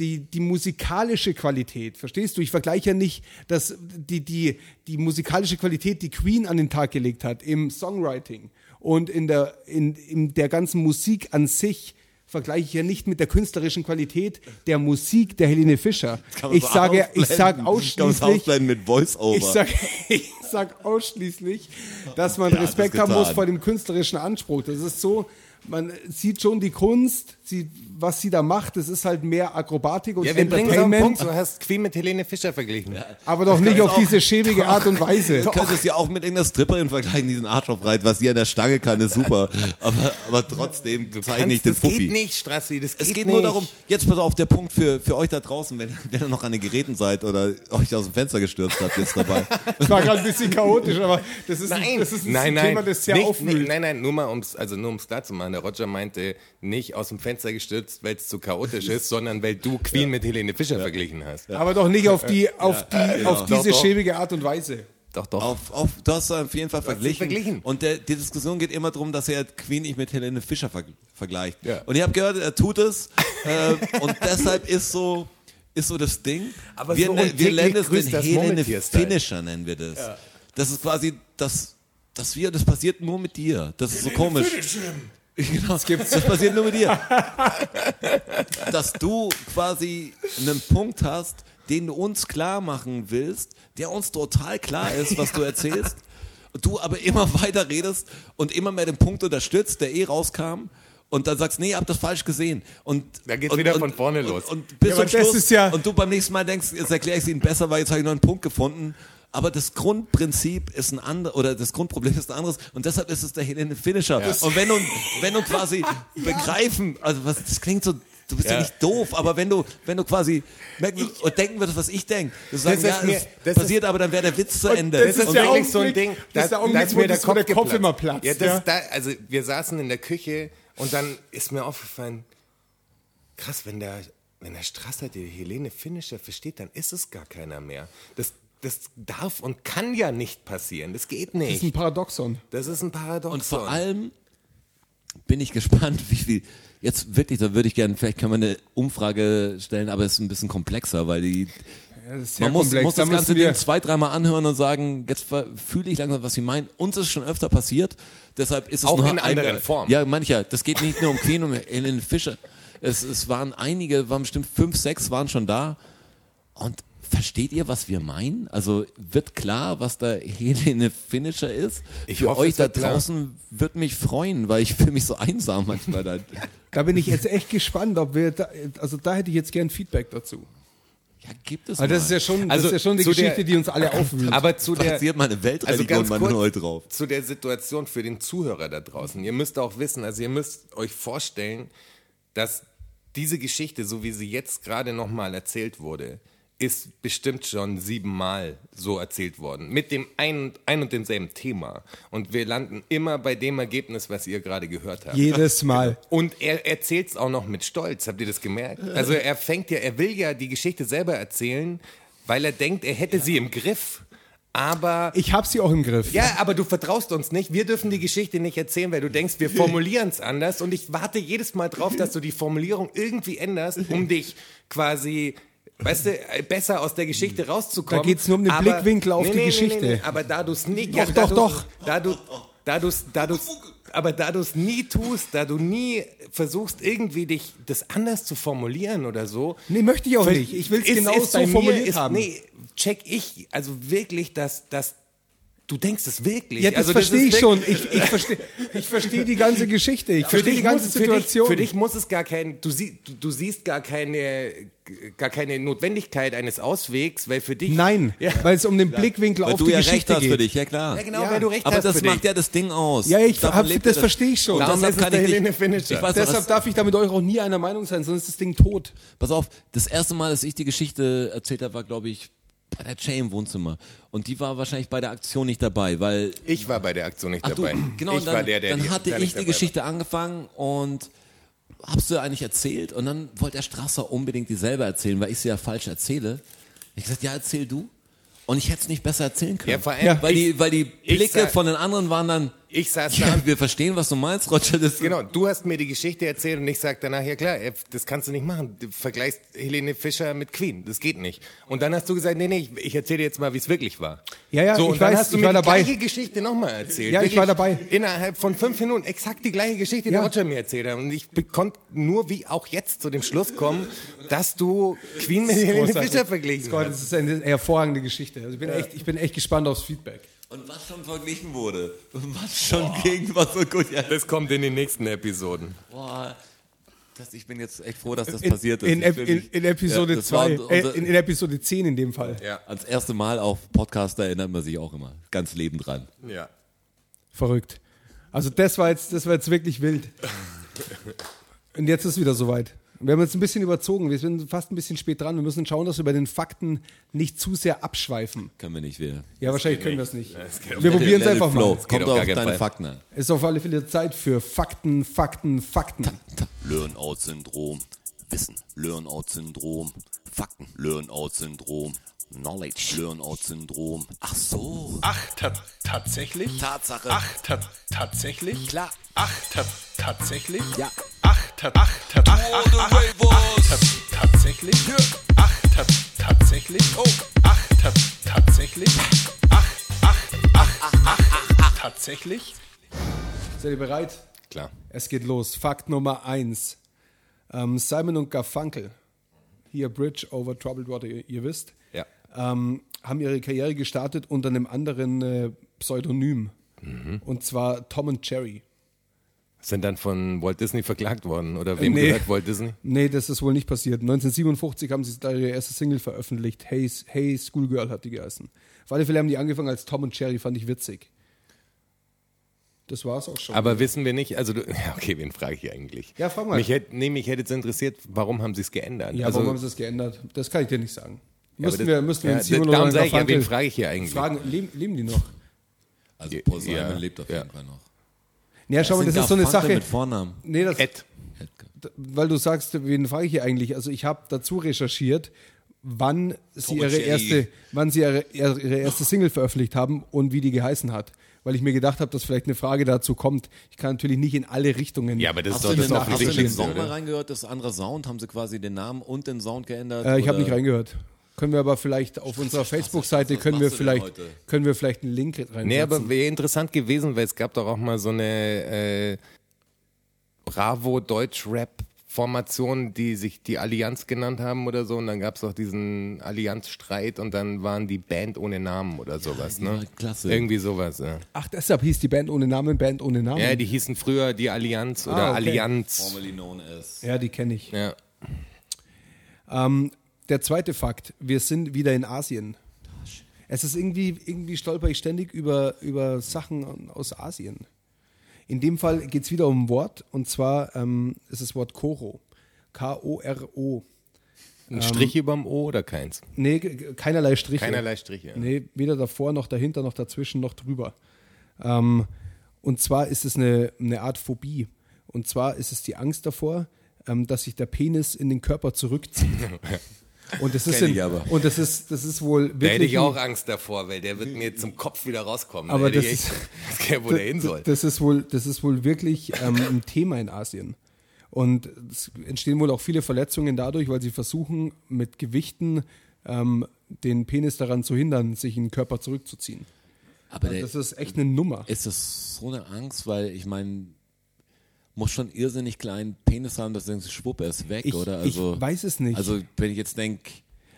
S2: die, die musikalische Qualität, verstehst du? Ich vergleiche ja nicht, dass die, die, die musikalische Qualität, die Queen an den Tag gelegt hat im Songwriting und in der, in, in der ganzen Musik an sich, vergleiche ich ja nicht mit der künstlerischen Qualität der Musik der Helene Fischer.
S1: Kann man's
S2: Ich sage, ich
S1: ausblenden.
S2: sage
S1: Kann man's
S2: ausschließlich,
S1: ausblenden mit Voice-Over.
S2: Ich sage ich sag *laughs* ausschließlich, dass man
S1: Der hat es
S2: Respekt haben
S1: getan.
S2: muss vor dem künstlerischen Anspruch. Das ist so, man sieht schon die Kunst, sie, was sie da macht. Das ist halt mehr Akrobatik und
S4: Ja, wir bringen es auf den Punkt.
S2: Entertainment,
S4: Du hast Queen mit Helene Fischer verglichen.
S2: aber doch nicht auf diese schäbige Art und
S4: *laughs*
S2: Weise.
S1: Du könntest ja auch mit irgendeiner Stripperin vergleichen, diesen Arschlochbreit, was die an der Stange kann, ist super. Aber, aber trotzdem zeig nicht den
S4: das
S1: Fuffi.
S4: geht nicht, Strassi. Das
S1: Es
S4: geht
S1: geht
S4: nicht.
S1: nur darum, jetzt pass auf, der Punkt für, für euch da draußen, wenn, *laughs* wenn ihr noch an den Geräten seid oder euch aus dem Fenster gestürzt habt jetzt dabei.
S2: Das war gerade ein bisschen chaotisch, aber das ist,
S4: Nein,
S2: ein, das ist ein
S4: nein, nein,
S2: Thema, das sehr
S4: nicht,
S2: aufwühlt.
S4: nicht- Nein, nein, nur mal ums, also nur ums klar zu machen. Der Roger meinte nicht aus dem Fenster gestürzt, weil es zu chaotisch ist, sondern weil du Queen mit Helene Fischer verglichen hast.
S2: Aber doch nicht auf die, auf die, auf
S4: Doch,
S2: diese
S4: doch.
S2: schäbige Art und Weise.
S4: doch, doch.
S1: Auf, auf, du hast auf jeden Fall
S4: hast sie
S1: verglichen.
S4: verglichen.
S1: Und der, die Diskussion geht immer darum, dass er Queen nicht mit Helene Fischer ver, vergleicht.
S4: Ja.
S1: Und ihr habt gehört, er tut es.
S4: *laughs*
S1: äh, und deshalb ist so, ist so das Ding.
S4: Aber
S1: wir,
S4: so
S1: ne- wir
S4: täglich
S1: nennen es den
S4: grüßt das
S1: Helene
S4: Murmeltier-Style.
S1: Finisher, nennen wir das. Das ist quasi das, das wir, das passiert nur mit dir. Das ist so komisch. *laughs* Genau, das, passiert nur mit dir. Dass du quasi einen Punkt hast, den du uns klar machen willst, der uns total klar ist, was du erzählst, du aber immer *laughs* weiter redest und immer mehr den Punkt unterstützt, der eh rauskam. Und dann sagst, nee, hab das falsch gesehen. Und
S4: Da geht's
S1: und,
S4: wieder
S1: und,
S4: von vorne los.
S1: Und, und bis
S2: Ja, aber
S1: zum
S2: das
S1: Schluss.
S2: ist ja-
S1: und du beim nächsten Mal denkst, jetzt erkläre ich es ihnen besser, weil jetzt habe ich noch einen Punkt gefunden. Aber das Grundprinzip ist ein anderes, oder das Grundproblem ist ein anderes. Und deshalb ist es der Helene Finisher. Und wenn du, wenn du quasi begreifen, also was, das klingt so, du bist ja,
S4: Ja.
S1: nicht doof, aber wenn du, wenn du quasi merken und denken würdest, was ich denke, du sagst,
S4: ist
S1: ja,
S4: mir-
S1: es
S4: das ist-
S1: passiert, aber dann wäre der Witz zu Ende.
S2: das ist
S1: und
S2: ja
S1: dann-
S2: auch-
S4: wirklich so ein
S2: Augenblick,
S4: Ding.
S2: das ist der Augenblick, wo das- wo der Kopf immer platzt,
S4: Ja, das,
S2: ja.
S4: Da, also wir saßen in der Küche und dann ist mir aufgefallen, krass, wenn der, wenn der Strasser die Helene Finisher versteht, dann ist es gar keiner mehr. Das, das darf und kann ja nicht passieren. Das geht
S2: Das ist ein
S4: nicht.
S2: Paradoxon.
S4: Das ist ein Paradoxon.
S1: Und vor allem bin ich gespannt, wie viel. Jetzt wirklich, da würde ich gerne, vielleicht kann man eine Umfrage stellen, aber es ist ein bisschen komplexer, weil die.
S2: Das ist sehr
S1: Man muss,
S2: komplex.
S1: muss
S2: Da
S1: das ganze
S2: müssen wir-
S1: Ding zwei, dreimal anhören und sagen, jetzt ver- fühle ich langsam, was sie meinen. Uns ist schon öfter passiert, deshalb ist es
S4: Auch
S1: nur
S4: in anderen
S1: eine-
S4: Formen.
S1: Ja, mancher. Das geht nicht nur um Queen und Ellen Fischer. Es, es waren einige, waren bestimmt fünf, sechs waren schon da. Und versteht ihr, was wir meinen? Also wird klar, was da Helene Finisher ist?
S4: Ich
S1: Für
S4: hoffe,
S1: euch
S4: es
S1: da
S4: wird klar.
S1: draußen wird mich freuen, weil ich fühle mich so einsam manchmal
S4: *laughs*
S1: da.
S2: Da bin ich jetzt echt gespannt, ob wir da, also da hätte ich jetzt gern Feedback dazu.
S1: Ja, gibt es
S2: Also das
S1: mal.
S2: ist ja schon, das
S4: Also
S2: ist ja schon die
S4: zu der-
S2: Geschichte, die uns alle aufwühlt.
S4: aber zu der,
S1: Platziert mal
S2: Also
S1: eine Weltreligion
S4: ganz
S1: mal
S4: kurz
S1: neu drauf.
S4: Zu der Situation für den Zuhörer da draußen. Ihr müsst auch wissen, also ihr müsst euch vorstellen, dass diese Geschichte, so wie sie jetzt gerade nochmal erzählt wurde, ist bestimmt schon siebenmal so erzählt worden. Mit dem ein, ein und denselben Thema. Und wir landen immer bei dem Ergebnis, was ihr gerade gehört habt.
S2: Jedes Mal.
S4: Und er erzählt es auch noch mit Stolz, habt ihr das gemerkt? Also er fängt ja, er will ja die Geschichte selber erzählen, weil er denkt, er hätte sie im Griff. Aber
S2: Ich habe sie auch im Griff.
S4: ja, aber du vertraust uns nicht. Wir dürfen die Geschichte nicht erzählen, weil du denkst, wir formulieren es anders. Und ich warte jedes Mal drauf, dass du die Formulierung irgendwie änderst, um dich quasi, weißt du, äh, besser aus der Geschichte rauszukommen.
S2: Da geht's nur um den Blickwinkel auf die Geschichte.
S4: aber da du es nicht,
S2: Doch,
S4: da
S2: doch,
S4: du's-
S2: doch.
S4: Da du, da du's, da du's, aber da du es nie tust, da du nie versuchst, irgendwie dich das anders zu formulieren oder so.
S2: Nee, möchte ich auch
S4: ver-
S2: nicht. Ich will's
S4: ist-
S2: genau
S4: ist
S2: so
S4: bei mir-
S2: formuliert
S4: ist,
S2: haben.
S4: Nee, check ich, also wirklich, dass, dass du denkst es wirklich.
S2: Ja, das
S4: also,
S2: verstehe
S4: ist
S2: ich
S4: wirklich-
S2: schon. Ich, ich verstehe ich versteh die ganze Geschichte. Ich
S4: Für
S2: verstehe die
S4: dich,
S2: ganze
S4: muss, für, dich,
S2: Situation.
S4: für dich muss es gar kein, du, sie, du, du siehst gar keine, gar keine Notwendigkeit eines Auswegs, weil für dich.
S2: Nein,
S4: Ja,
S2: weil es um den Blickwinkel
S1: Weil
S2: auf
S1: du
S2: die
S1: ja recht
S2: Geschichte
S1: hast
S2: geht.
S1: für dich, ja klar.
S4: ja genau,
S2: Ja.
S4: weil du recht
S1: Aber
S4: hast.
S1: das
S4: für
S1: macht
S4: dich.
S1: ja das Ding aus.
S2: Ja, ich
S1: Davon
S2: hab,
S1: lebt
S2: das
S1: ja
S2: verstehe ich schon.
S1: Darum
S4: Darum ist es
S1: kann
S4: der
S1: ich
S4: Helene
S1: nicht,
S4: Finisher.
S1: ich weiß noch,
S2: Deshalb
S1: das,
S2: darf ich da mit euch auch nie einer Meinung sein, sonst ist das Ding
S4: *laughs*
S2: tot.
S1: pass auf, das erste Mal, dass ich die Geschichte erzählt habe, war, glaube ich, bei der Jay im Wohnzimmer. Und die war wahrscheinlich bei der Aktion nicht dabei, weil
S4: Ich war bei der Aktion nicht
S1: Ach
S4: dabei.
S1: Du, genau,
S4: ich
S1: dann,
S4: war der, der
S1: dann
S4: die-
S1: hatte
S4: der
S1: ich
S4: nicht
S1: die
S4: dabei war.
S1: Geschichte angefangen und hab's dir eigentlich erzählt und dann wollte der Strasser unbedingt die selber erzählen, weil ich sie ja falsch erzähle. Ich gesagt, ja, erzähl du. Und ich hätte es nicht besser erzählen können.
S4: Ja, vor allem, Ja.
S1: weil,
S4: ich-
S1: die, weil die
S4: ich
S1: Blicke
S4: sag-
S1: von den anderen waren dann,
S4: Ich
S1: *laughs*
S4: saß da
S1: ja, wir verstehen, was du meinst, Roger. Das
S4: Genau, du hast mir die Geschichte erzählt und ich sag danach, ja klar, ey, das kannst du nicht machen. Du vergleichst Helene Fischer mit Queen, das geht nicht. Und dann hast du gesagt, nee, nee, ich, ich erzähle dir jetzt mal, wie es wirklich war.
S2: Ja, ja,
S4: so,
S2: ich
S4: und dann
S2: weiß,
S4: hast du
S2: ich
S4: mir
S2: war
S4: die
S2: dabei.
S4: gleiche Geschichte nochmal erzählt.
S2: Ja, ich war dabei.
S4: Innerhalb von fünf Minuten exakt die gleiche Geschichte, die
S2: Ja.
S4: Roger mir erzählt hat. Und ich be- konnte nur wie auch jetzt zu dem Schluss kommen, dass du Queen mit Helene
S2: Großartig.
S4: Fischer verglichen
S2: Scott,
S4: hast.
S2: das ist eine hervorragende Geschichte. Also ich, bin echt, ich bin echt gespannt aufs Feedback.
S1: Und was schon verglichen wurde. Und was schon gegen was so gut. Ja,
S4: Das kommt in den nächsten Episoden.
S1: boah. Das, ich bin jetzt echt froh, dass das
S2: In,
S1: passiert ist.
S2: in,
S1: Ich
S2: Ep-
S1: fühl
S2: in,
S1: mich-
S2: in Episode
S1: Ja, das war
S2: 2,
S1: unser-
S2: äh, in, in Episode 10 in dem Fall.
S4: Ja,
S1: Als erste Mal auf Podcast erinnert man sich auch immer. Ganz Leben dran.
S4: ja.
S2: Verrückt. Also das war jetzt, das war jetzt wirklich wild. Und jetzt ist wieder soweit. Wir haben jetzt ein bisschen überzogen. Wir sind fast ein bisschen spät dran. Wir müssen schauen, dass wir bei den Fakten nicht zu sehr abschweifen.
S1: Können wir nicht wieder.
S2: Ja, wahrscheinlich können wir es nicht.
S4: geht
S2: Wir probieren es
S1: Let it
S2: einfach
S1: flow.
S2: mal.
S1: Kommt
S4: auf gar
S1: auf
S4: keinen
S1: deine
S4: Fall.
S1: Fakten an.
S2: Ist auf alle Fälle Zeit für Fakten, Fakten, Fakten.
S1: Learn-out-Syndrom. Wissen. Learn-out-Syndrom. Fakten. Learn-out-Syndrom. Knowledge Burnout Syndrom. Ach so.
S6: Ach, ta tatsächlich?
S1: Tatsache.
S6: Ach, ta tatsächlich?
S1: Klar.
S6: Ach, ta tatsächlich?
S1: Ja.
S6: Ach, ta ach, ta ach, ach, ach, ach, ta tatsächlich? Ach, ta tatsächlich? Oh. Ach, ta tatsächlich? Ach, ach, ach, ach, ach, ach, tatsächlich?
S2: Seid ihr bereit?
S4: Klar.
S2: Es geht los. Fakt Nummer 1. Ähm, Simon und Garfunkel, hier Bridge over Troubled Water, ihr, ihr wisst,
S4: Ja.
S2: ähm, haben ihre Karriere gestartet unter einem anderen äh, Pseudonym.
S4: Mhm.
S2: Und zwar Tom und Jerry.
S4: Sind dann von Walt Disney verklagt worden oder wem
S2: Nee.
S4: gehört Walt Disney?
S2: Nee, das ist wohl nicht passiert. 1957 haben sie da ihre erste Single veröffentlicht. Hey, hey Schoolgirl hat die geheißen. Auf alle Fälle haben die angefangen als Tom und Jerry, fand ich witzig. Das war's auch schon.
S4: Aber wissen wir nicht, also du, *laughs* ja, okay, wen frage ich eigentlich?
S2: Ja, frag mal.
S4: Mich hätte, nee, mich hätte jetzt interessiert, warum haben sie es geändert?
S2: ja,
S4: also,
S2: warum haben sie das geändert? Das kann ich dir nicht sagen.
S4: aber
S2: Müssten
S4: das-
S2: wir, müssten wir
S4: ja,
S2: einen Simon
S4: da-
S2: oder
S4: darum
S2: einen
S4: sag ich ja,
S2: Garfunkel
S4: wen frage ich hier eigentlich?
S2: fragen. Leben, leben die noch?
S1: Also Paul Simon
S4: Ja.
S1: lebt auf
S4: Ja.
S1: jeden Fall noch.
S2: Ja, schau mal, das ist so eine
S1: Garfunkel
S2: Sache.
S1: mit Vornamen.
S2: Nee, das,
S4: Ed.
S2: weil du sagst, wen frage ich hier eigentlich? Also ich habe dazu recherchiert, wann sie ihre erste, wann sie ihre, ihre erste Single veröffentlicht haben und wie die geheißen hat, weil ich mir gedacht habe, dass vielleicht eine Frage dazu kommt. Ich kann natürlich nicht in alle Richtungen.
S4: Ja, aber das
S1: Hast
S4: ist
S1: du
S4: doch
S1: in
S4: das
S1: den, hast du in den
S4: Offensichtlichste,
S1: Song mal
S4: oder?
S1: reingehört? Das ist ein anderer Sound. Haben sie quasi den Namen und den Sound geändert?
S2: äh, ich habe
S1: oder?
S2: nicht reingehört. Können wir aber vielleicht auf unserer Facebook-Seite
S1: was
S2: können wir
S1: machst du denn
S2: vielleicht
S1: heute?
S2: können wir vielleicht einen Link reinsetzen.
S4: Nee, aber wäre interessant gewesen, weil es gab doch auch mal so eine äh, Bravo Deutsch-Rap. Formation, die sich die Allianz genannt haben oder so, und dann gab es auch diesen Allianz-Streit und dann waren die Band ohne Namen oder sowas,
S1: war
S4: ne?
S1: klasse.
S4: Irgendwie sowas, ja.
S2: Ach, deshalb hieß die Band ohne Namen Band ohne Namen.
S4: Ja, die hießen früher die Allianz oder
S2: Ah, okay.
S4: Allianz.
S1: Formerly known as.
S2: ja, die kenne ich.
S4: Ja.
S2: Der zweite Fakt, wir sind wieder in Asien. Es ist irgendwie, irgendwie stolper ich ständig über, über Sachen aus Asien. In dem Fall geht es wieder um ein Wort und zwar ähm, ist das Wort Koro. K-O-R-O.
S4: Ein Strich
S2: Ähm,
S4: überm O oder keins?
S2: Nee, g- g- keinerlei Striche.
S4: Keinerlei Striche.
S2: Nee, weder davor noch dahinter noch dazwischen noch drüber. Ähm, und zwar ist es eine, eine Art Phobie. Und zwar ist es die Angst davor, ähm, dass sich der Penis in den Körper
S4: *laughs*
S2: zurückzieht. Und das ist,
S4: Kenn
S2: in,
S4: ich aber.
S2: Und das ist, das ist wohl wirklich.
S4: Da hätte ich
S2: ein-
S4: auch Angst davor, weil der wird mir zum Kopf wieder rauskommen.
S2: Aber
S4: da
S2: das
S4: hätte ich echt, *laughs* ist, wo der hin soll.
S2: Das ist wohl, das ist wohl wirklich ähm, ein Thema in Asien. Und es entstehen wohl auch viele Verletzungen dadurch, weil sie versuchen, mit Gewichten ähm, den Penis daran zu hindern, sich in den Körper zurückzuziehen.
S1: Aber der,
S2: Das ist echt eine Nummer.
S1: ist das so eine Angst, weil ich meine, muss schon irrsinnig kleinen Penis haben, dass du denkst, schwupp, er ist weg,
S2: Ich-
S1: oder?
S2: ich
S1: Also,
S2: weiß es nicht.
S1: Also, wenn ich jetzt denke,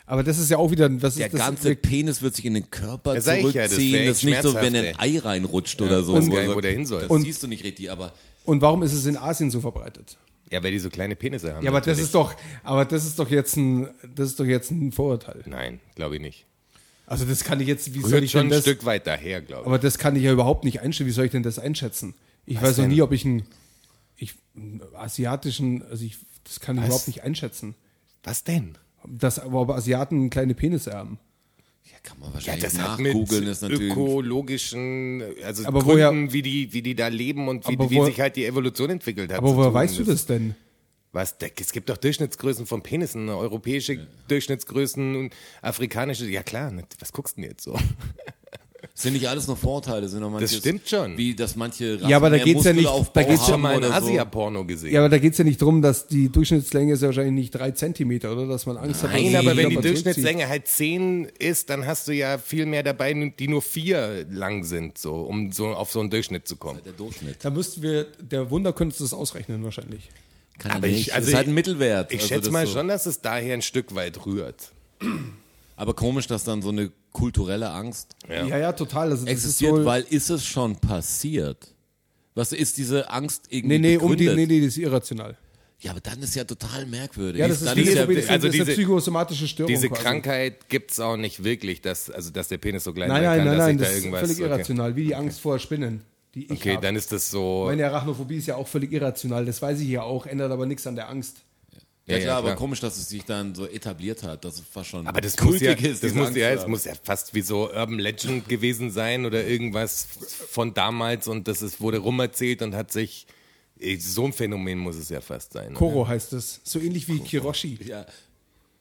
S2: Aber das ist ja auch wieder, das
S1: der
S2: ist das
S1: ganze Penis wird sich in den Körper
S4: Ja, sag ich ja, das
S1: zurückziehen,
S4: wär echt
S1: das ist nicht so, wenn ein
S4: schmerzhaft,
S1: Ei reinrutscht oder so.
S4: das ist
S1: wo
S4: geil,
S1: er
S4: wo der
S1: sagt,
S4: hin soll.
S1: Das
S2: Und-
S1: siehst du nicht richtig, aber
S2: Und warum ist es in Asien so verbreitet?
S4: Ja, weil die so kleine Penisse haben.
S2: Ja, aber das ist doch, aber das ist doch jetzt ein, das ist doch jetzt ein Vorurteil.
S4: Nein, glaube ich nicht.
S2: Also das kann ich jetzt, wie soll
S4: Rührt
S2: ich
S4: schon
S2: denn
S4: ein
S2: das?
S4: Stück weit daher, glaube
S2: Aber das kann ich ja überhaupt nicht einschätzen. Wie soll ich denn das einschätzen? Ich weiß noch
S4: denn?
S2: nie, ob ich einen, ich, einen asiatischen, also ich, das kann ich überhaupt nicht einschätzen.
S4: ich. Was denn?
S2: Dass aber ob Asiaten kleine Penisse haben.
S1: ja, kann man
S4: Ja,
S1: wahrscheinlich
S4: das hat mit
S1: nachgoogeln, ist natürlich.
S4: ökologischen, also
S2: Aber
S4: Gründen,
S2: woher-
S4: wie, die, wie die da leben und wie,
S2: Aber
S4: wie
S2: woher-
S4: sich halt die Evolution entwickelt hat.
S2: Aber
S4: zu
S2: woher
S4: tun.
S2: weißt du das denn?
S4: Was? Da- Es gibt doch Durchschnittsgrößen von Penissen, ne? europäische Durchschnittsgrößen und afrikanische. Ja klar, ne? was guckst du denn *laughs* jetzt so?
S1: sind nicht alles nur Vorteile, sind auch manches,
S4: stimmt schon.
S1: Wie, dass manche Rassen
S2: Ja, aber da
S1: mehr
S2: geht's ja nicht-
S1: Muskelaufbau
S2: da geht's ja
S1: haben
S4: Schon mal ein
S1: oder so.
S4: Asia-Porno gesehen.
S2: Ja, aber da geht es ja nicht drum, dass die Durchschnittslänge ist ja wahrscheinlich nicht drei Zentimeter, oder? Dass man Angst hat. dass
S4: Nein,
S2: man
S4: aber
S2: sich
S4: wenn die
S2: Körper zurückzieht.
S4: Durchschnittslänge halt 10 ist, dann hast du ja viel mehr dabei, die nur 4 lang sind, so, um so auf so einen Durchschnitt zu kommen.
S1: Der Durchschnitt.
S2: Da müssten wir, der Wunder könntest du das ausrechnen wahrscheinlich.
S1: Kann
S4: Aber
S1: er
S4: ich-
S1: nicht.
S4: also
S1: ist halt
S4: ich-
S1: ein Mittelwert.
S4: Ich
S1: Also
S4: schätze
S1: das
S4: mal
S1: so.
S4: schon, dass es daher ein Stück weit rührt.
S1: Aber komisch, dass dann so eine kulturelle Angst
S4: Ja.
S2: Ja, ja, total. Also das
S1: existiert,
S2: ist wohl,
S1: weil ist es schon passiert? Was ist diese Angst
S2: Nee,
S1: irgendwie
S2: nee, um die,
S1: begründet?
S2: nee, nee, das ist irrational.
S1: Ja, aber dann ist ja total merkwürdig.
S2: Ja, das ist,
S1: dann
S2: wie,
S1: ja,
S2: das ist
S4: also
S2: eine
S4: diese-
S2: psychosomatische Störung.
S4: Diese
S2: quasi.
S4: Krankheit gibt es auch nicht wirklich, dass, also, dass der Penis so klein
S2: Nein,
S4: sein
S2: nein, nein,
S4: kann, dass
S2: nein,
S4: sich
S2: das
S4: da
S2: ist
S4: irgendwas...
S2: völlig
S4: okay.
S2: irrational, wie die Angst vor Spinnen, die ich
S4: Okay,
S2: habe.
S4: dann ist das so...
S2: Meine Arachnophobie ist ja auch völlig irrational, das weiß ich ja auch, ändert aber nichts an der Angst.
S1: ja,
S4: ja,
S1: klar, aber
S4: klar.
S1: komisch, dass es sich dann so etabliert hat, dass es fast schon
S4: Aber das muss
S1: kultig
S4: ja,
S1: ist.
S4: das
S1: diese
S4: muss
S1: Angst
S4: ja,
S1: zu
S4: es
S1: haben.
S4: muss ja fast wie so Urban Legend gewesen sein oder irgendwas von damals und das ist, wurde rumerzählt und hat sich, eh, so ein Phänomen muss es ja fast sein.
S2: Koro heißt es, so ähnlich wie Kiroshi.
S1: ja,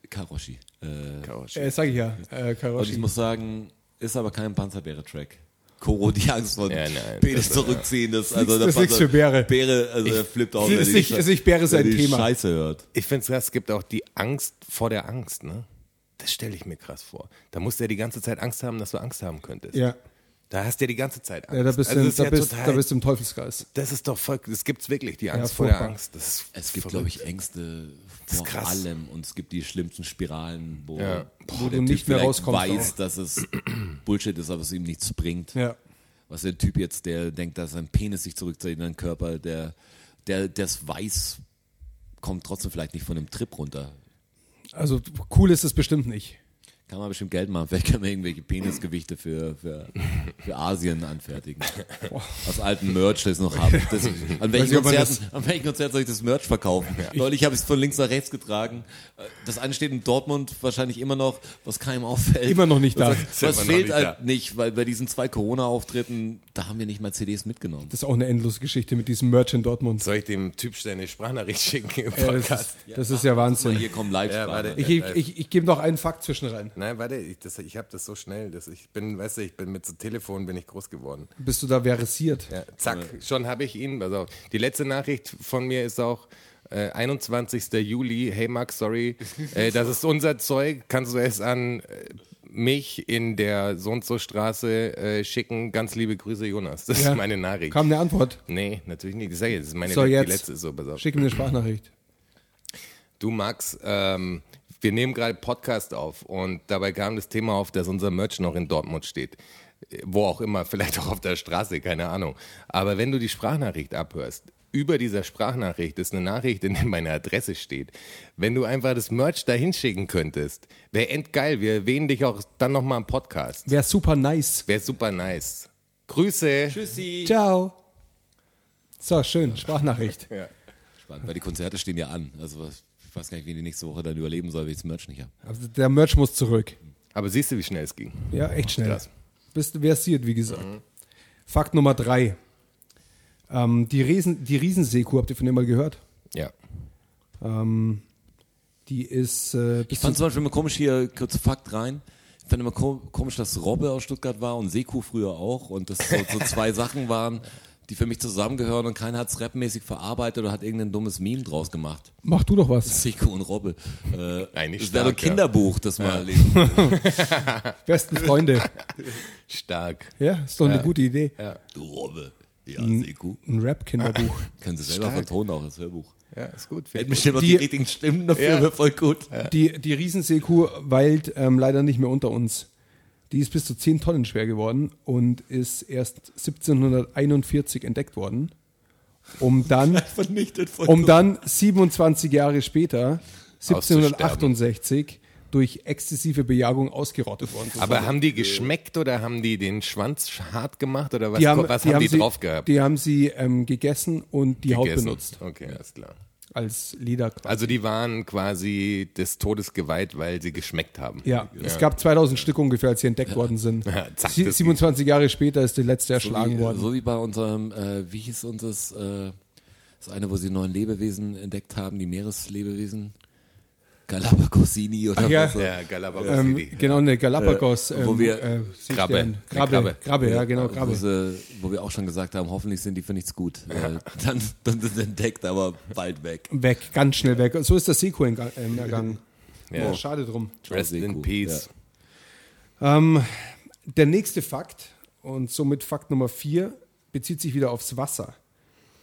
S7: Karoshi. Äh,
S2: Äh, sag ich ja. Äh,
S7: und ich
S2: Karoshi.
S7: muss sagen, ist aber kein Panzerbäre-Track. Koro, die Angst vor
S4: Ja, nein,
S7: Bären
S4: das-
S7: zurückziehen, das, also
S2: Nix- das
S7: der
S2: ist nix für Bäre.
S7: Bäre, also er flippt aus,
S2: ist
S7: wenn die
S2: nicht-
S7: Sche-
S2: ist nicht Bäre
S7: wenn
S2: sein
S7: die
S2: Thema.
S7: Scheiße hört.
S4: Ich finde es krass, es gibt auch die Angst vor der Angst, ne? Das stelle ich mir krass vor. Da musst du ja die ganze Zeit Angst haben, dass du Angst haben könntest.
S2: Ja.
S4: Da hast du ja die ganze Zeit Angst.
S2: ja, da bist,
S4: Also
S2: du,
S4: das ist
S2: da,
S4: ja
S2: bist,
S4: total-
S2: da bist du im Teufelskreis.
S4: das ist doch voll, das gibt's wirklich, die Angst
S2: Ja,
S4: vor der
S2: furchtbar.
S4: Angst. Das ist
S7: Es gibt,
S4: verrückt.
S7: glaube ich, Ängste vor
S4: krass.
S7: allem und es gibt die schlimmsten Spiralen, wo,
S4: Ja.
S7: boah,
S2: Wo du
S7: der
S2: nicht
S7: Typ
S2: mehr
S7: vielleicht
S2: rauskommst
S7: weiß,
S2: auch.
S7: dass es *clears throat* Bullshit ist, aber es ihm nichts bringt.
S2: Ja.
S7: Was der Typ jetzt, der denkt, dass sein Penis sich zurückzieht in seinen Körper, der, der das weiß, kommt trotzdem vielleicht nicht von dem Trip runter.
S2: Also cool ist es bestimmt nicht.
S7: Kann man bestimmt Geld machen. Vielleicht kann man irgendwelche Penisgewichte für, für, für Asien anfertigen. Aus alten Merch, das ich noch
S2: *laughs*
S7: habe. Das, an,
S2: Weiß
S7: welchen
S2: nicht, ob man
S7: Konzerten, an welchen Konzerten soll ich das Merch verkaufen? Neulich habe ich es von links nach rechts getragen. Das eine steht in Dortmund wahrscheinlich immer noch, was keinem auffällt.
S2: Immer noch nicht da.
S7: Was, was
S4: immer noch
S7: fehlt
S4: nicht
S7: halt nicht, weil bei diesen zwei Corona-Auftritten, da haben wir nicht mal CDs mitgenommen.
S2: Das ist auch eine endlose Geschichte mit diesem Merch in Dortmund.
S4: Soll ich dem Typ schnell eine Sprachnachricht *laughs* schicken im
S2: Ja, das
S4: Podcast?
S2: ist, das ist ja Wahnsinn.
S7: Hier kommen live
S4: Ja, warte.
S2: Ich, ich, ich, ich gebe noch einen Fakt zwischen rein.
S4: Nein, warte, ich, das- ich habe das so schnell, dass ich bin, weißt du, ich bin mit so Telefon bin ich groß geworden.
S2: Bist du da verisiert?
S4: Ja, zack, schon habe ich ihn. Pass auf. Die letzte Nachricht von mir ist auch äh, 21. Juli. Hey
S2: *laughs*
S4: Max, sorry, äh, das ist unser Zeug. Kannst du es an äh, mich in der so und so Straße äh, schicken? Ganz liebe Grüße, Jonas. Das
S2: Ja.
S4: ist meine Nachricht.
S2: Kam eine Antwort.
S4: Nee, natürlich nicht. Ich sag jetzt, das ist meine
S2: So,
S4: le-
S2: jetzt.
S4: die letzte. So, pass auf.
S2: Schick mir eine Sprachnachricht.
S4: Du Max, ähm, wir nehmen gerade Podcast auf und dabei kam das Thema auf, dass unser Merch noch in Dortmund steht. Äh, Wo auch immer, vielleicht auch auf der Straße, keine Ahnung. Aber wenn du die Sprachnachricht abhörst, über dieser Sprachnachricht ist eine Nachricht, in der meine Adresse steht. Wenn du einfach das Merch dahin schicken könntest, wäre endgeil. Wir erwähnen dich auch dann nochmal im Podcast.
S2: Wäre super nice.
S4: Wäre super nice. Grüße.
S2: Ciao. So, schön. Sprachnachricht.
S7: Spannend, weil die Konzerte stehen ja an. Also was- ich weiß gar nicht, wie die nächste Woche dann überleben soll, wenn ich das Merch nicht habe.
S2: Also der Merch muss zurück.
S4: Aber siehst du, wie schnell es ging?
S2: Ja, echt schnell.
S4: Krass.
S2: Bist du versiert, wie gesagt. Fakt Nummer drei. Ähm, die Riesen, die Riesenseekuh, habt ihr von ihr mal gehört?
S4: Ja.
S2: Ähm, die ist. Äh,
S7: Ich fand zum Beispiel immer komisch hier, kurz Fakt rein. Ich fand immer ko- komisch, dass Robbe aus Stuttgart war und Seku früher auch und das so, so *laughs* zwei Sachen waren, die für mich zusammengehören und keiner hat's rapmäßig verarbeitet oder hat irgendein dummes Meme draus gemacht.
S2: mach du doch was.
S7: Seku und Robbe. Äh,
S4: Eigentlich
S7: das wäre doch ein
S4: stark, ja.
S7: Kinderbuch, das mal lesen.
S2: Besten Freunde.
S4: Stark.
S2: ja, ist doch eine gute Idee.
S7: Du Robbe. Ja, Seku.
S2: Ein Rap-Kinderbuch.
S7: Kannst du selber vertonen auch als Hörbuch.
S4: Ja, ist gut.
S7: Hätten bestimmt auch die,
S2: Die-
S7: richtigen Stimmen dafür, wäre voll gut.
S2: Die, die Riesenseekuh weilt ähm, leider nicht mehr unter uns. Die ist bis zu 10 Tonnen schwer geworden und ist erst 1741 entdeckt worden, um dann,
S7: Vernichtet voll
S2: um dann 27 Jahre später, 1768, durch exzessive Bejagung ausgerottet worden zu
S4: Aber haben die geschmeckt oder haben die den Schwanz hart gemacht oder was,
S2: Die haben,
S4: was
S2: die haben
S4: die
S2: sie,
S4: drauf gehabt?
S2: Die haben sie ähm, gegessen und die Haut
S4: Gegessen.
S2: benutzt
S4: Okay, alles klar.
S2: als Leder.
S4: Also die waren quasi des Todes geweiht, weil sie geschmeckt haben.
S2: Ja, es gab 2000 Stück ungefähr, als sie entdeckt worden sind.
S4: zack,
S2: Sie-
S4: das-
S2: 27 Jahre später ist die letzte erschlagen
S7: wie,
S2: worden.
S7: So wie bei unserem, äh, wie hieß unseres, äh, das eine, wo sie neuen Lebewesen entdeckt haben, die Meereslebewesen. Galapagosini oder
S2: ja.
S7: was. auch-
S4: Ja, Galapagos
S2: Ähm,
S4: City.
S2: genau, eine Galapagos.
S7: Äh, wo wir-
S2: äh, Seestern.
S4: Krabbe. Eine
S2: Krabbe. Krabbe.
S4: Krabbe.
S2: ja, genau,
S7: Wo,
S2: Krabbe.
S7: sie, wo wir auch schon gesagt haben, hoffentlich sind die für nichts gut. Äh, dann, dann sind sie entdeckt, aber bald weg.
S2: Weg, ganz schnell weg. So ist das Sequel entga- ähm, ergangen.
S4: Ja.
S2: Ja, schade drum.
S4: Rest in
S7: Seku,
S4: Peace.
S2: Der nächste Fakt, und somit Fakt Nummer vier, bezieht sich wieder aufs Wasser.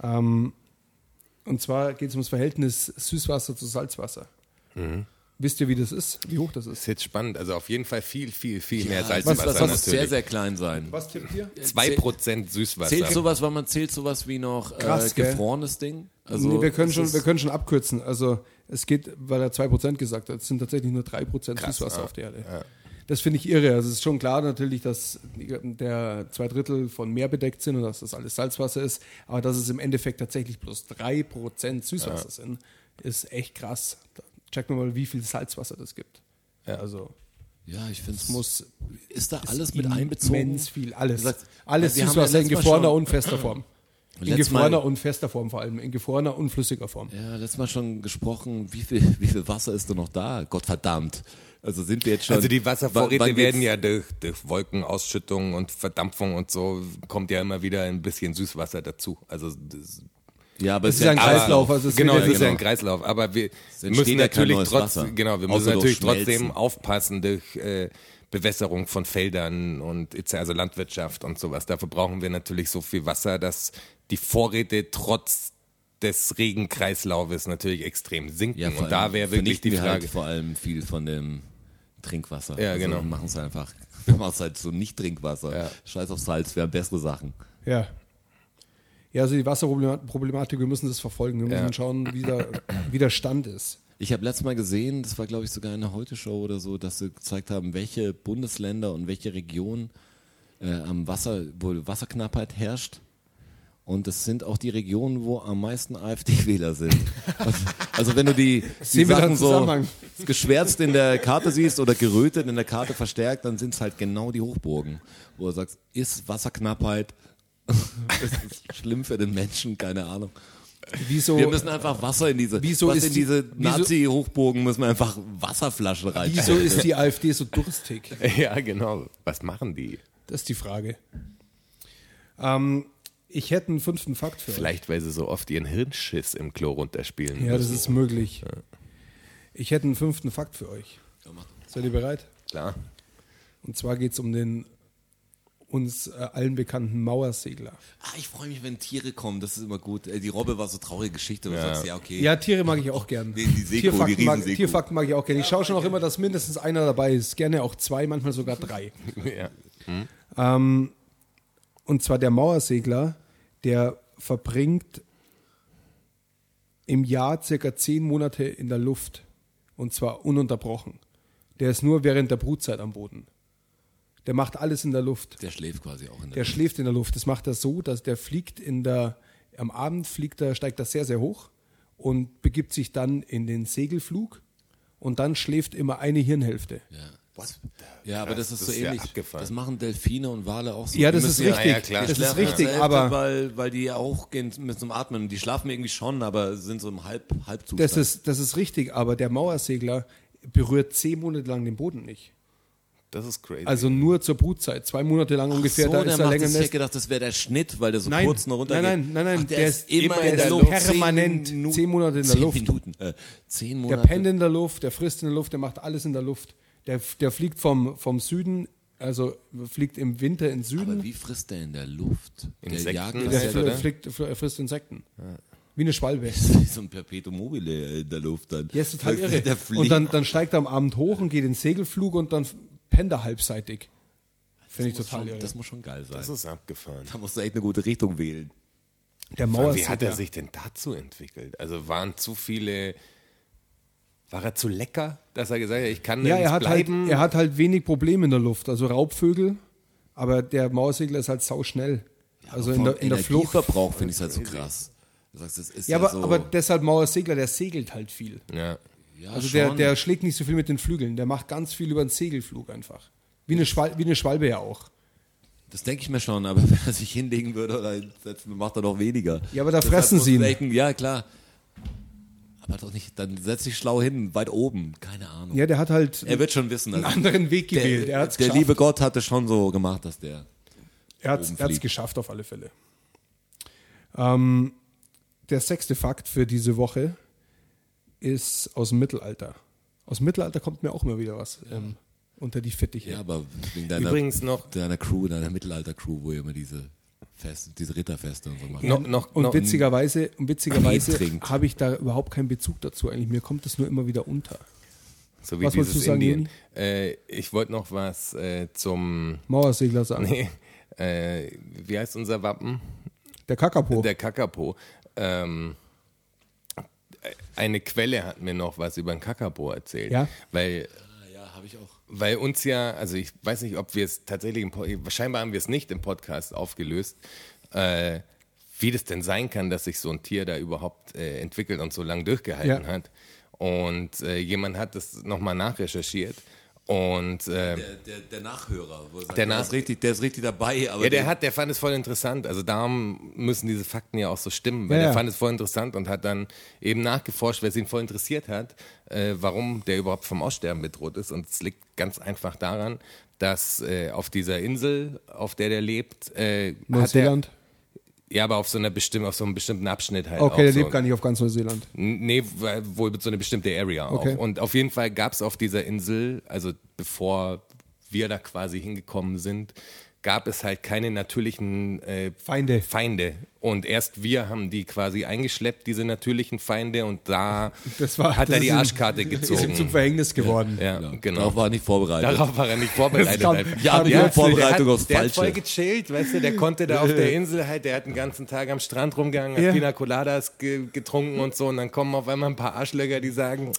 S2: Ähm, und zwar geht es ums Verhältnis Süßwasser zu Salzwasser. Wisst ihr, wie das ist? Wie hoch das
S4: Ist
S2: ist?
S4: jetzt spannend. Also auf jeden Fall viel, viel, viel mehr
S7: das,
S4: Salzwasser
S7: das muss sehr,
S4: natürlich.
S7: sehr klein sein.
S2: Was tippt ihr?
S4: Zwei Prozent Süßwasser.
S7: Zählt sowas, weil man zählt sowas wie noch äh,
S2: Krass, gell?
S7: gefrorenes Ding? Also
S2: nee, wir, können
S7: es
S2: schon,
S7: ist-
S2: wir können schon abkürzen. Also es geht, weil er 2% gesagt hat, es sind tatsächlich nur 3% Süßwasser
S4: ja,
S2: auf der Erde. Das finde ich irre. Also es ist schon klar natürlich, dass der zwei Drittel von Meer bedeckt sind und dass das alles Salzwasser ist. Aber dass es im Endeffekt tatsächlich bloß 3% Süßwasser sind, ist echt krass. Da Checken wir mal, wie viel Salzwasser das gibt. Also
S7: ja, ich finde es
S2: muss
S7: Ist da alles mit einbezogen?
S2: immens viel, alles.
S7: Du sagst,
S2: alles
S7: wir haben ja
S2: Süßwasser in
S7: letztes Mal
S2: gefrorener
S7: schon- *clears throat*
S2: und fester Form. In
S7: Letztes Mal-
S2: gefrorener und fester Form vor allem. In gefrorener und flüssiger Form.
S7: Ja, letztes Mal schon gesprochen, wie viel, *laughs* wie viel Wasser ist denn noch da? Gottverdammt. Also sind wir jetzt schon.
S4: Also die Wasservorräte
S7: Wann- wann
S4: werden
S7: geht's-
S4: ja durch, durch Wolkenausschüttung und Verdampfung und so, kommt ja immer wieder ein bisschen Süßwasser dazu. Also das,
S7: Ja, aber
S2: Es ist ein
S7: aber-
S2: Kreislauf, also es
S4: genau,
S2: wird
S4: es
S2: ja-
S4: ist ja
S7: genau.
S4: ein Kreislauf. Aber wir
S7: entsteht ja
S4: müssen
S7: kein
S4: natürlich,
S7: neues
S4: trotz,
S7: Wasser,
S4: genau, wir
S7: außer
S4: müssen
S7: durch
S4: natürlich
S7: Schmelzen.
S4: trotzdem aufpassen durch äh, Bewässerung von Feldern und etc., also Landwirtschaft und sowas. Dafür brauchen wir natürlich so viel Wasser, dass die Vorräte trotz des Regenkreislaufes natürlich extrem sinken.
S7: Ja, vor
S4: und da
S7: allem
S4: wäre wirklich
S7: vernichten
S4: die
S7: wir
S4: Frage.
S7: Halt vor allem viel von dem Trinkwasser. Also
S4: Ja, genau.
S7: Wir machen es einfach. *laughs* Wir machen es halt so nicht Trinkwasser.
S4: Ja.
S7: Scheiß auf Salz, wir haben bessere Sachen.
S2: Ja. Ja, also die Wasserproblematik, wir müssen das verfolgen. Wir
S4: Ja.
S2: müssen schauen, wie der, wie der Stand ist.
S7: Ich habe letztes Mal gesehen, das war glaube ich sogar in der Heute-Show oder so, dass sie gezeigt haben, welche Bundesländer und welche Regionen äh, am Wasser, wo Wasserknappheit herrscht. Und das sind auch die Regionen, wo am meisten AfD-Wähler sind. Also wenn du die, die
S2: Sehen wir da
S7: Sachen
S2: einen
S7: so
S2: Zusammenhang?
S7: geschwärzt in der Karte siehst oder gerötet in der Karte verstärkt, dann sind es halt genau die Hochburgen, wo du sagst, ist Wasserknappheit, *laughs* das ist schlimm für den Menschen, keine Ahnung.
S2: Wieso,
S7: Wir müssen einfach Wasser in diese,
S2: Wieso
S7: was
S2: ist
S7: in
S2: die-
S7: diese
S2: wieso-
S7: Nazi-Hochburgen müssen wir einfach Wasserflaschen rein.
S2: *laughs* wieso ist die AfD so durstig?
S7: halt.
S4: *laughs* Ja, genau. Was machen die?
S2: Das ist die Frage. Ähm, ich hätte einen fünften Fakt für euch.
S4: Vielleicht, weil sie so oft ihren Hirnschiss im Klo runterspielen.
S2: Ja, das
S4: müssen.
S2: ist möglich. Ich hätte einen fünften Fakt für euch. Seid ihr bereit?
S4: klar.
S2: Und zwar geht es um den uns äh, allen bekannten Mauersegler.
S7: ah, ich freue mich, wenn Tiere kommen, das ist immer gut. Äh, Die Robbe war so traurige Geschichte, aber du
S4: Ja.
S7: sagst, ja, okay.
S2: Ja, Tiere mag ich auch gern.
S7: Die- die Seekuh,
S2: Tierfakten,
S7: die
S2: mag,
S7: Riesenseekuh.
S2: Tierfakten mag ich auch gern. Ich schaue schon auch immer, dass mindestens einer dabei ist. Gerne auch zwei, manchmal sogar
S7: *laughs*
S2: drei.
S4: Ja.
S7: Hm?
S2: Ähm, und zwar der Mauersegler, der verbringt im Jahr circa zehn Monate in der Luft. Und zwar ununterbrochen. Der ist nur während der Brutzeit am Boden. Der macht alles in der Luft.
S7: Der schläft quasi auch in der
S2: Der schläft in der Luft. Das macht er so, dass der fliegt in der, am Abend fliegt er, steigt er sehr, sehr hoch und begibt sich dann in den Segelflug und dann schläft immer eine Hirnhälfte.
S7: ja. ja, aber das ist
S4: das
S7: so
S4: ist ja
S7: ähnlich.
S4: abgefahren.
S7: das machen Delfine und Wale auch so.
S2: Ja,
S7: Die
S2: das ist
S7: müssen
S2: richtig.
S4: ja, ja, klar.
S2: das
S7: schlafen
S2: ist richtig,
S7: selten,
S2: aber
S7: Weil, weil die ja auch gehen müssen zum Atmen. Und Die schlafen irgendwie schon, aber sind so im Halb, Halbzustand.
S2: das ist, das ist richtig, aber der Mauersegler berührt zehn Monate lang den Boden nicht.
S4: Das ist crazy.
S2: Also nur zur Brutzeit. Zwei Monate lang
S7: Ach so,
S2: ungefähr, da
S7: der
S2: ist er
S7: macht
S2: länger
S7: das. genau Ich hätte
S2: Nest.
S7: gedacht, das wäre der Schnitt, weil der so
S2: Nein,
S7: kurz noch runtergeht.
S2: nein, nein, nein, nein,
S7: Ach, der,
S2: der
S7: ist
S2: ist
S7: immer in
S2: der
S7: der
S2: ist
S7: Luft.
S2: permanent.
S7: Zehn Minuten.
S2: Zehn Monate in der
S7: Zehn
S2: Luft.
S7: Minuten. Äh, zehn
S2: Der
S7: Monate.
S2: pennt in der Luft, der frisst in der Luft, der macht alles in der Luft. Der, der fliegt vom, vom Süden, also fliegt im Winter in den Süden.
S7: Aber wie frisst der in der Luft? Der
S4: Insekten?
S7: jagt
S4: Der
S7: das
S2: Der
S7: ja
S4: oder?
S2: fliegt, fl- frisst Insekten. Wie eine Schwalbe.
S7: *laughs* wie so ein Perpetuum mobile äh, in der Luft dann.
S2: Ja, ist total irre.
S7: Der fliegt.
S2: Und dann, dann steigt er am Abend hoch und geht in den Segelflug und dann pennt er halbseitig. Finde ich
S7: das, muss
S2: total
S7: schon,
S2: irre.
S7: das muss schon geil sein.
S4: das ist abgefahren.
S7: Da musst du echt eine gute Richtung wählen.
S2: Der
S4: Wie hat
S2: Mauersegler.
S4: er sich denn dazu entwickelt? Also waren zu viele. War er zu lecker, dass er gesagt hat, ich kann
S2: Ja,
S4: nirgends
S2: er hat, halt,
S4: bleiben?
S2: er hat halt wenig Probleme in der Luft. Also Raubvögel, aber der Mauersegler ist halt sauschnell. also in der, in der Flucht.
S7: Verbrauch finde ich halt so krass. Du sagst, das ist
S2: Ja,
S7: ja,
S2: aber,
S7: so.
S2: aber deshalb Mauersegler, der segelt halt viel.
S4: ja.
S7: ja,
S2: Also der,
S7: schon.
S2: der schlägt nicht so viel mit den Flügeln, der macht ganz viel über den Segelflug einfach. Wie eine, Schwal wie eine Schwalbe ja auch.
S7: Das denke ich mir schon, aber *laughs* wenn er sich hinlegen würde oder hinsetzen, macht er noch weniger.
S2: Ja, aber da fressen
S7: muss
S2: sie ihn.
S7: vielleicht ein- Ja, klar. Aber doch nicht, dann setz dich schlau hin, weit oben, keine Ahnung.
S2: Ja, der hat halt
S7: Er wird schon wissen,
S2: einen
S7: also
S2: anderen Weg gewählt. er
S7: der,
S2: hat es
S7: der
S2: geschafft.
S7: liebe Gott hat es schon so gemacht, dass der.
S2: er hat's,
S7: oben
S2: er hat's
S7: fliegt.
S2: geschafft auf alle Fälle. Ähm, der sechste Fakt für diese Woche ist aus dem Mittelalter. Aus dem Mittelalter kommt mir auch immer wieder was ähm, unter die Fittiche.
S7: Ja, aber wegen deiner,
S4: Übrigens noch-
S7: deiner Crew, deiner Mittelalter-Crew, wo ihr immer diese, Fest, diese Ritterfeste und so macht.
S4: Noch, noch,
S2: Und
S4: noch,
S2: witzigerweise, und witzigerweise
S7: trinkt.
S2: habe ich da überhaupt keinen Bezug dazu eigentlich. Mir kommt das nur immer wieder unter.
S4: so wie
S2: was wolltest
S4: dieses
S2: du sagen,
S4: Indien. Äh, ich wollte noch was äh, zum. *laughs*
S2: Mauersegler sagen.
S4: Nee, äh, wie heißt unser Wappen?
S2: Der Kakapo.
S4: Oh. Der Kakapo. Ähm, eine Quelle hat mir noch was über den Kakapo erzählt.
S2: Ja.
S4: Weil
S7: Ah, Ja, habe ich auch.
S4: weil uns ja, also ich weiß nicht, ob wir es tatsächlich, im Po- scheinbar haben wir es nicht im Podcast aufgelöst, äh, wie das denn sein kann, dass sich so ein Tier da überhaupt äh, entwickelt und so lange durchgehalten
S2: Ja.
S4: hat. Und äh, jemand hat das nochmal nachrecherchiert Und äh,
S1: Der, der, der Nachhörer. Wo er sagt,
S4: Der
S1: der,
S4: Nach-
S1: ist richtig, der ist richtig dabei. Aber
S4: ja, der
S1: die-
S4: hat, der fand es voll interessant. Also darum müssen diese Fakten ja auch so stimmen, weil
S2: Ja,
S4: der
S2: ja.
S4: fand es voll interessant und hat dann eben nachgeforscht, weil es ihn voll interessiert hat, äh, warum der überhaupt vom Aussterben bedroht ist. Und es liegt ganz einfach daran, dass äh, auf dieser Insel, auf der der lebt, äh, hat der,
S2: Neuseeland?
S4: ja, aber auf so einer bestimmten, auf so einem bestimmten Abschnitt halt auch
S2: Okay, der
S4: so.
S2: lebt gar nicht auf ganz Neuseeland.
S4: Nee, weil- wohl so eine bestimmte Area.
S2: Okay.
S4: Auch. Und auf jeden Fall gab es auf dieser Insel, also bevor wir da quasi hingekommen sind, gab es halt keine natürlichen äh,
S2: Feinde.
S4: Feinde. Und erst wir haben die quasi eingeschleppt, diese natürlichen Feinde, und da
S2: Das war-
S4: hat
S2: das
S4: er die
S2: ist ihm- *laughs*
S4: Arschkarte
S2: Ist ihm zum
S4: gezogen.
S2: Verhängnis geworden.
S4: Ja, genau.
S1: Darauf war er nicht vorbereitet.
S4: Darauf war er nicht vorbereitet.
S2: Das kam-
S4: halt.
S1: ja, aber
S2: Ja,
S1: die
S2: der
S1: Vorbereitung
S4: der
S1: aufs
S4: der hat
S1: Falsche.
S4: voll gechillt, weißt du, der konnte da auf
S2: *laughs*
S4: der Insel halt, der hat den ganzen Tag am Strand rumgehangen, hat
S2: Ja.
S4: Pina Coladas ge getrunken und so und dann kommen auf einmal ein paar Arschlöcher, die sagen,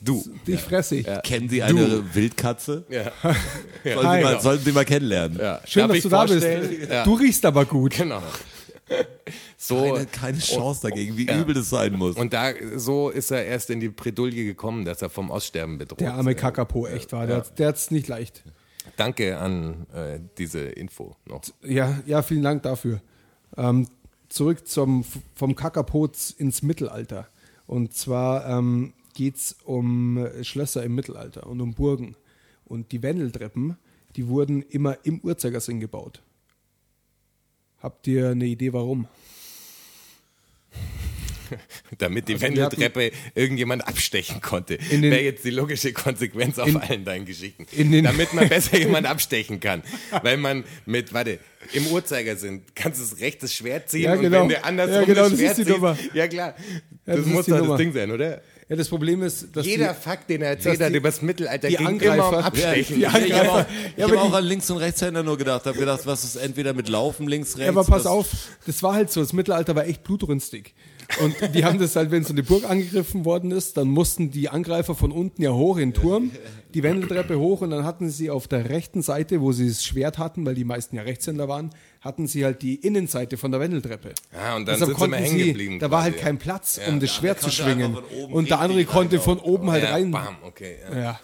S4: du.
S2: Dich fresse ich.
S1: Kennen Sie eine Wildkatze?
S4: Ja.
S1: Sollen,
S2: Hi.
S1: Sie mal, sollen Sie mal kennenlernen.
S4: Ja.
S2: *laughs* Schön,
S4: Darf
S2: dass
S4: ich
S2: du da bist.
S4: vorstellen? Ja.
S2: Du riechst aber gut. *laughs*
S4: Genau. So,
S1: Keine, keine Chance dagegen, wie übel das sein muss.
S4: und da, so ist er erst in die Bredouille gekommen, dass er vom Aussterben bedroht
S2: Der arme
S4: ist.
S2: Kakapo, echt war. Der, der hat's nicht leicht.
S4: Danke an äh, diese Info noch. *laughs*
S2: Ja, ja, vielen Dank dafür. Ähm, zurück zum, vom Kakapoz ins Mittelalter. Und zwar ähm, geht es um äh, Schlösser im Mittelalter und um Burgen. Und die Wendeltreppen, die wurden immer im Uhrzeigersinn gebaut. Habt ihr eine Idee, warum?
S4: Damit die
S2: Also wir
S4: Wendeltreppe irgendjemand abstechen konnte.
S2: In den-
S4: Wäre jetzt die logische Konsequenz auf
S2: In-
S4: allen deinen Geschichten.
S2: in den- *laughs*
S4: Damit man besser jemand abstechen kann. Weil man mit, warte, im Uhrzeigersinn kannst du das rechte Schwert ziehen
S2: Ja,
S4: und
S2: genau.
S4: wenn der andersrum
S2: Ja, genau,
S4: das
S2: das
S4: Schwert
S2: ist die
S4: ziehst-
S2: Nummer.
S4: Ja klar,
S2: das
S4: das,
S2: ist
S4: muss
S2: die
S4: doch
S2: Nummer.
S4: das Ding sein, oder?
S2: Ja, das Problem ist, dass
S4: Jeder
S2: die,
S4: Fakt, den er erzählt
S2: dass
S4: hat
S2: die-
S4: über das Mittelalter,
S2: die
S4: ging immer um
S2: Angreifer-
S4: Abstechen.
S2: Ja, die
S1: Ich habe auch,
S2: Angreifer-
S1: ich
S2: Ja,
S1: hab
S2: aber
S1: auch
S2: die-
S1: an Links- und Rechtshänder nur gedacht, habe gedacht, was ist entweder mit Laufen links, rechts.
S2: Ja, aber pass
S1: das-
S2: auf, das war halt so, das Mittelalter war echt blutrünstig. Und die haben das halt, wenn so eine Burg angegriffen worden ist, dann mussten die Angreifer von unten ja hoch in den Turm, die Wendeltreppe hoch und dann hatten sie auf der rechten Seite, wo sie das Schwert hatten, weil die meisten ja Rechtshänder waren, hatten sie halt die Innenseite von der Wendeltreppe.
S4: Ja, und
S2: Deshalb
S4: dann sind sie mal
S2: konnten
S4: hängen geblieben.
S2: Da war
S4: quasi.
S2: halt kein Platz,
S4: Ja,
S2: um das
S4: der
S2: Schwert zu
S1: konnte
S2: schwingen.
S1: einfach von oben
S2: Und der andere
S1: richtig
S2: konnte
S1: rein
S2: von oben halt
S4: ja,
S2: rein.
S4: Bam, okay. Ja.
S2: Ja,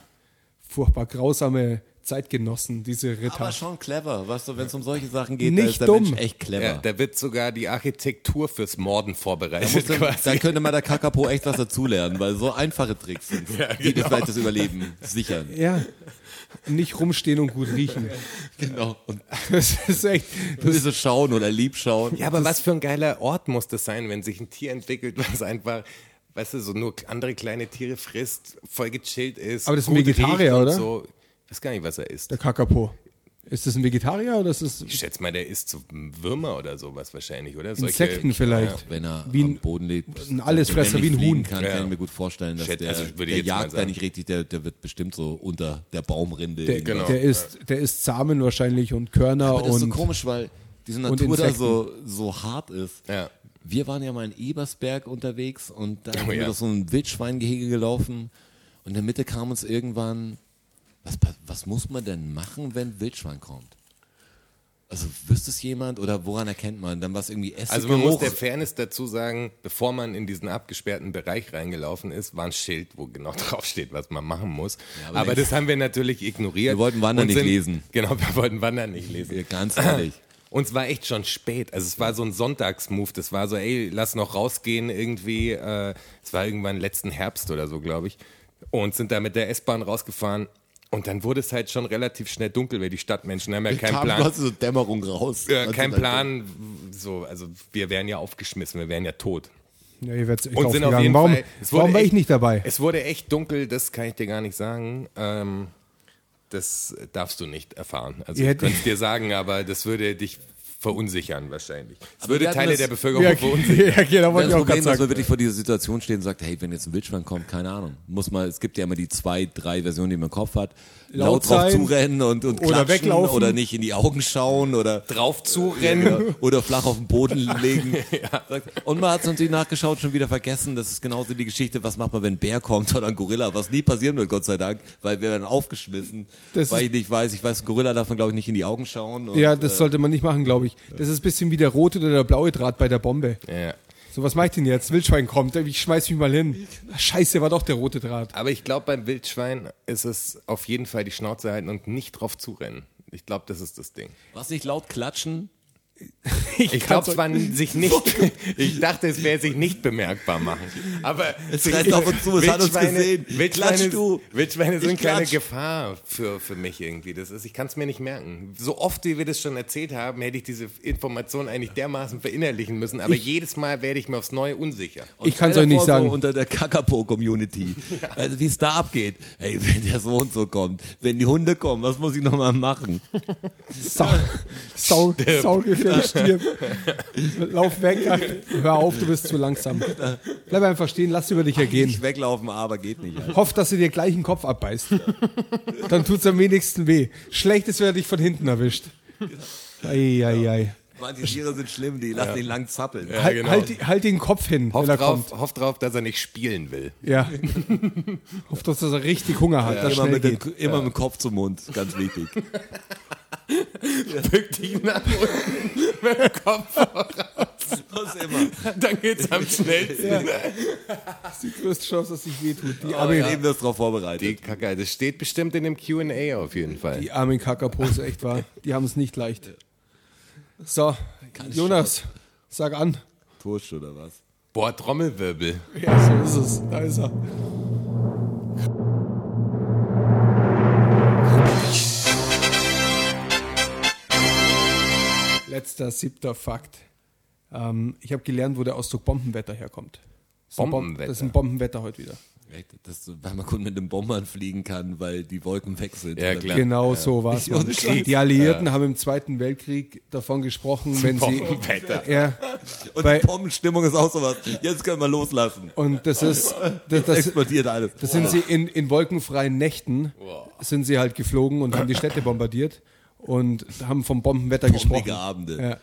S2: furchtbar grausame Zeitgenossen, diese Ritter.
S1: Aber schon clever, weißt du, wenn es um solche Sachen geht, da
S2: Nicht
S1: ist der
S2: dumm.
S1: Mensch echt clever.
S4: Ja, da wird sogar die Architektur fürs
S2: *laughs*
S4: Morden vorbereitet.
S1: Musste, da könnte man der Kakapo echt was dazulernen, weil so einfache Tricks sind, die dir vielleicht das Überleben sichern.
S2: Ja. Nicht rumstehen und gut riechen.
S1: Genau. Und
S2: Das ist echt.
S1: das ist so schauen oder lieb schauen.
S4: Ja, aber was für ein geiler Ort muss das sein, wenn sich ein Tier entwickelt, *laughs* was einfach, weißt du, so nur andere kleine Tiere frisst, voll gechillt ist.
S2: Aber das ist ein
S4: gut
S2: Vegetarier,
S4: riecht und
S2: oder?
S4: So. Ich weiß gar nicht, was er isst.
S2: Der Kakapo. Ist das ein Vegetarier oder ist das
S4: Ich schätze mal, der isst so Würmer oder sowas wahrscheinlich, oder? Solche-
S2: Insekten vielleicht?
S1: Wenn er
S2: Wie
S1: am
S2: ein,
S1: Boden lebt,
S2: ein Allesfresser,
S1: wenn er
S2: wie
S1: nicht
S2: ein
S1: fliegen
S2: Huhn.
S1: Kann,
S4: Ja.
S1: kann ich mir gut vorstellen, dass
S4: Schätz-
S1: der,
S4: also ich würde
S1: der
S4: jetzt mal
S1: jagt da
S4: sagen.
S1: nicht richtig, der, der wird bestimmt so unter der Baumrinde.
S2: der, genau.
S1: irgendwas.
S2: der, ist, der ist Samen wahrscheinlich und Körner
S1: Aber das ist so
S2: und.
S1: komisch, weil diese
S2: und
S1: Natur da
S2: Insekten.
S1: so, so hart ist.
S4: Ja. Oh
S1: Wir waren ja mal in Ebersberg unterwegs und da sind wir
S4: ja.
S1: durch so ein Wildschweingehege gelaufen und in der Mitte kam uns irgendwann, was, pa- was muss man denn machen, wenn Wildschwein kommt? Also wüsste es jemand oder woran erkennt man? Dann was irgendwie Essen
S4: Also man muss der Fairness dazu sagen, bevor man in diesen abgesperrten Bereich reingelaufen ist, war ein Schild, wo genau *laughs* draufsteht, was man machen muss. aber
S1: aber
S4: das haben wir natürlich ignoriert.
S1: Wir wollten Wandern
S4: und
S1: nicht lesen.
S4: *laughs* Genau, wir wollten Wandern nicht lesen.
S1: Ganz
S4: *clears throat*
S1: ehrlich.
S4: Uns war echt schon spät. Also es war so ein Sonntagsmove. Das war so, ey, lass noch rausgehen irgendwie. Äh, Es war irgendwann letzten Herbst oder so, glaube ich. Und sind da mit der S-Bahn rausgefahren. Und dann wurde es halt schon relativ schnell dunkel, weil die Stadtmenschen haben ja keinen
S1: Kam
S4: Plan.
S1: plötzlich so Dämmerung raus.
S4: Äh,
S1: Also
S4: kein
S2: halt
S1: dann-
S4: Plan, w- so, also wir wären ja aufgeschmissen, wir wären ja tot.
S2: Ja, ihr werdet echt
S4: Und sind auf
S2: draufgegangen.
S4: jeden
S2: Warum,
S4: Fall. es wurde
S2: warum war
S4: echt-
S2: ich nicht dabei?
S4: Es wurde echt dunkel, das kann ich dir gar nicht sagen. Ähm, das darfst du nicht erfahren. Also
S2: Ihr
S4: ich
S2: hättet-
S4: könnte es dir sagen, aber das würde dich verunsichern wahrscheinlich. Es
S1: wir
S4: würde
S1: hatten
S4: Teile
S1: das-
S4: der Bevölkerung
S2: Ja,
S4: verunsichern.
S2: *laughs* ja, genau, wollte
S1: Das
S2: ich auch gerade
S1: Problem, dass
S2: sagen.
S1: man wirklich vor dieser Situation steht und sagt, hey, wenn jetzt ein Wildschwein kommt, keine Ahnung. Muss man, es gibt ja immer die zwei, drei Versionen, die man im Kopf hat. Laut,
S2: Laut
S1: drauf
S2: sein
S1: zurennen und, und
S2: oder
S1: klatschen
S2: weglaufen.
S1: oder nicht in die Augen schauen oder
S4: Drauf zu
S1: rennen oder flach auf den Boden legen. Und man hat es natürlich nachgeschaut, schon wieder vergessen. Das ist genauso die Geschichte, was macht man, wenn ein Bär kommt oder ein Gorilla, was nie passieren wird, Gott sei Dank, weil wir werden aufgeschmissen,
S2: Das
S1: weil
S2: ist-
S1: ich nicht weiß, ich weiß, ein Gorilla darf man glaube ich nicht in die Augen schauen. Und,
S2: Ja, das
S1: äh,
S2: sollte man nicht machen, glaube ich. Das ist ein bisschen wie der rote oder der blaue Draht bei der Bombe.
S4: Ja.
S2: So, was mache ich denn jetzt? Wildschwein kommt, ich schmeiß mich mal hin. Scheiße, war doch der rote Draht.
S4: Aber ich glaube, beim Wildschwein ist es auf jeden Fall die Schnauze halten und nicht drauf zurennen. Ich glaube, das ist das Ding.
S1: Was nicht laut klatschen,
S4: Ich
S2: kann's
S4: glaube, es man sich *laughs* nicht. Ich dachte, es wäre sich nicht bemerkbar machen. Aber es
S1: reißt auf uns zu, es hat uns gesehen. Klatsch
S4: Wildschweine,
S1: du.
S4: Wildschweine sind
S1: Ich
S4: keine
S1: klatsch.
S4: Gefahr für, für mich irgendwie. Das ist, ich kann es mir nicht merken. So oft, wie wir das schon erzählt haben, hätte ich diese Information eigentlich dermaßen verinnerlichen müssen. Aber jedes Mal werde ich mir aufs Neue unsicher.
S2: Ich kann's euch
S1: Stell dir
S2: nicht
S1: vor,
S2: sagen.
S1: So unter
S2: *laughs*
S1: der Kakapo-Community. Also wie es da abgeht. Ey, wenn der so und so kommt, wenn die Hunde kommen, was muss ich nochmal machen?
S2: Sau, sau, saugefährlich stirb. Lauf weg, hör auf, du bist zu langsam. Bleib einfach stehen, lass über dich ergehen.
S1: Nicht weglaufen, aber geht nicht. Alter.
S2: Hoff, dass du dir gleich den Kopf abbeißt. Dann tut's am wenigsten weh. Schlecht ist, wenn er dich von hinten erwischt. Ei, ei, ei.
S1: Manche Tiere sind schlimm, die lassen ihn lang zappeln.
S2: Halt,
S4: genau.
S2: halt, die- halt den Kopf hin,
S4: Hoff
S2: wenn er
S4: drauf,
S2: kommt.
S4: hoff drauf, dass er nicht spielen will.
S2: Ja. *laughs* Hoff, dass er richtig Hunger hat, dass
S1: Immer,
S2: schnell
S1: mit dem,
S2: geht.
S1: immer mit dem Kopf zum Mund, ganz
S2: *laughs*
S1: wichtig.
S4: Bück dich nach unten mit dem Kopf voraus.
S1: Was immer.
S4: Dann geht's am schnellsten.
S2: Du wirst schon, dass sich wehtut. Die
S1: Aber wir
S2: arme,
S1: haben das drauf
S4: Die
S1: vorbereitet.
S4: Kacke, das steht bestimmt in dem QA auf jeden Fall.
S2: die armen *laughs* Kakapose, echt wahr. Die haben es nicht leicht. So, Jonas, sag an.
S1: Tusch oder was?
S4: Boah, Trommelwirbel.
S2: Ja, so ist es. Da ist er. Letzter siebter Fakt. Ähm, ich habe gelernt, wo der Ausdruck Bombenwetter herkommt. Das ist ein Bom-
S4: Bombenwetter.
S2: Das ist ein Bombenwetter heute wieder.
S1: Echt, Dass du- weil man gut mit dem Bombern fliegen kann, weil die Wolken weg sind.
S4: Ja,
S1: Oder-
S4: klar.
S2: Genau so war es.
S1: ohne Scheiß.
S2: Die Alliierten haben im Zweiten Weltkrieg davon gesprochen, wenn sie.
S4: Bombenwetter.
S2: Ja,
S1: Und
S2: Bei-
S1: die Bombenstimmung ist auch sowas. Jetzt können wir loslassen.
S2: und das ist. Das, das,
S1: Explodiert alles.
S2: Das sind sie in, in wolkenfreien Nächten, sind sie halt geflogen und haben die Städte bombardiert und haben vom Bombenwetter
S1: bombige
S2: gesprochen.
S1: Abende.
S2: Ja.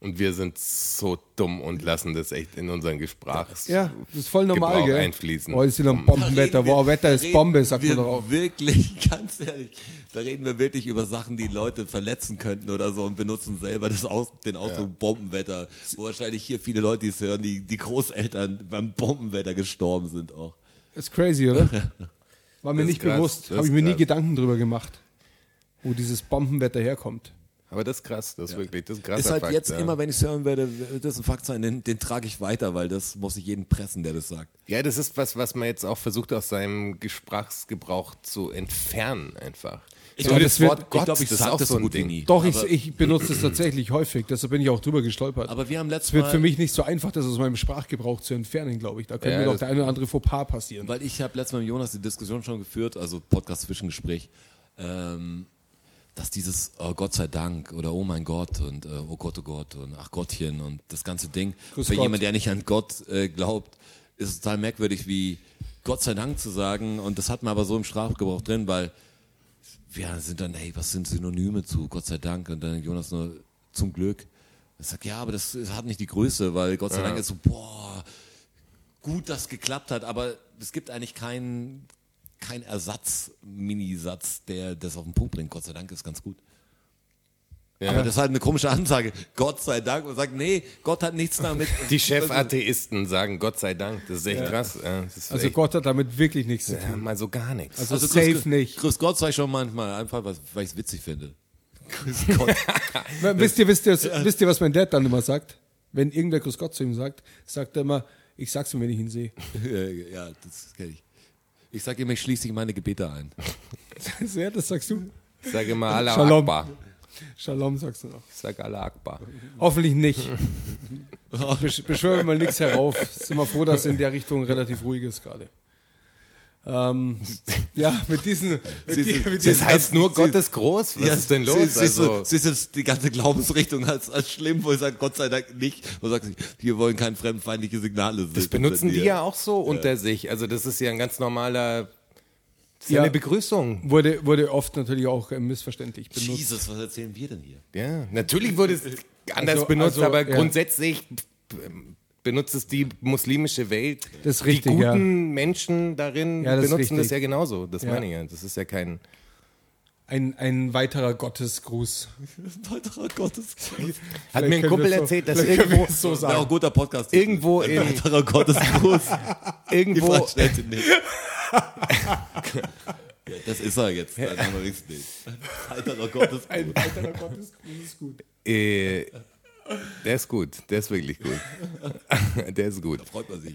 S4: Und wir sind so dumm und lassen das echt in unseren Gesprachs.
S2: ja, das ist voll normal,
S4: Gebrauch
S2: gell?
S4: einfließen.
S2: Oh, ist wieder ein
S1: Da
S2: Bombenwetter.
S1: reden wir-
S2: Wow, Wetter
S1: da
S2: ist
S1: reden
S2: Bombe, sagt
S1: wir
S2: man doch auch.
S1: Wirklich, *laughs* ganz ehrlich, da reden wir wirklich über Sachen, die Leute verletzen könnten oder so und benutzen selber das Aus, den Ausdruck Bombenwetter. Wo wahrscheinlich hier viele Leute, die es hören, die, die Großeltern beim Bombenwetter gestorben sind auch.
S2: Ist crazy, oder? War mir
S4: Das ist
S2: nicht
S4: krass,
S2: bewusst.
S4: das
S2: Habe ich
S4: ist
S2: mir nie
S4: krass.
S2: Gedanken drüber gemacht, wo dieses Bombenwetter herkommt.
S4: Aber das ist krass, das ist wirklich, das ist ein krasser
S1: Ist halt
S4: Fakt,
S1: jetzt
S4: ja.
S1: immer, wenn ich es hören werde, wird das ein Fakt sein, den, den trage ich weiter, weil das muss ich jeden pressen, der das sagt.
S4: Ja, das ist was, was man jetzt auch versucht, aus seinem Gesprachsgebrauch zu entfernen, einfach.
S1: Ich
S2: glaub, das wird-
S1: ich glaub, ich sag das so gut wie nie.
S2: Doch, ich,
S1: Aber-
S2: ich benutze es tatsächlich häufig, deshalb bin ich auch drüber gestolpert.
S1: Aber wir haben letztes
S2: es wird
S1: Mal-
S2: für mich nicht so einfach, das aus meinem Sprachgebrauch zu entfernen, glaube ich. Da könnte
S4: Ja,
S2: mir doch
S4: das-
S2: der eine oder andere Fauxpas passieren.
S1: Weil ich habe letztes Mal mit Jonas die Diskussion schon geführt, also Podcast-Zwischengespräch, ähm, dass dieses oh Gott sei Dank oder oh mein Gott und äh, oh Gott, oh Gott und ach Gottchen und das ganze Ding.
S2: Grüß
S1: Für
S2: Gott.
S1: jemand, der nicht an Gott äh, glaubt, ist es total merkwürdig, wie Gott sei Dank zu sagen und das hat man aber so im Strafgebrauch drin, weil wir sind dann, hey, was sind Synonyme zu Gott sei Dank und dann Jonas nur zum Glück. Er sagt, ja, aber das hat nicht die Größe, weil Gott sei Dank ist so, boah, gut, dass geklappt hat, aber es gibt eigentlich keinen kein Ersatz, Minisatz, der das auf den Punkt bringt. Gott sei Dank ist ganz gut. Aber das ist halt eine komische Ansage. Gott sei Dank. Und sagt, nee, Gott hat
S2: *laughs*
S1: nichts damit.
S4: Die Chefatheisten sagen Gott sei Dank, das ist echt krass. Ja, das ist
S2: Also
S4: echt,
S2: Gott hat damit wirklich nichts zu tun.
S4: ja, mal so gar nichts.
S2: Also,
S1: Also
S2: safe
S1: grüß,
S2: nicht.
S1: Grüß Gott sei schon manchmal, einfach weil ich es witzig
S2: *laughs*
S1: finde. Grüß Gott.
S2: Wisst ihr, wisst ihr, wisst ihr, was mein Dad dann immer sagt? Wenn irgendwer Grüß Gott zu ihm sagt, sagt er immer, ich sag's ihm, wenn ich ihn sehe. *laughs*
S1: Äh, ja, das kenne ich. Ich sage immer, ich schließe ich meine Gebete
S4: *laughs*
S1: ein.
S2: So, ja, das sagst du.
S4: ich sage immer Allah
S2: Shalom.
S4: Akbar.
S2: Shalom sagst du noch.
S4: Ich sage Allah Akbar.
S2: Hoffentlich nicht. Besch beschwören wir mal nichts herauf. Sind wir froh, dass in der Richtung relativ ruhig ist gerade. Ähm, ja, mit diesen, mit die, mit
S4: Das
S2: diesen
S4: heißt nur, Gott ist groß. Was ist denn los?
S1: Sie, siehst,
S4: also,
S1: du, siehst du das- die ganze Glaubensrichtung als, als schlimm, wo ich sage, Gott sei Dank nicht. Wo sagst du, wir wollen keine fremdenfeindliche Signale sehen.
S4: Das benutzen die ja auch so unter sich. Also das ist ja ein ganz normaler, das ist ja.
S2: Ja.
S4: eine Begrüßung.
S2: wurde, wurde oft natürlich auch äh, missverständlich benutzt.
S1: Jesus, was erzählen wir denn hier?
S4: Ja, natürlich wurde es anders
S2: Also-
S4: benutzt,
S2: also,
S4: aber
S2: ja.
S4: grundsätzlich ähm, benutzt es die muslimische Welt.
S2: Das ist richtig,
S4: Die
S2: ja.
S4: guten Menschen darin
S2: Ja, das ist
S4: benutzen das
S2: richtig.
S4: ja genauso. Das
S2: Ja.
S4: meine ich ja. Das ist ja kein
S2: ein, ein weiterer Gottesgruß.
S1: Weiterer
S4: *laughs*
S1: Gottes.
S4: Hat mir ein
S2: können wir
S4: Kumpel
S2: so-
S4: erzählt, dass
S2: vielleicht können wir
S4: irgendwo,
S2: es so
S1: Ja, auch
S2: sagen.
S1: ein guter Podcast.
S4: Irgendwo
S1: Ein
S4: in-
S1: weiterer Gottesgruß. Die
S4: *laughs* irgendwo,
S1: Frage stellt sich
S4: *laughs*
S1: nicht. Ja, das ist er jetzt. Dann haben wir nichts nicht. Weiterer Gottesgruß.
S2: Ein weiterer Gottesgruß ist gut.
S4: äh, der ist gut, der ist wirklich gut. *laughs* Der ist gut.
S1: Freut man sich.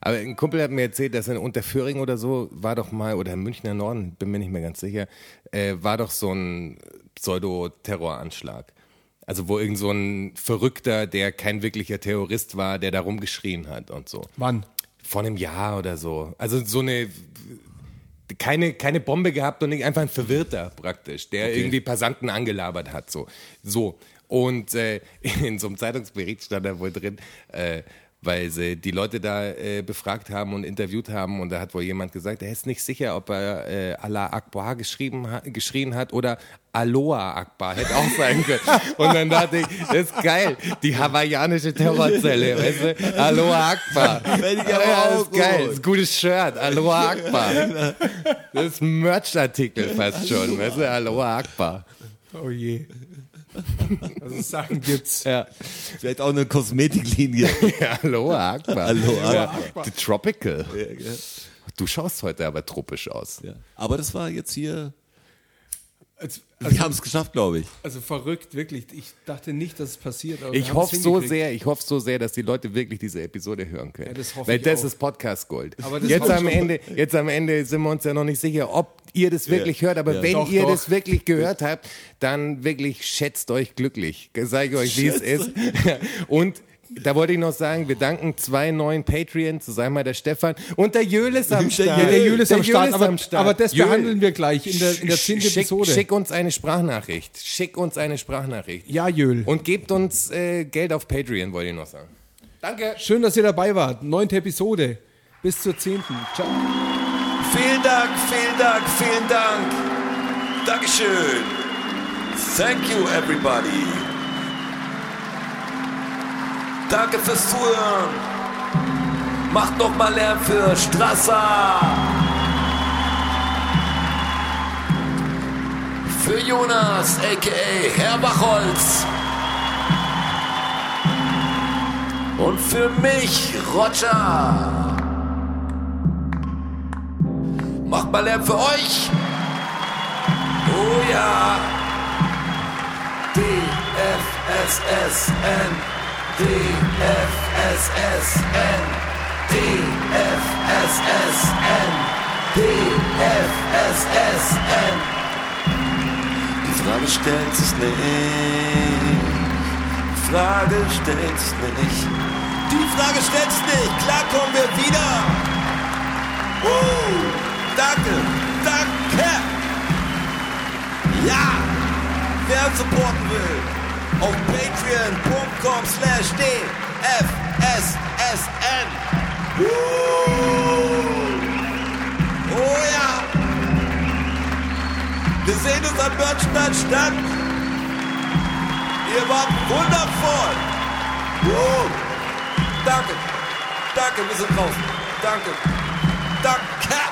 S4: Aber ein Kumpel hat mir erzählt, dass in Unterföhring oder so war doch mal, oder im Münchner Norden, bin mir nicht mehr ganz sicher, äh, war doch so ein Pseudo-Terroranschlag. Also wo irgend so ein Verrückter, der kein wirklicher Terrorist war, der da rumgeschrien hat und so.
S2: Mann.
S4: Vor einem Jahr oder so. Also so eine, keine, keine Bombe gehabt und nicht einfach ein Verwirrter praktisch, der irgendwie Passanten angelabert hat. So. so. Und äh, *laughs* in so einem Zeitungsbericht stand da wohl drin, äh, weil sie die Leute da äh, befragt haben und interviewt haben und da hat wohl jemand gesagt, er ist nicht sicher, ob er äh, Allah Akbar geschrieben, ha geschrien hat oder Aloha Akbar hätte auch
S1: *laughs*
S4: sein können. Und dann dachte ich, das ist geil, die hawaiianische Terrorzelle, weißt du? Aloha Akbar.
S1: Fände ich aber
S4: Ja, das
S1: auch
S4: ist geil,
S1: gut.
S4: das ist ein gutes Shirt, Aloha Akbar. Das ist ein Merch-Artikel fast schon, weißt du? Aloha Akbar.
S2: Oh je. Also Sachen gibt's.
S4: *laughs* Ja.
S1: Vielleicht auch eine Kosmetiklinie.
S4: Aloha Akbar.
S1: Aloha
S4: Ja. The Tropical. Du schaust heute aber tropisch aus.
S1: Ja. Aber das war jetzt hier.
S2: Also,
S1: Wir haben es geschafft, glaube ich.
S2: also verrückt, wirklich. Ich dachte nicht, dass es passiert. aber wir
S4: Ich
S2: haben's
S4: hoffe so
S2: hingekriegt.
S4: sehr, ich hoffe so sehr, dass die Leute wirklich diese Episode hören können.
S2: Ja, das hoffe
S4: Weil
S2: ich
S4: das
S2: auch.
S4: ist Podcast Gold.
S2: Aber das
S4: Jetzt
S2: hoffe ich
S4: am
S2: auch.
S4: Ende, jetzt am Ende sind wir uns ja noch nicht sicher, ob ihr das wirklich hört, aber wenn
S2: Doch,
S4: ihr
S2: doch.
S4: das wirklich gehört habt, dann wirklich schätzt euch glücklich. Sage euch, wie es ist. *laughs* Und da wollte ich noch sagen, wir danken zwei neuen Patreons, zusammen mal der Stefan und der Jölis am Start.
S2: Ja, der Jule ist am Start,
S4: Jölis
S2: aber,
S4: am Start.
S2: aber das
S4: Jöl,
S2: behandeln wir gleich in der, in der zehnten
S4: schick,
S2: Episode.
S4: Schick uns eine Sprachnachricht. Schick uns eine Sprachnachricht.
S2: Ja, Jöl.
S4: Und gebt uns äh, Geld auf Patreon, wollte ich noch sagen. Danke.
S2: Schön, dass ihr dabei wart. Neunte Episode. Bis zur zehnten. Ciao.
S7: Vielen Dank, vielen Dank, vielen Dank. Dankeschön. Thank you, everybody. Danke fürs Zuhören. Macht noch mal Lärm für Strasser. Für Jonas, a.k.a. Herr Bachholz. Und für mich, Roger. Macht mal Lärm für euch. Oh ja. DFSSN. DFSSN. DFSSN. DFSSN. Die Frage stellt sich nicht. Die Frage stellt sich nicht. Die Frage stellt sich nicht. Klar kommen wir wieder. Uh, danke, danke. Ja, wer uns supporten will, auf patreon.com slash dfssn. Uh, oh ja. Wir sehen uns am Börnstein statt. Ihr wart wundervoll. Uh, danke, danke, wir sind draußen. Danke. Danke.